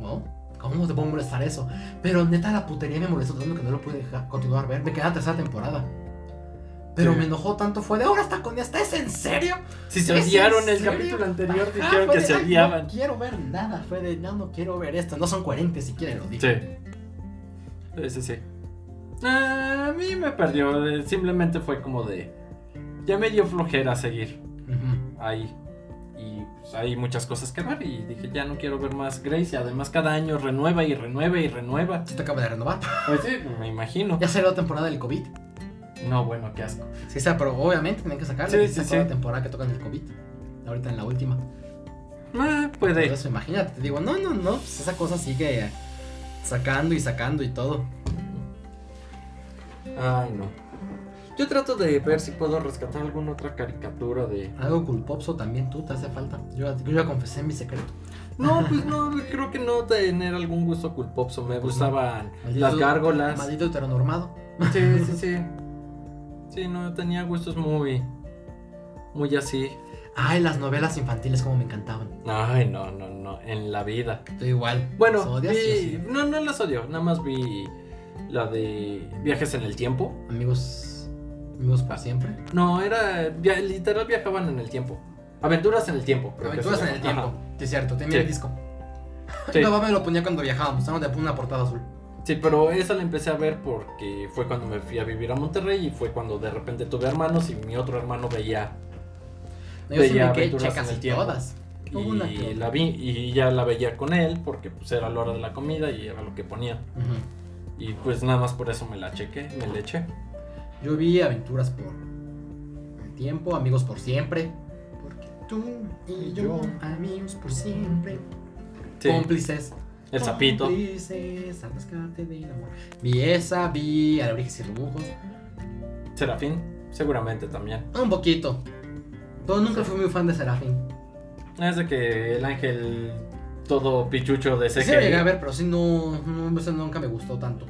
[SPEAKER 2] ¿No? ¿Cómo te puedo molestar eso? Pero neta, la putería me molestó tanto que no lo pude dejar- continuar ver. Me quedé en la tercera temporada. Pero
[SPEAKER 1] Sí.
[SPEAKER 2] me enojó tanto, fue de ahora está con esta, ¿es en serio?
[SPEAKER 1] Si se
[SPEAKER 2] ¿Es en
[SPEAKER 1] odiaron el
[SPEAKER 2] serio?
[SPEAKER 1] capítulo anterior,
[SPEAKER 2] Ajá,
[SPEAKER 1] dijeron
[SPEAKER 2] fue
[SPEAKER 1] que
[SPEAKER 2] de,
[SPEAKER 1] se
[SPEAKER 2] "Ay,
[SPEAKER 1] odiaban.
[SPEAKER 2] No quiero ver nada, fue de, no, no quiero ver esto. No son coherentes siquiera, lo digo.
[SPEAKER 1] Sí. Sí, sí, sí. Ah, A mí me perdió. eh, Simplemente fue como de. Ya me dio flojera seguir
[SPEAKER 2] Ujú.
[SPEAKER 1] ahí. Y pues, hay muchas cosas que ver. Y dije, ya no quiero ver más Grace. Y además, cada año renueva y renueva y renueva.
[SPEAKER 2] Se te acaba de renovar.
[SPEAKER 1] Pues sí, me imagino.
[SPEAKER 2] Ya salió la temporada del COVID.
[SPEAKER 1] No, bueno, qué asco.
[SPEAKER 2] Sí, o sea, pero obviamente tenían que sacarla.
[SPEAKER 1] Sí,
[SPEAKER 2] Sí,
[SPEAKER 1] sí,
[SPEAKER 2] sí,
[SPEAKER 1] sí.
[SPEAKER 2] la temporada que tocan el COVID. Ahorita en la última.
[SPEAKER 1] Ah, puede.
[SPEAKER 2] Entonces, imagínate, te digo, no, no, no, pues esa cosa sigue sacando y sacando y todo.
[SPEAKER 1] Ay, no. Yo trato de ver si puedo rescatar alguna otra caricatura de.
[SPEAKER 2] Algo culpopso también tú te hace falta. Yo, ya- yo ya confesé mi secreto.
[SPEAKER 1] No, pues no, creo que no tener algún gusto culposo. Me
[SPEAKER 2] Pues no.
[SPEAKER 1] gustaban
[SPEAKER 2] Maldito-
[SPEAKER 1] las gárgolas.
[SPEAKER 2] Maldito heteronormado.
[SPEAKER 1] Sí, sí, sí. Sí, no, tenía gustos muy. Muy así.
[SPEAKER 2] Ay, las novelas infantiles como me encantaban.
[SPEAKER 1] Ay, no, no, no. En la vida.
[SPEAKER 2] Estoy igual. ¿Las
[SPEAKER 1] Bueno,
[SPEAKER 2] odias?
[SPEAKER 1] vi-
[SPEAKER 2] Yo sí.
[SPEAKER 1] no, no las odio. Nada más vi la de Viajes en el Tiempo.
[SPEAKER 2] Amigos, amigos para siempre.
[SPEAKER 1] No, era. via- literal viajaban en el tiempo. Aventuras en el tiempo. creo que
[SPEAKER 2] Aventuras
[SPEAKER 1] se
[SPEAKER 2] en el
[SPEAKER 1] llama.
[SPEAKER 2] tiempo. Sí, es cierto, tenía
[SPEAKER 1] Sí.
[SPEAKER 2] el disco.
[SPEAKER 1] Sí.
[SPEAKER 2] Mi papá me lo ponía cuando viajábamos, estábamos de una portada azul.
[SPEAKER 1] Ajá. Sí, pero esa la empecé a ver porque fue cuando me fui a vivir a Monterrey y fue cuando de repente tuve hermanos y mi otro hermano veía
[SPEAKER 2] No, yo sí
[SPEAKER 1] Veía
[SPEAKER 2] me quedé
[SPEAKER 1] Aventuras en
[SPEAKER 2] casi
[SPEAKER 1] el tiempo.
[SPEAKER 2] todas. Hubo una que
[SPEAKER 1] y
[SPEAKER 2] otra.
[SPEAKER 1] la vi y ya la veía con él porque pues era la hora de la comida y era lo que ponía
[SPEAKER 2] Ujú.
[SPEAKER 1] y pues nada más por eso me la chequé me le eché
[SPEAKER 2] Yo vi aventuras por el tiempo, amigos por siempre. Porque tú y yo, amigos por siempre.
[SPEAKER 1] Sí,
[SPEAKER 2] Cómplices.
[SPEAKER 1] el sapito
[SPEAKER 2] Cómplices, al rescate del amor. Vi esa, vi alebrijes y rebujos.
[SPEAKER 1] serafín seguramente también
[SPEAKER 2] Ah, Un poquito. Pero nunca fui muy fan de Serafín.
[SPEAKER 1] es de que el ángel todo pichucho de
[SPEAKER 2] Sí,
[SPEAKER 1] ese
[SPEAKER 2] lo llegué a ver, pero sí, no, no, eso nunca me gustó tanto.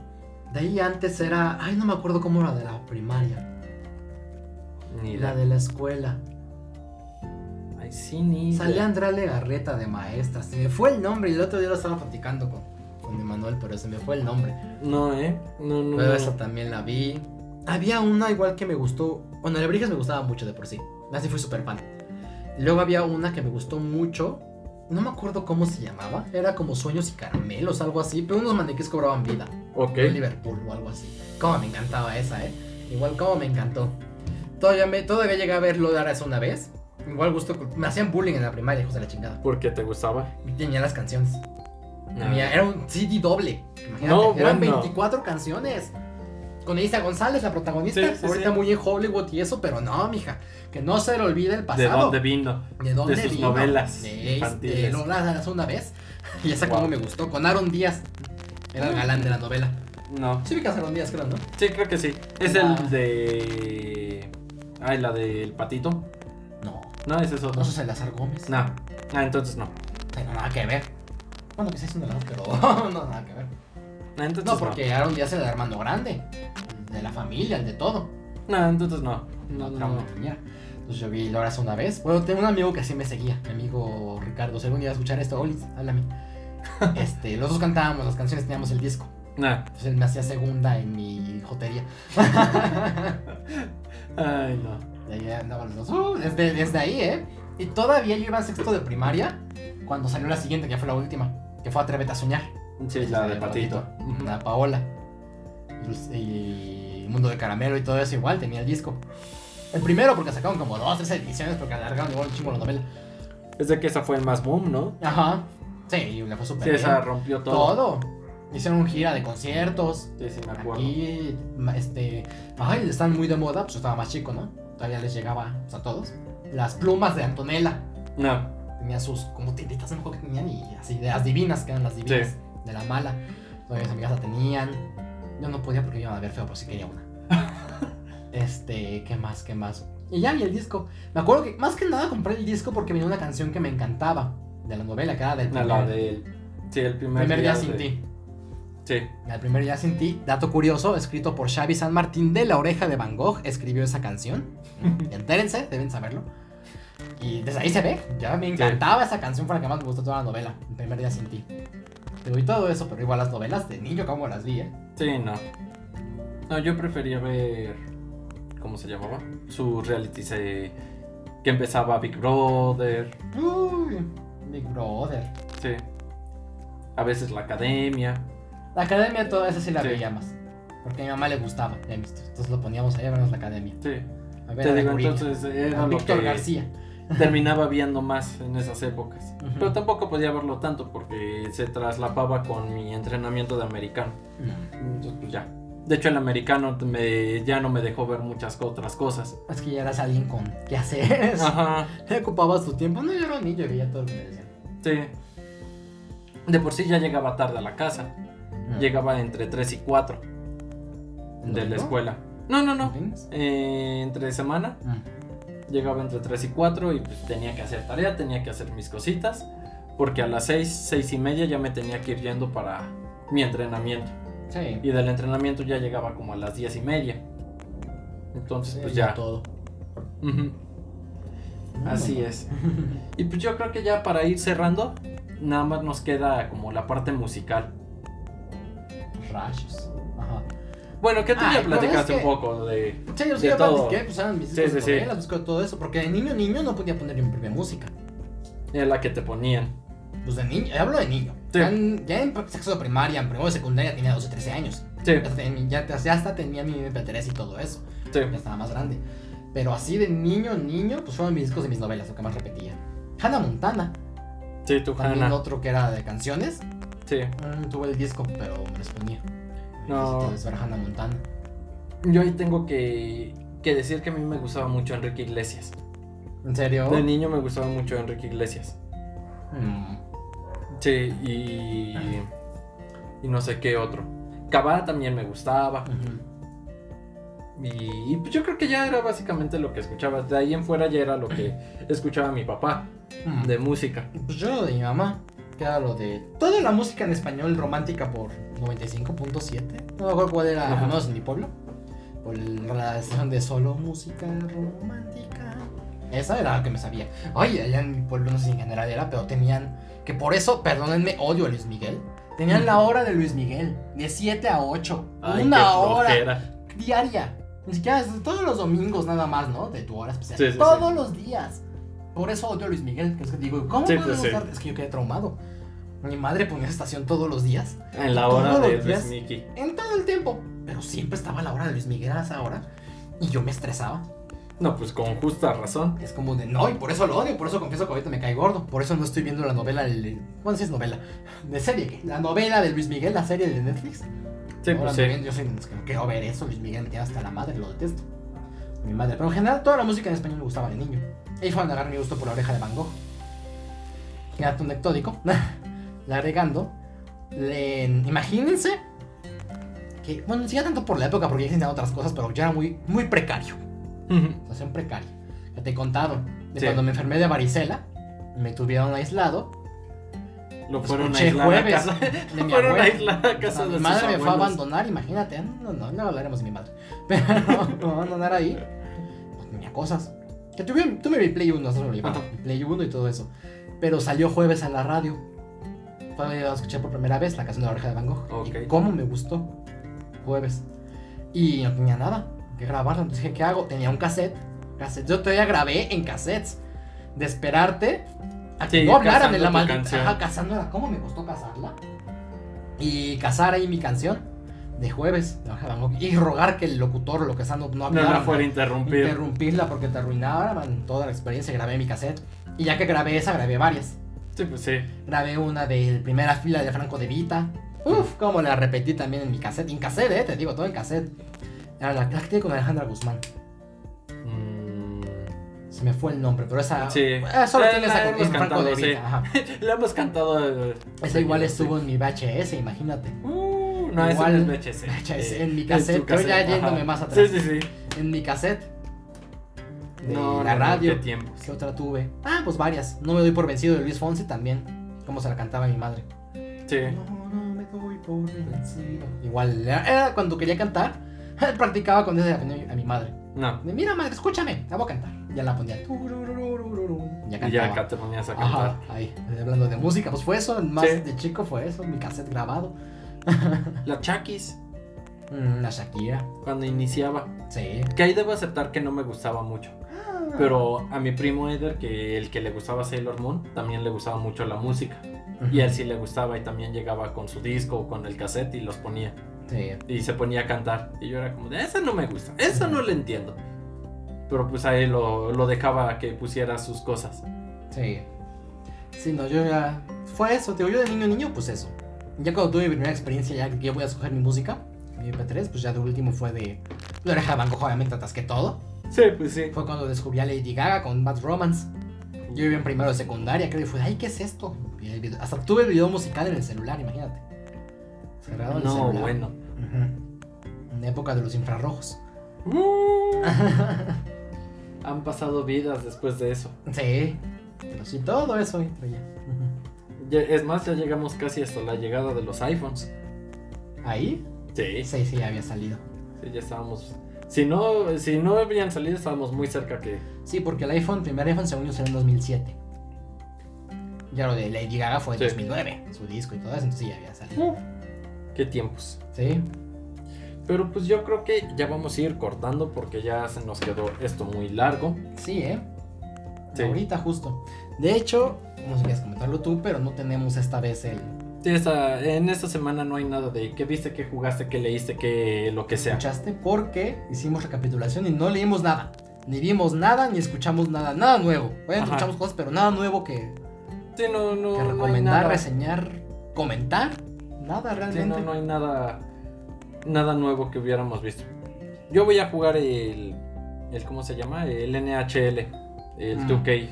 [SPEAKER 2] De ahí antes era, ay, no me acuerdo cómo era de la primaria,
[SPEAKER 1] ni
[SPEAKER 2] la
[SPEAKER 1] la
[SPEAKER 2] de la escuela.
[SPEAKER 1] ay sí ni idea.
[SPEAKER 2] Salía Andrea Legarreta de maestra. Se me fue el nombre y el otro día lo estaba platicando con, con Emanuel, pero se me fue el nombre.
[SPEAKER 1] no eh no no,
[SPEAKER 2] Pero
[SPEAKER 1] no.
[SPEAKER 2] esa también la vi. Había una igual que me gustó. Bueno, Alebrijes me gustaba mucho de por sí. Así fui súper fan. Luego había una que me gustó mucho. No me acuerdo cómo se llamaba. Era como Sueños y Caramelos, algo así. Pero unos maniquís cobraban vida.
[SPEAKER 1] Ok.
[SPEAKER 2] En Liverpool o algo así. Cómo me encantaba esa, ¿eh? Igual cómo me encantó. Todavía, me, todavía llegué a verlo de Aras una vez. Igual gusto. cul- Me hacían bullying en la primaria, hijos de la chingada.
[SPEAKER 1] ¿Por qué te gustaba
[SPEAKER 2] Y tenía las canciones. Tenía- era un CD doble. Imagínate,
[SPEAKER 1] Ah. No,
[SPEAKER 2] eran
[SPEAKER 1] bueno.
[SPEAKER 2] 24 canciones. Con Isa González, la protagonista,
[SPEAKER 1] Sí, sí,
[SPEAKER 2] ahorita
[SPEAKER 1] sí.
[SPEAKER 2] muy en Hollywood y eso, pero no, mija, que no se le olvide el
[SPEAKER 1] de
[SPEAKER 2] pasado.
[SPEAKER 1] dónde vino
[SPEAKER 2] ¿De dónde
[SPEAKER 1] de sus
[SPEAKER 2] vino?
[SPEAKER 1] novelas
[SPEAKER 2] De,
[SPEAKER 1] infantiles.
[SPEAKER 2] de Lola Dalas una vez. Y esa
[SPEAKER 1] Wow.
[SPEAKER 2] como me gustó, con Aaron Díaz. Era
[SPEAKER 1] Ah.
[SPEAKER 2] el galán de la novela.
[SPEAKER 1] no
[SPEAKER 2] Sí, ubicas a Aaron Díaz, creo, ¿no?
[SPEAKER 1] sí creo que sí es
[SPEAKER 2] La-
[SPEAKER 1] el de ay la del patito
[SPEAKER 2] No.
[SPEAKER 1] no ese es otro
[SPEAKER 2] No, sos Elazar Gómez.
[SPEAKER 1] No. Ah, entonces no.
[SPEAKER 2] Pero nada que ver. Bueno, que sea siendo lado, pero no, nada que ver.
[SPEAKER 1] Ah, entonces
[SPEAKER 2] No, porque Aaron Díaz era el hermano grande. De la familia, el de todo.
[SPEAKER 1] No, entonces no. Ah,
[SPEAKER 2] No, no, no. tenía. Entonces yo vi Loras una vez. Bueno, tengo un amigo que sí me seguía, mi amigo Ricardo. Si algún día vas a escuchar esto, Olis, háblame. Este, los dos cantábamos las canciones, teníamos el disco.
[SPEAKER 1] Nah.
[SPEAKER 2] Entonces él me hacía segunda en mi jotería.
[SPEAKER 1] Ay, no.
[SPEAKER 2] Y ahí andaban los dos. ¡uh! desde, desde ahí, ¿eh? Y todavía yo iba en sexto de primaria cuando salió la siguiente, que fue la última, que fue Atrévete a soñar.
[SPEAKER 1] Sí, la de patito. Ujú.
[SPEAKER 2] La Paola. Luz- Y Mundo de Caramelo y todo eso igual, tenía el disco. El primero porque sacaron como dos, tres ediciones porque alargaron igual un chingo la novela.
[SPEAKER 1] Es de que esa fue el más boom, ¿no?
[SPEAKER 2] Ajá. Sí, le fue súper
[SPEAKER 1] Sí,
[SPEAKER 2] bien.
[SPEAKER 1] esa rompió todo.
[SPEAKER 2] todo. Hicieron un gira de conciertos.
[SPEAKER 1] Sí, sí, me acuerdo.
[SPEAKER 2] Aquí, ma- este. Ay, están muy de moda. Pues yo estaba más chico, ¿no? Todavía les llegaba pues, a todos. Las plumas de Antonella.
[SPEAKER 1] No.
[SPEAKER 2] Tenía sus como tiritas, no me acuerdo que tenían. Y así, de las divinas, que eran las divinas.
[SPEAKER 1] Sí.
[SPEAKER 2] De la mala. Todavía mis amigas la tenían. Yo no podía porque me iban a ver feo, pero sí quería una. este, ¿qué más? ¿Qué más? Y ya vi el disco. Me acuerdo que más que nada compré el disco porque venía una canción que me encantaba de la novela, que era del
[SPEAKER 1] No,
[SPEAKER 2] primer,
[SPEAKER 1] Ah, la del. Sí, el primer,
[SPEAKER 2] primer día
[SPEAKER 1] de-
[SPEAKER 2] sin ti.
[SPEAKER 1] Sí.
[SPEAKER 2] El primer día sin ti, dato curioso, escrito por Xavi San Martín de La Oreja de Van Gogh, escribió esa canción. Entérense, deben saberlo. Y desde ahí se ve, ya me encantaba esa canción, fue la que más me gustó toda la novela, el primer día sin ti. Te doy todo eso, pero igual las novelas de niño, como las vi, ¿eh?
[SPEAKER 1] Sí, no. No, yo prefería ver. ¿Cómo se llamaba? Su reality se- que empezaba Big Brother.
[SPEAKER 2] Uy, Big Brother.
[SPEAKER 1] Sí. A veces la academia.
[SPEAKER 2] La academia, toda esa sí la
[SPEAKER 1] Sí.
[SPEAKER 2] veía más. Porque a mi mamá le gustaba, ya viste, Entonces lo poníamos ahí a vernos la academia.
[SPEAKER 1] Sí.
[SPEAKER 2] A ver,
[SPEAKER 1] Te
[SPEAKER 2] a
[SPEAKER 1] digo,
[SPEAKER 2] Gurría,
[SPEAKER 1] entonces
[SPEAKER 2] a
[SPEAKER 1] era lo
[SPEAKER 2] Víctor
[SPEAKER 1] que
[SPEAKER 2] García.
[SPEAKER 1] terminaba viendo más en esas épocas.
[SPEAKER 2] Ujú.
[SPEAKER 1] Pero tampoco podía verlo tanto porque se traslapaba con mi entrenamiento de americano.
[SPEAKER 2] No,
[SPEAKER 1] Entonces, pues ya. De hecho, el americano me- ya no me dejó ver muchas co- otras cosas.
[SPEAKER 2] Es que ya eras alguien con qué hacer.
[SPEAKER 1] Ajá.
[SPEAKER 2] ¿Te ocupabas tu tiempo? No, yo era un niño y veía todo lo que me decían.
[SPEAKER 1] Sí. De por sí ya llegaba tarde a la casa. Ah, Llegaba entre 3 y 4
[SPEAKER 2] ¿El
[SPEAKER 1] de la
[SPEAKER 2] domingo?
[SPEAKER 1] escuela. No, no, no.
[SPEAKER 2] ¿Tienes?
[SPEAKER 1] Eh, entre semana
[SPEAKER 2] Ah.
[SPEAKER 1] llegaba entre 3 y 4 y pues tenía que hacer tarea, tenía que hacer mis cositas. Porque a las 6, 6 y media ya me tenía que ir yendo para mi entrenamiento.
[SPEAKER 2] Sí.
[SPEAKER 1] Y del entrenamiento ya llegaba como a las 10 y media. Entonces, pues
[SPEAKER 2] Veía
[SPEAKER 1] ya.
[SPEAKER 2] Todo.
[SPEAKER 1] Ujú. Así es. Y pues yo creo que ya para ir cerrando, nada más nos queda como la parte musical.
[SPEAKER 2] Rayos. Ajá.
[SPEAKER 1] Bueno, que tú
[SPEAKER 2] Ay,
[SPEAKER 1] ya
[SPEAKER 2] pero
[SPEAKER 1] platicaste
[SPEAKER 2] es que-
[SPEAKER 1] un poco de...
[SPEAKER 2] Sí, yo sí
[SPEAKER 1] De
[SPEAKER 2] ya
[SPEAKER 1] todo.
[SPEAKER 2] platiqué, pues eran mis
[SPEAKER 1] Sí,
[SPEAKER 2] discos
[SPEAKER 1] sí,
[SPEAKER 2] de
[SPEAKER 1] sí.
[SPEAKER 2] novelas, discos de todo eso. Porque de niño, niño no podía poner yo mi propia música.
[SPEAKER 1] de la que te ponían.
[SPEAKER 2] Pues de niño, hablo de niño.
[SPEAKER 1] Sí.
[SPEAKER 2] Ya, en, ya en sexo de primaria, en primero de secundaria tenía 12, 13 años.
[SPEAKER 1] Sí,
[SPEAKER 2] Ya, ten- ya, te- ya hasta tenía mi MP3 y todo eso.
[SPEAKER 1] sí.
[SPEAKER 2] Ya estaba más grande. Pero así de niño, niño, pues fueron mis discos de mis novelas, lo que más repetía. Hannah Montana,
[SPEAKER 1] Sí, tu
[SPEAKER 2] también
[SPEAKER 1] Hanna.
[SPEAKER 2] otro que era de canciones.
[SPEAKER 1] Sí.
[SPEAKER 2] Mm, tuve el disco, pero me Este, respondía.
[SPEAKER 1] No.
[SPEAKER 2] Entonces, ver Hannah Montana.
[SPEAKER 1] Yo ahí tengo que, que decir que a mí me gustaba mucho Enrique Iglesias.
[SPEAKER 2] ¿En serio?
[SPEAKER 1] De niño me gustaba mucho Enrique Iglesias.
[SPEAKER 2] Mm.
[SPEAKER 1] Sí, y... Y no sé qué otro. Cabá también me gustaba.
[SPEAKER 2] Ujú.
[SPEAKER 1] Y, y pues yo creo que ya era básicamente lo que escuchaba. De ahí en fuera ya era lo que escuchaba mi papá
[SPEAKER 2] Mm.
[SPEAKER 1] de música.
[SPEAKER 2] Pues yo lo de mi mamá, que era lo de toda la música en español romántica por 95.7. No me acuerdo cuál era,
[SPEAKER 1] Ajá.
[SPEAKER 2] al menos en mi pueblo. Por la estación de solo música romántica. Esa era la que me sabía. Ay, allá en mi pueblo, no sé si en general era, pero tenían. Que por eso, perdónenme, odio a Luis Miguel. Tenían la hora de Luis Miguel, de 7 a 8.
[SPEAKER 1] Ay,
[SPEAKER 2] una
[SPEAKER 1] qué
[SPEAKER 2] hora.
[SPEAKER 1] flojera.
[SPEAKER 2] diaria. Ni siquiera es todos los domingos nada más, ¿no? De tu hora especial.
[SPEAKER 1] Sí, sí,
[SPEAKER 2] todos
[SPEAKER 1] sí.
[SPEAKER 2] los días. Por eso odio a Luis Miguel. Que es que digo, ¿cómo
[SPEAKER 1] Sí, pues
[SPEAKER 2] puedes
[SPEAKER 1] sí, sí.
[SPEAKER 2] gustar? Es que yo quedé traumado. Mi madre ponía esa estación todos los días.
[SPEAKER 1] En la
[SPEAKER 2] Todos
[SPEAKER 1] hora
[SPEAKER 2] los
[SPEAKER 1] de Luis
[SPEAKER 2] días.
[SPEAKER 1] Miki.
[SPEAKER 2] En todo el tiempo. Pero siempre estaba la hora de Luis Miguel a esa hora. Y yo me estresaba.
[SPEAKER 1] No, pues con justa razón.
[SPEAKER 2] Es como de no, y por eso lo odio. Por eso confieso que ahorita me cae gordo. Por eso no estoy viendo la novela. del- Bueno, sí es novela. De serie, ¿qué? La novela de Luis Miguel, la serie de Netflix.
[SPEAKER 1] Sí,
[SPEAKER 2] Ahora
[SPEAKER 1] pues
[SPEAKER 2] me
[SPEAKER 1] sí.
[SPEAKER 2] ven, Yo soy, es que no quiero ver eso, Luis Miguel me tiene hasta la madre, lo detesto. Mi madre. Pero en general, toda la música en español me gustaba de niño. Ahí fue donde agarré mi gusto por la oreja de Van Gogh. Gato un ectódico. la agregando. le- imagínense que, bueno, ni siquiera tanto por la época, porque ya existían otras cosas, pero yo era muy, muy precario.
[SPEAKER 1] Ujú.
[SPEAKER 2] Situación precaria. Ya te he contado. De
[SPEAKER 1] Sí.
[SPEAKER 2] cuando me enfermé de varicela, me tuvieron aislado.
[SPEAKER 1] Lo fueron a
[SPEAKER 2] Escuché
[SPEAKER 1] aislar a
[SPEAKER 2] Pues jueves
[SPEAKER 1] casa.
[SPEAKER 2] de mi
[SPEAKER 1] fueron a
[SPEAKER 2] abuela.
[SPEAKER 1] aislar a casa
[SPEAKER 2] No,
[SPEAKER 1] de
[SPEAKER 2] mi
[SPEAKER 1] sus
[SPEAKER 2] madre me fue a
[SPEAKER 1] abuelos.
[SPEAKER 2] abandonar, imagínate. No, no, no hablaremos de mi madre. Pero me va a abandonar ahí. Pues tenía cosas. Que tuve, tuve mi Play 1, eso lo llevaba,
[SPEAKER 1] Ajá.
[SPEAKER 2] mi Play 1 y todo eso. Pero salió jueves en la radio. Fue donde la escuché por primera vez la canción de la oreja de Van Gogh. Y
[SPEAKER 1] Ok.
[SPEAKER 2] cómo me gustó. Jueves. Y no tenía nada que grabarla. Entonces dije, ¿qué hago? Tenía un cassette. cassette. Yo todavía grabé en cassettes. De esperarte a que
[SPEAKER 1] Sí,
[SPEAKER 2] no hablaran
[SPEAKER 1] cazando
[SPEAKER 2] de la
[SPEAKER 1] tu
[SPEAKER 2] maldita.
[SPEAKER 1] canción.
[SPEAKER 2] Ajá, cazándola. ¿Cómo me costó cazarla? Y cazar ahí mi canción de jueves. de Oreja de Van Gogh, Y rogar que el locutor, lo que sea, no, no
[SPEAKER 1] No la
[SPEAKER 2] hablara.
[SPEAKER 1] fuera a interrumpir.
[SPEAKER 2] interrumpirla porque te arruinaban toda la experiencia. Grabé mi cassette. Y ya que grabé esa, grabé varias.
[SPEAKER 1] Sí, pues sí.
[SPEAKER 2] Grabé una de primera fila de Franco de Vita. Uf, como la repetí también en mi cassette. En cassette, eh, te digo, todo en cassette. Era la, la que tiene con Alejandra Guzmán.
[SPEAKER 1] Mm,
[SPEAKER 2] Se me fue el nombre, pero esa.
[SPEAKER 1] Sí.
[SPEAKER 2] eh, solo
[SPEAKER 1] La-
[SPEAKER 2] tiene
[SPEAKER 1] la
[SPEAKER 2] esa con
[SPEAKER 1] hemos
[SPEAKER 2] en Franco de
[SPEAKER 1] cantado, sí.
[SPEAKER 2] Vita. ajá.
[SPEAKER 1] La hemos cantado. eh,
[SPEAKER 2] Esa igual
[SPEAKER 1] sí.
[SPEAKER 2] estuvo en mi VHS, imagínate.
[SPEAKER 1] Uh, No, eso
[SPEAKER 2] Igual-
[SPEAKER 1] no es VHS.
[SPEAKER 2] VHS,
[SPEAKER 1] Eh,
[SPEAKER 2] en mi
[SPEAKER 1] es tu
[SPEAKER 2] cassette, pero ya yéndome más atrás.
[SPEAKER 1] Sí, sí, sí.
[SPEAKER 2] En mi cassette. De
[SPEAKER 1] No,
[SPEAKER 2] la
[SPEAKER 1] no, no,
[SPEAKER 2] radio.
[SPEAKER 1] qué tiempos.
[SPEAKER 2] ¿Qué otra tuve? Ah, pues varias. No me doy por vencido de Luis Fonsi también. Como se la cantaba mi madre.
[SPEAKER 1] Sí.
[SPEAKER 2] No, no me doy por vencido. Igual, era era cuando quería cantar, practicaba con esa a mi, a mi madre.
[SPEAKER 1] No.
[SPEAKER 2] De, Mira, madre, escúchame, la voy a cantar. Ya la ponía. turururururu, Ya
[SPEAKER 1] Y ya
[SPEAKER 2] cantaba.
[SPEAKER 1] acá te ponías a
[SPEAKER 2] Ajá,
[SPEAKER 1] cantar.
[SPEAKER 2] ahí, hablando de música, pues fue eso, más
[SPEAKER 1] Sí.
[SPEAKER 2] de chico fue eso, mi cassette grabado,
[SPEAKER 1] La Chakis,
[SPEAKER 2] Mm, la Shakira,
[SPEAKER 1] cuando iniciaba.
[SPEAKER 2] sí.
[SPEAKER 1] Que ahí debo aceptar que no me gustaba mucho.
[SPEAKER 2] Ah.
[SPEAKER 1] Pero a mi primo Eder, que el que le gustaba Sailor Moon, también le gustaba mucho la música. Y a él sí le gustaba y también llegaba con su disco o con el cassette y los ponía.
[SPEAKER 2] Sí,
[SPEAKER 1] Y se ponía a cantar. Y yo era como, de, esa no me gusta, esa no la entiendo. Pero pues a él lo, lo dejaba que pusiera sus cosas.
[SPEAKER 2] sí. Sí, no, yo ya... Fue eso, te digo, yo de niño niño, pues eso. Ya cuando tuve mi primera experiencia, ya que yo voy a escoger mi música, mi MP3, pues ya de último fue de... La oreja de Banco, obviamente atasqué todo.
[SPEAKER 1] Sí, pues sí.
[SPEAKER 2] Fue cuando descubrí a Lady Gaga con Bad Romance. Yo iba en primero de secundaria, creo, y fue, ay, ¿qué es esto? Y el video- hasta tuve el video musical en el celular, imagínate. Cerrado en el
[SPEAKER 1] No,
[SPEAKER 2] celular.
[SPEAKER 1] bueno.
[SPEAKER 2] Ujú. En la época de los infrarrojos.
[SPEAKER 1] Uh. Han pasado vidas después de eso.
[SPEAKER 2] Sí. Pero sí, todo eso ahí traía. Ujú.
[SPEAKER 1] Ya- Es más, ya llegamos casi hasta la llegada de los iPhones.
[SPEAKER 2] ¿Ahí?
[SPEAKER 1] Sí.
[SPEAKER 2] Sí, sí, había salido.
[SPEAKER 1] Sí, ya estábamos. Si no, si no habían salido, estábamos muy cerca que.
[SPEAKER 2] Sí, porque el iPhone, el primer iPhone según yo salió en 2007. Ya lo de Lady Gaga fue en
[SPEAKER 1] Sí.
[SPEAKER 2] 2009, su disco y todo eso, entonces ya había
[SPEAKER 1] Mm.
[SPEAKER 2] salido.
[SPEAKER 1] ¿Qué tiempos?
[SPEAKER 2] Sí,
[SPEAKER 1] Pero pues yo creo que ya vamos a ir cortando porque ya se nos quedó esto muy largo.
[SPEAKER 2] sí, ¿eh?
[SPEAKER 1] Sí.
[SPEAKER 2] Ahorita justo. De hecho, no sé si quieres comentarlo tú, pero no tenemos esta vez el
[SPEAKER 1] Sí, esta- en esta semana no hay nada de qué viste, qué jugaste, qué leíste, qué lo que sea.
[SPEAKER 2] escuchaste porque hicimos recapitulación y no leímos nada. Ni vimos nada, ni escuchamos nada, nada nuevo. Obviamente
[SPEAKER 1] Ajá.
[SPEAKER 2] escuchamos cosas, pero nada nuevo que
[SPEAKER 1] Sí, no, no,
[SPEAKER 2] que
[SPEAKER 1] no hay
[SPEAKER 2] recomendar,
[SPEAKER 1] nada. Sí,
[SPEAKER 2] reseñar, comentar. Nada realmente.
[SPEAKER 1] no, no hay nada, nada nuevo que hubiéramos visto. Yo voy a jugar el, el ¿cómo se llama? El NHL, el
[SPEAKER 2] Mm.
[SPEAKER 1] 2K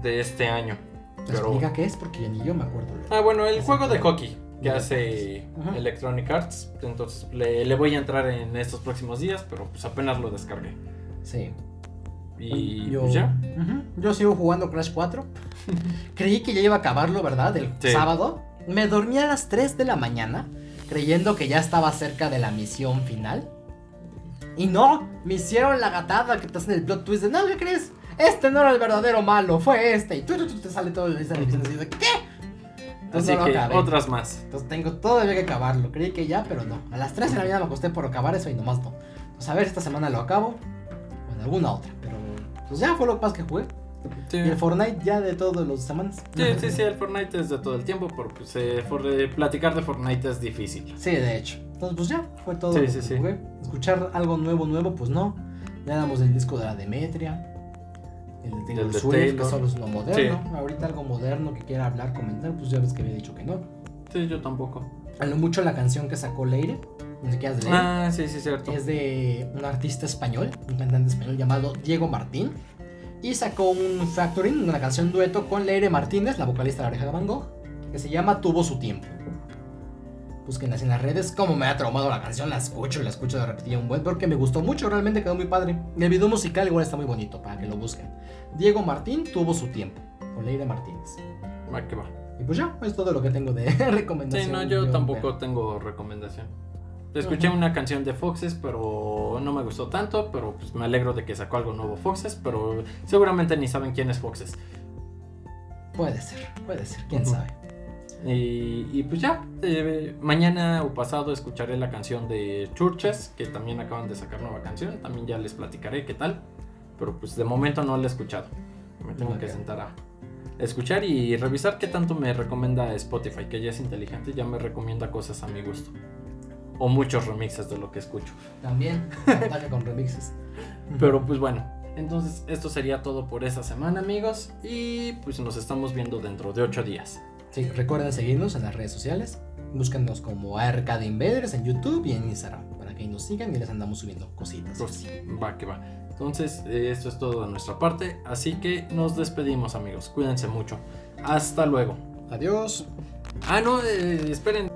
[SPEAKER 1] de este año.
[SPEAKER 2] Pero
[SPEAKER 1] Pero
[SPEAKER 2] Explica qué es porque ya ni yo me acuerdo.
[SPEAKER 1] Ah, bueno, el
[SPEAKER 2] Así
[SPEAKER 1] juego de
[SPEAKER 2] que-
[SPEAKER 1] hockey que
[SPEAKER 2] Ujú.
[SPEAKER 1] hace
[SPEAKER 2] Ujú.
[SPEAKER 1] Electronic Arts. Entonces le, le voy a entrar en estos próximos días, pero pues apenas lo descargué.
[SPEAKER 2] Sí.
[SPEAKER 1] Y
[SPEAKER 2] yo,
[SPEAKER 1] pues ya.
[SPEAKER 2] Ujú. yo sigo jugando Crash 4. Creí que ya iba a acabarlo, ¿verdad? El
[SPEAKER 1] Sí.
[SPEAKER 2] sábado. Me dormí a las 3 de la mañana creyendo que ya estaba cerca de la misión final. Y no, me hicieron la gatada que te hacen el plot twist de, no, ¿qué crees? Este no era el verdadero malo, fue este. Y tú, tú, tú, te sale todo el misión así de, ¿qué? Entonces
[SPEAKER 1] Así
[SPEAKER 2] no lo
[SPEAKER 1] que
[SPEAKER 2] acabé.
[SPEAKER 1] otras más.
[SPEAKER 2] Entonces tengo todavía que acabarlo. Creí que ya, pero no. A las 3 de la mañana me acosté por acabar eso y nomás no. Entonces a ver si esta semana lo acabo. O en alguna otra. Pero pues ya fue lo más que jugué.
[SPEAKER 1] Sí.
[SPEAKER 2] Y el Fortnite ya de todas las semanas.
[SPEAKER 1] Sí, sí, sí, el Fortnite es de todo el tiempo, pero pues, eh, for- eh, platicar de Fortnite es difícil.
[SPEAKER 2] Sí, de hecho. Entonces pues ya fue todo
[SPEAKER 1] Sí,
[SPEAKER 2] lo
[SPEAKER 1] sí,
[SPEAKER 2] que
[SPEAKER 1] sí.
[SPEAKER 2] jugué. Escuchar algo nuevo, nuevo, pues no. Ya damos el disco de la Demetria. El de Taylor
[SPEAKER 1] El de
[SPEAKER 2] Swift, que
[SPEAKER 1] Taylor.
[SPEAKER 2] solo es lo moderno. Ahorita algo moderno que quiera hablar, comentar, pues ya ves que había dicho que no.
[SPEAKER 1] Sí, yo tampoco.
[SPEAKER 2] A lo mucho la canción que sacó Leire. No sé qué has de Leire.
[SPEAKER 1] Ah, sí, sí, cierto.
[SPEAKER 2] es de un artista español, un cantante español llamado Diego Martín. Y sacó un factoring, una canción dueto con Leire Martínez, la vocalista de la oreja de Van Gogh, que se llama Tuvo su tiempo. Búsquenlas en las redes, como me ha traumado la canción, la escucho y la escucho de repetido un buen, porque me gustó mucho, realmente quedó muy padre. Y el video musical igual está muy bonito para que lo busquen. Diego Martín tuvo su tiempo, con Leire Martínez.
[SPEAKER 1] Va que va.
[SPEAKER 2] Y pues ya, es todo lo que tengo de
[SPEAKER 1] Sí,
[SPEAKER 2] recomendación.
[SPEAKER 1] no, yo
[SPEAKER 2] pero-
[SPEAKER 1] tampoco tengo recomendación. Escuché
[SPEAKER 2] Ajá.
[SPEAKER 1] una canción de Foxes, pero no me gustó tanto, pero pues me alegro de que sacó algo nuevo Foxes, pero seguramente ni saben quién es Foxes.
[SPEAKER 2] Puede ser, puede ser, quién
[SPEAKER 1] Ujú.
[SPEAKER 2] sabe.
[SPEAKER 1] Y, y pues ya, eh, mañana o pasado escucharé la canción de Churches, que también acaban de sacar nueva canción, también ya les platicaré qué tal, pero pues de momento no la he escuchado. Me tengo que
[SPEAKER 2] Ok.
[SPEAKER 1] sentar a escuchar y revisar qué tanto me recomienda Spotify, que ya es inteligente, ya me recomienda cosas a mi gusto. O muchos remixes de lo que escucho.
[SPEAKER 2] También, ataque con remixes.
[SPEAKER 1] Pero pues bueno, entonces esto sería todo por esta semana amigos y pues nos estamos viendo dentro de 8 días.
[SPEAKER 2] Sí, recuerden seguirnos en las redes sociales. Búsquennos como Arcade Invaders en YouTube y en Instagram para que ahí nos sigan y les andamos subiendo cositas.
[SPEAKER 1] Pues, va que va. Entonces, eh, esto es todo de nuestra parte. Así que nos despedimos, amigos. Cuídense mucho. Hasta luego.
[SPEAKER 2] Adiós.
[SPEAKER 1] Ah, no, eh, esperen.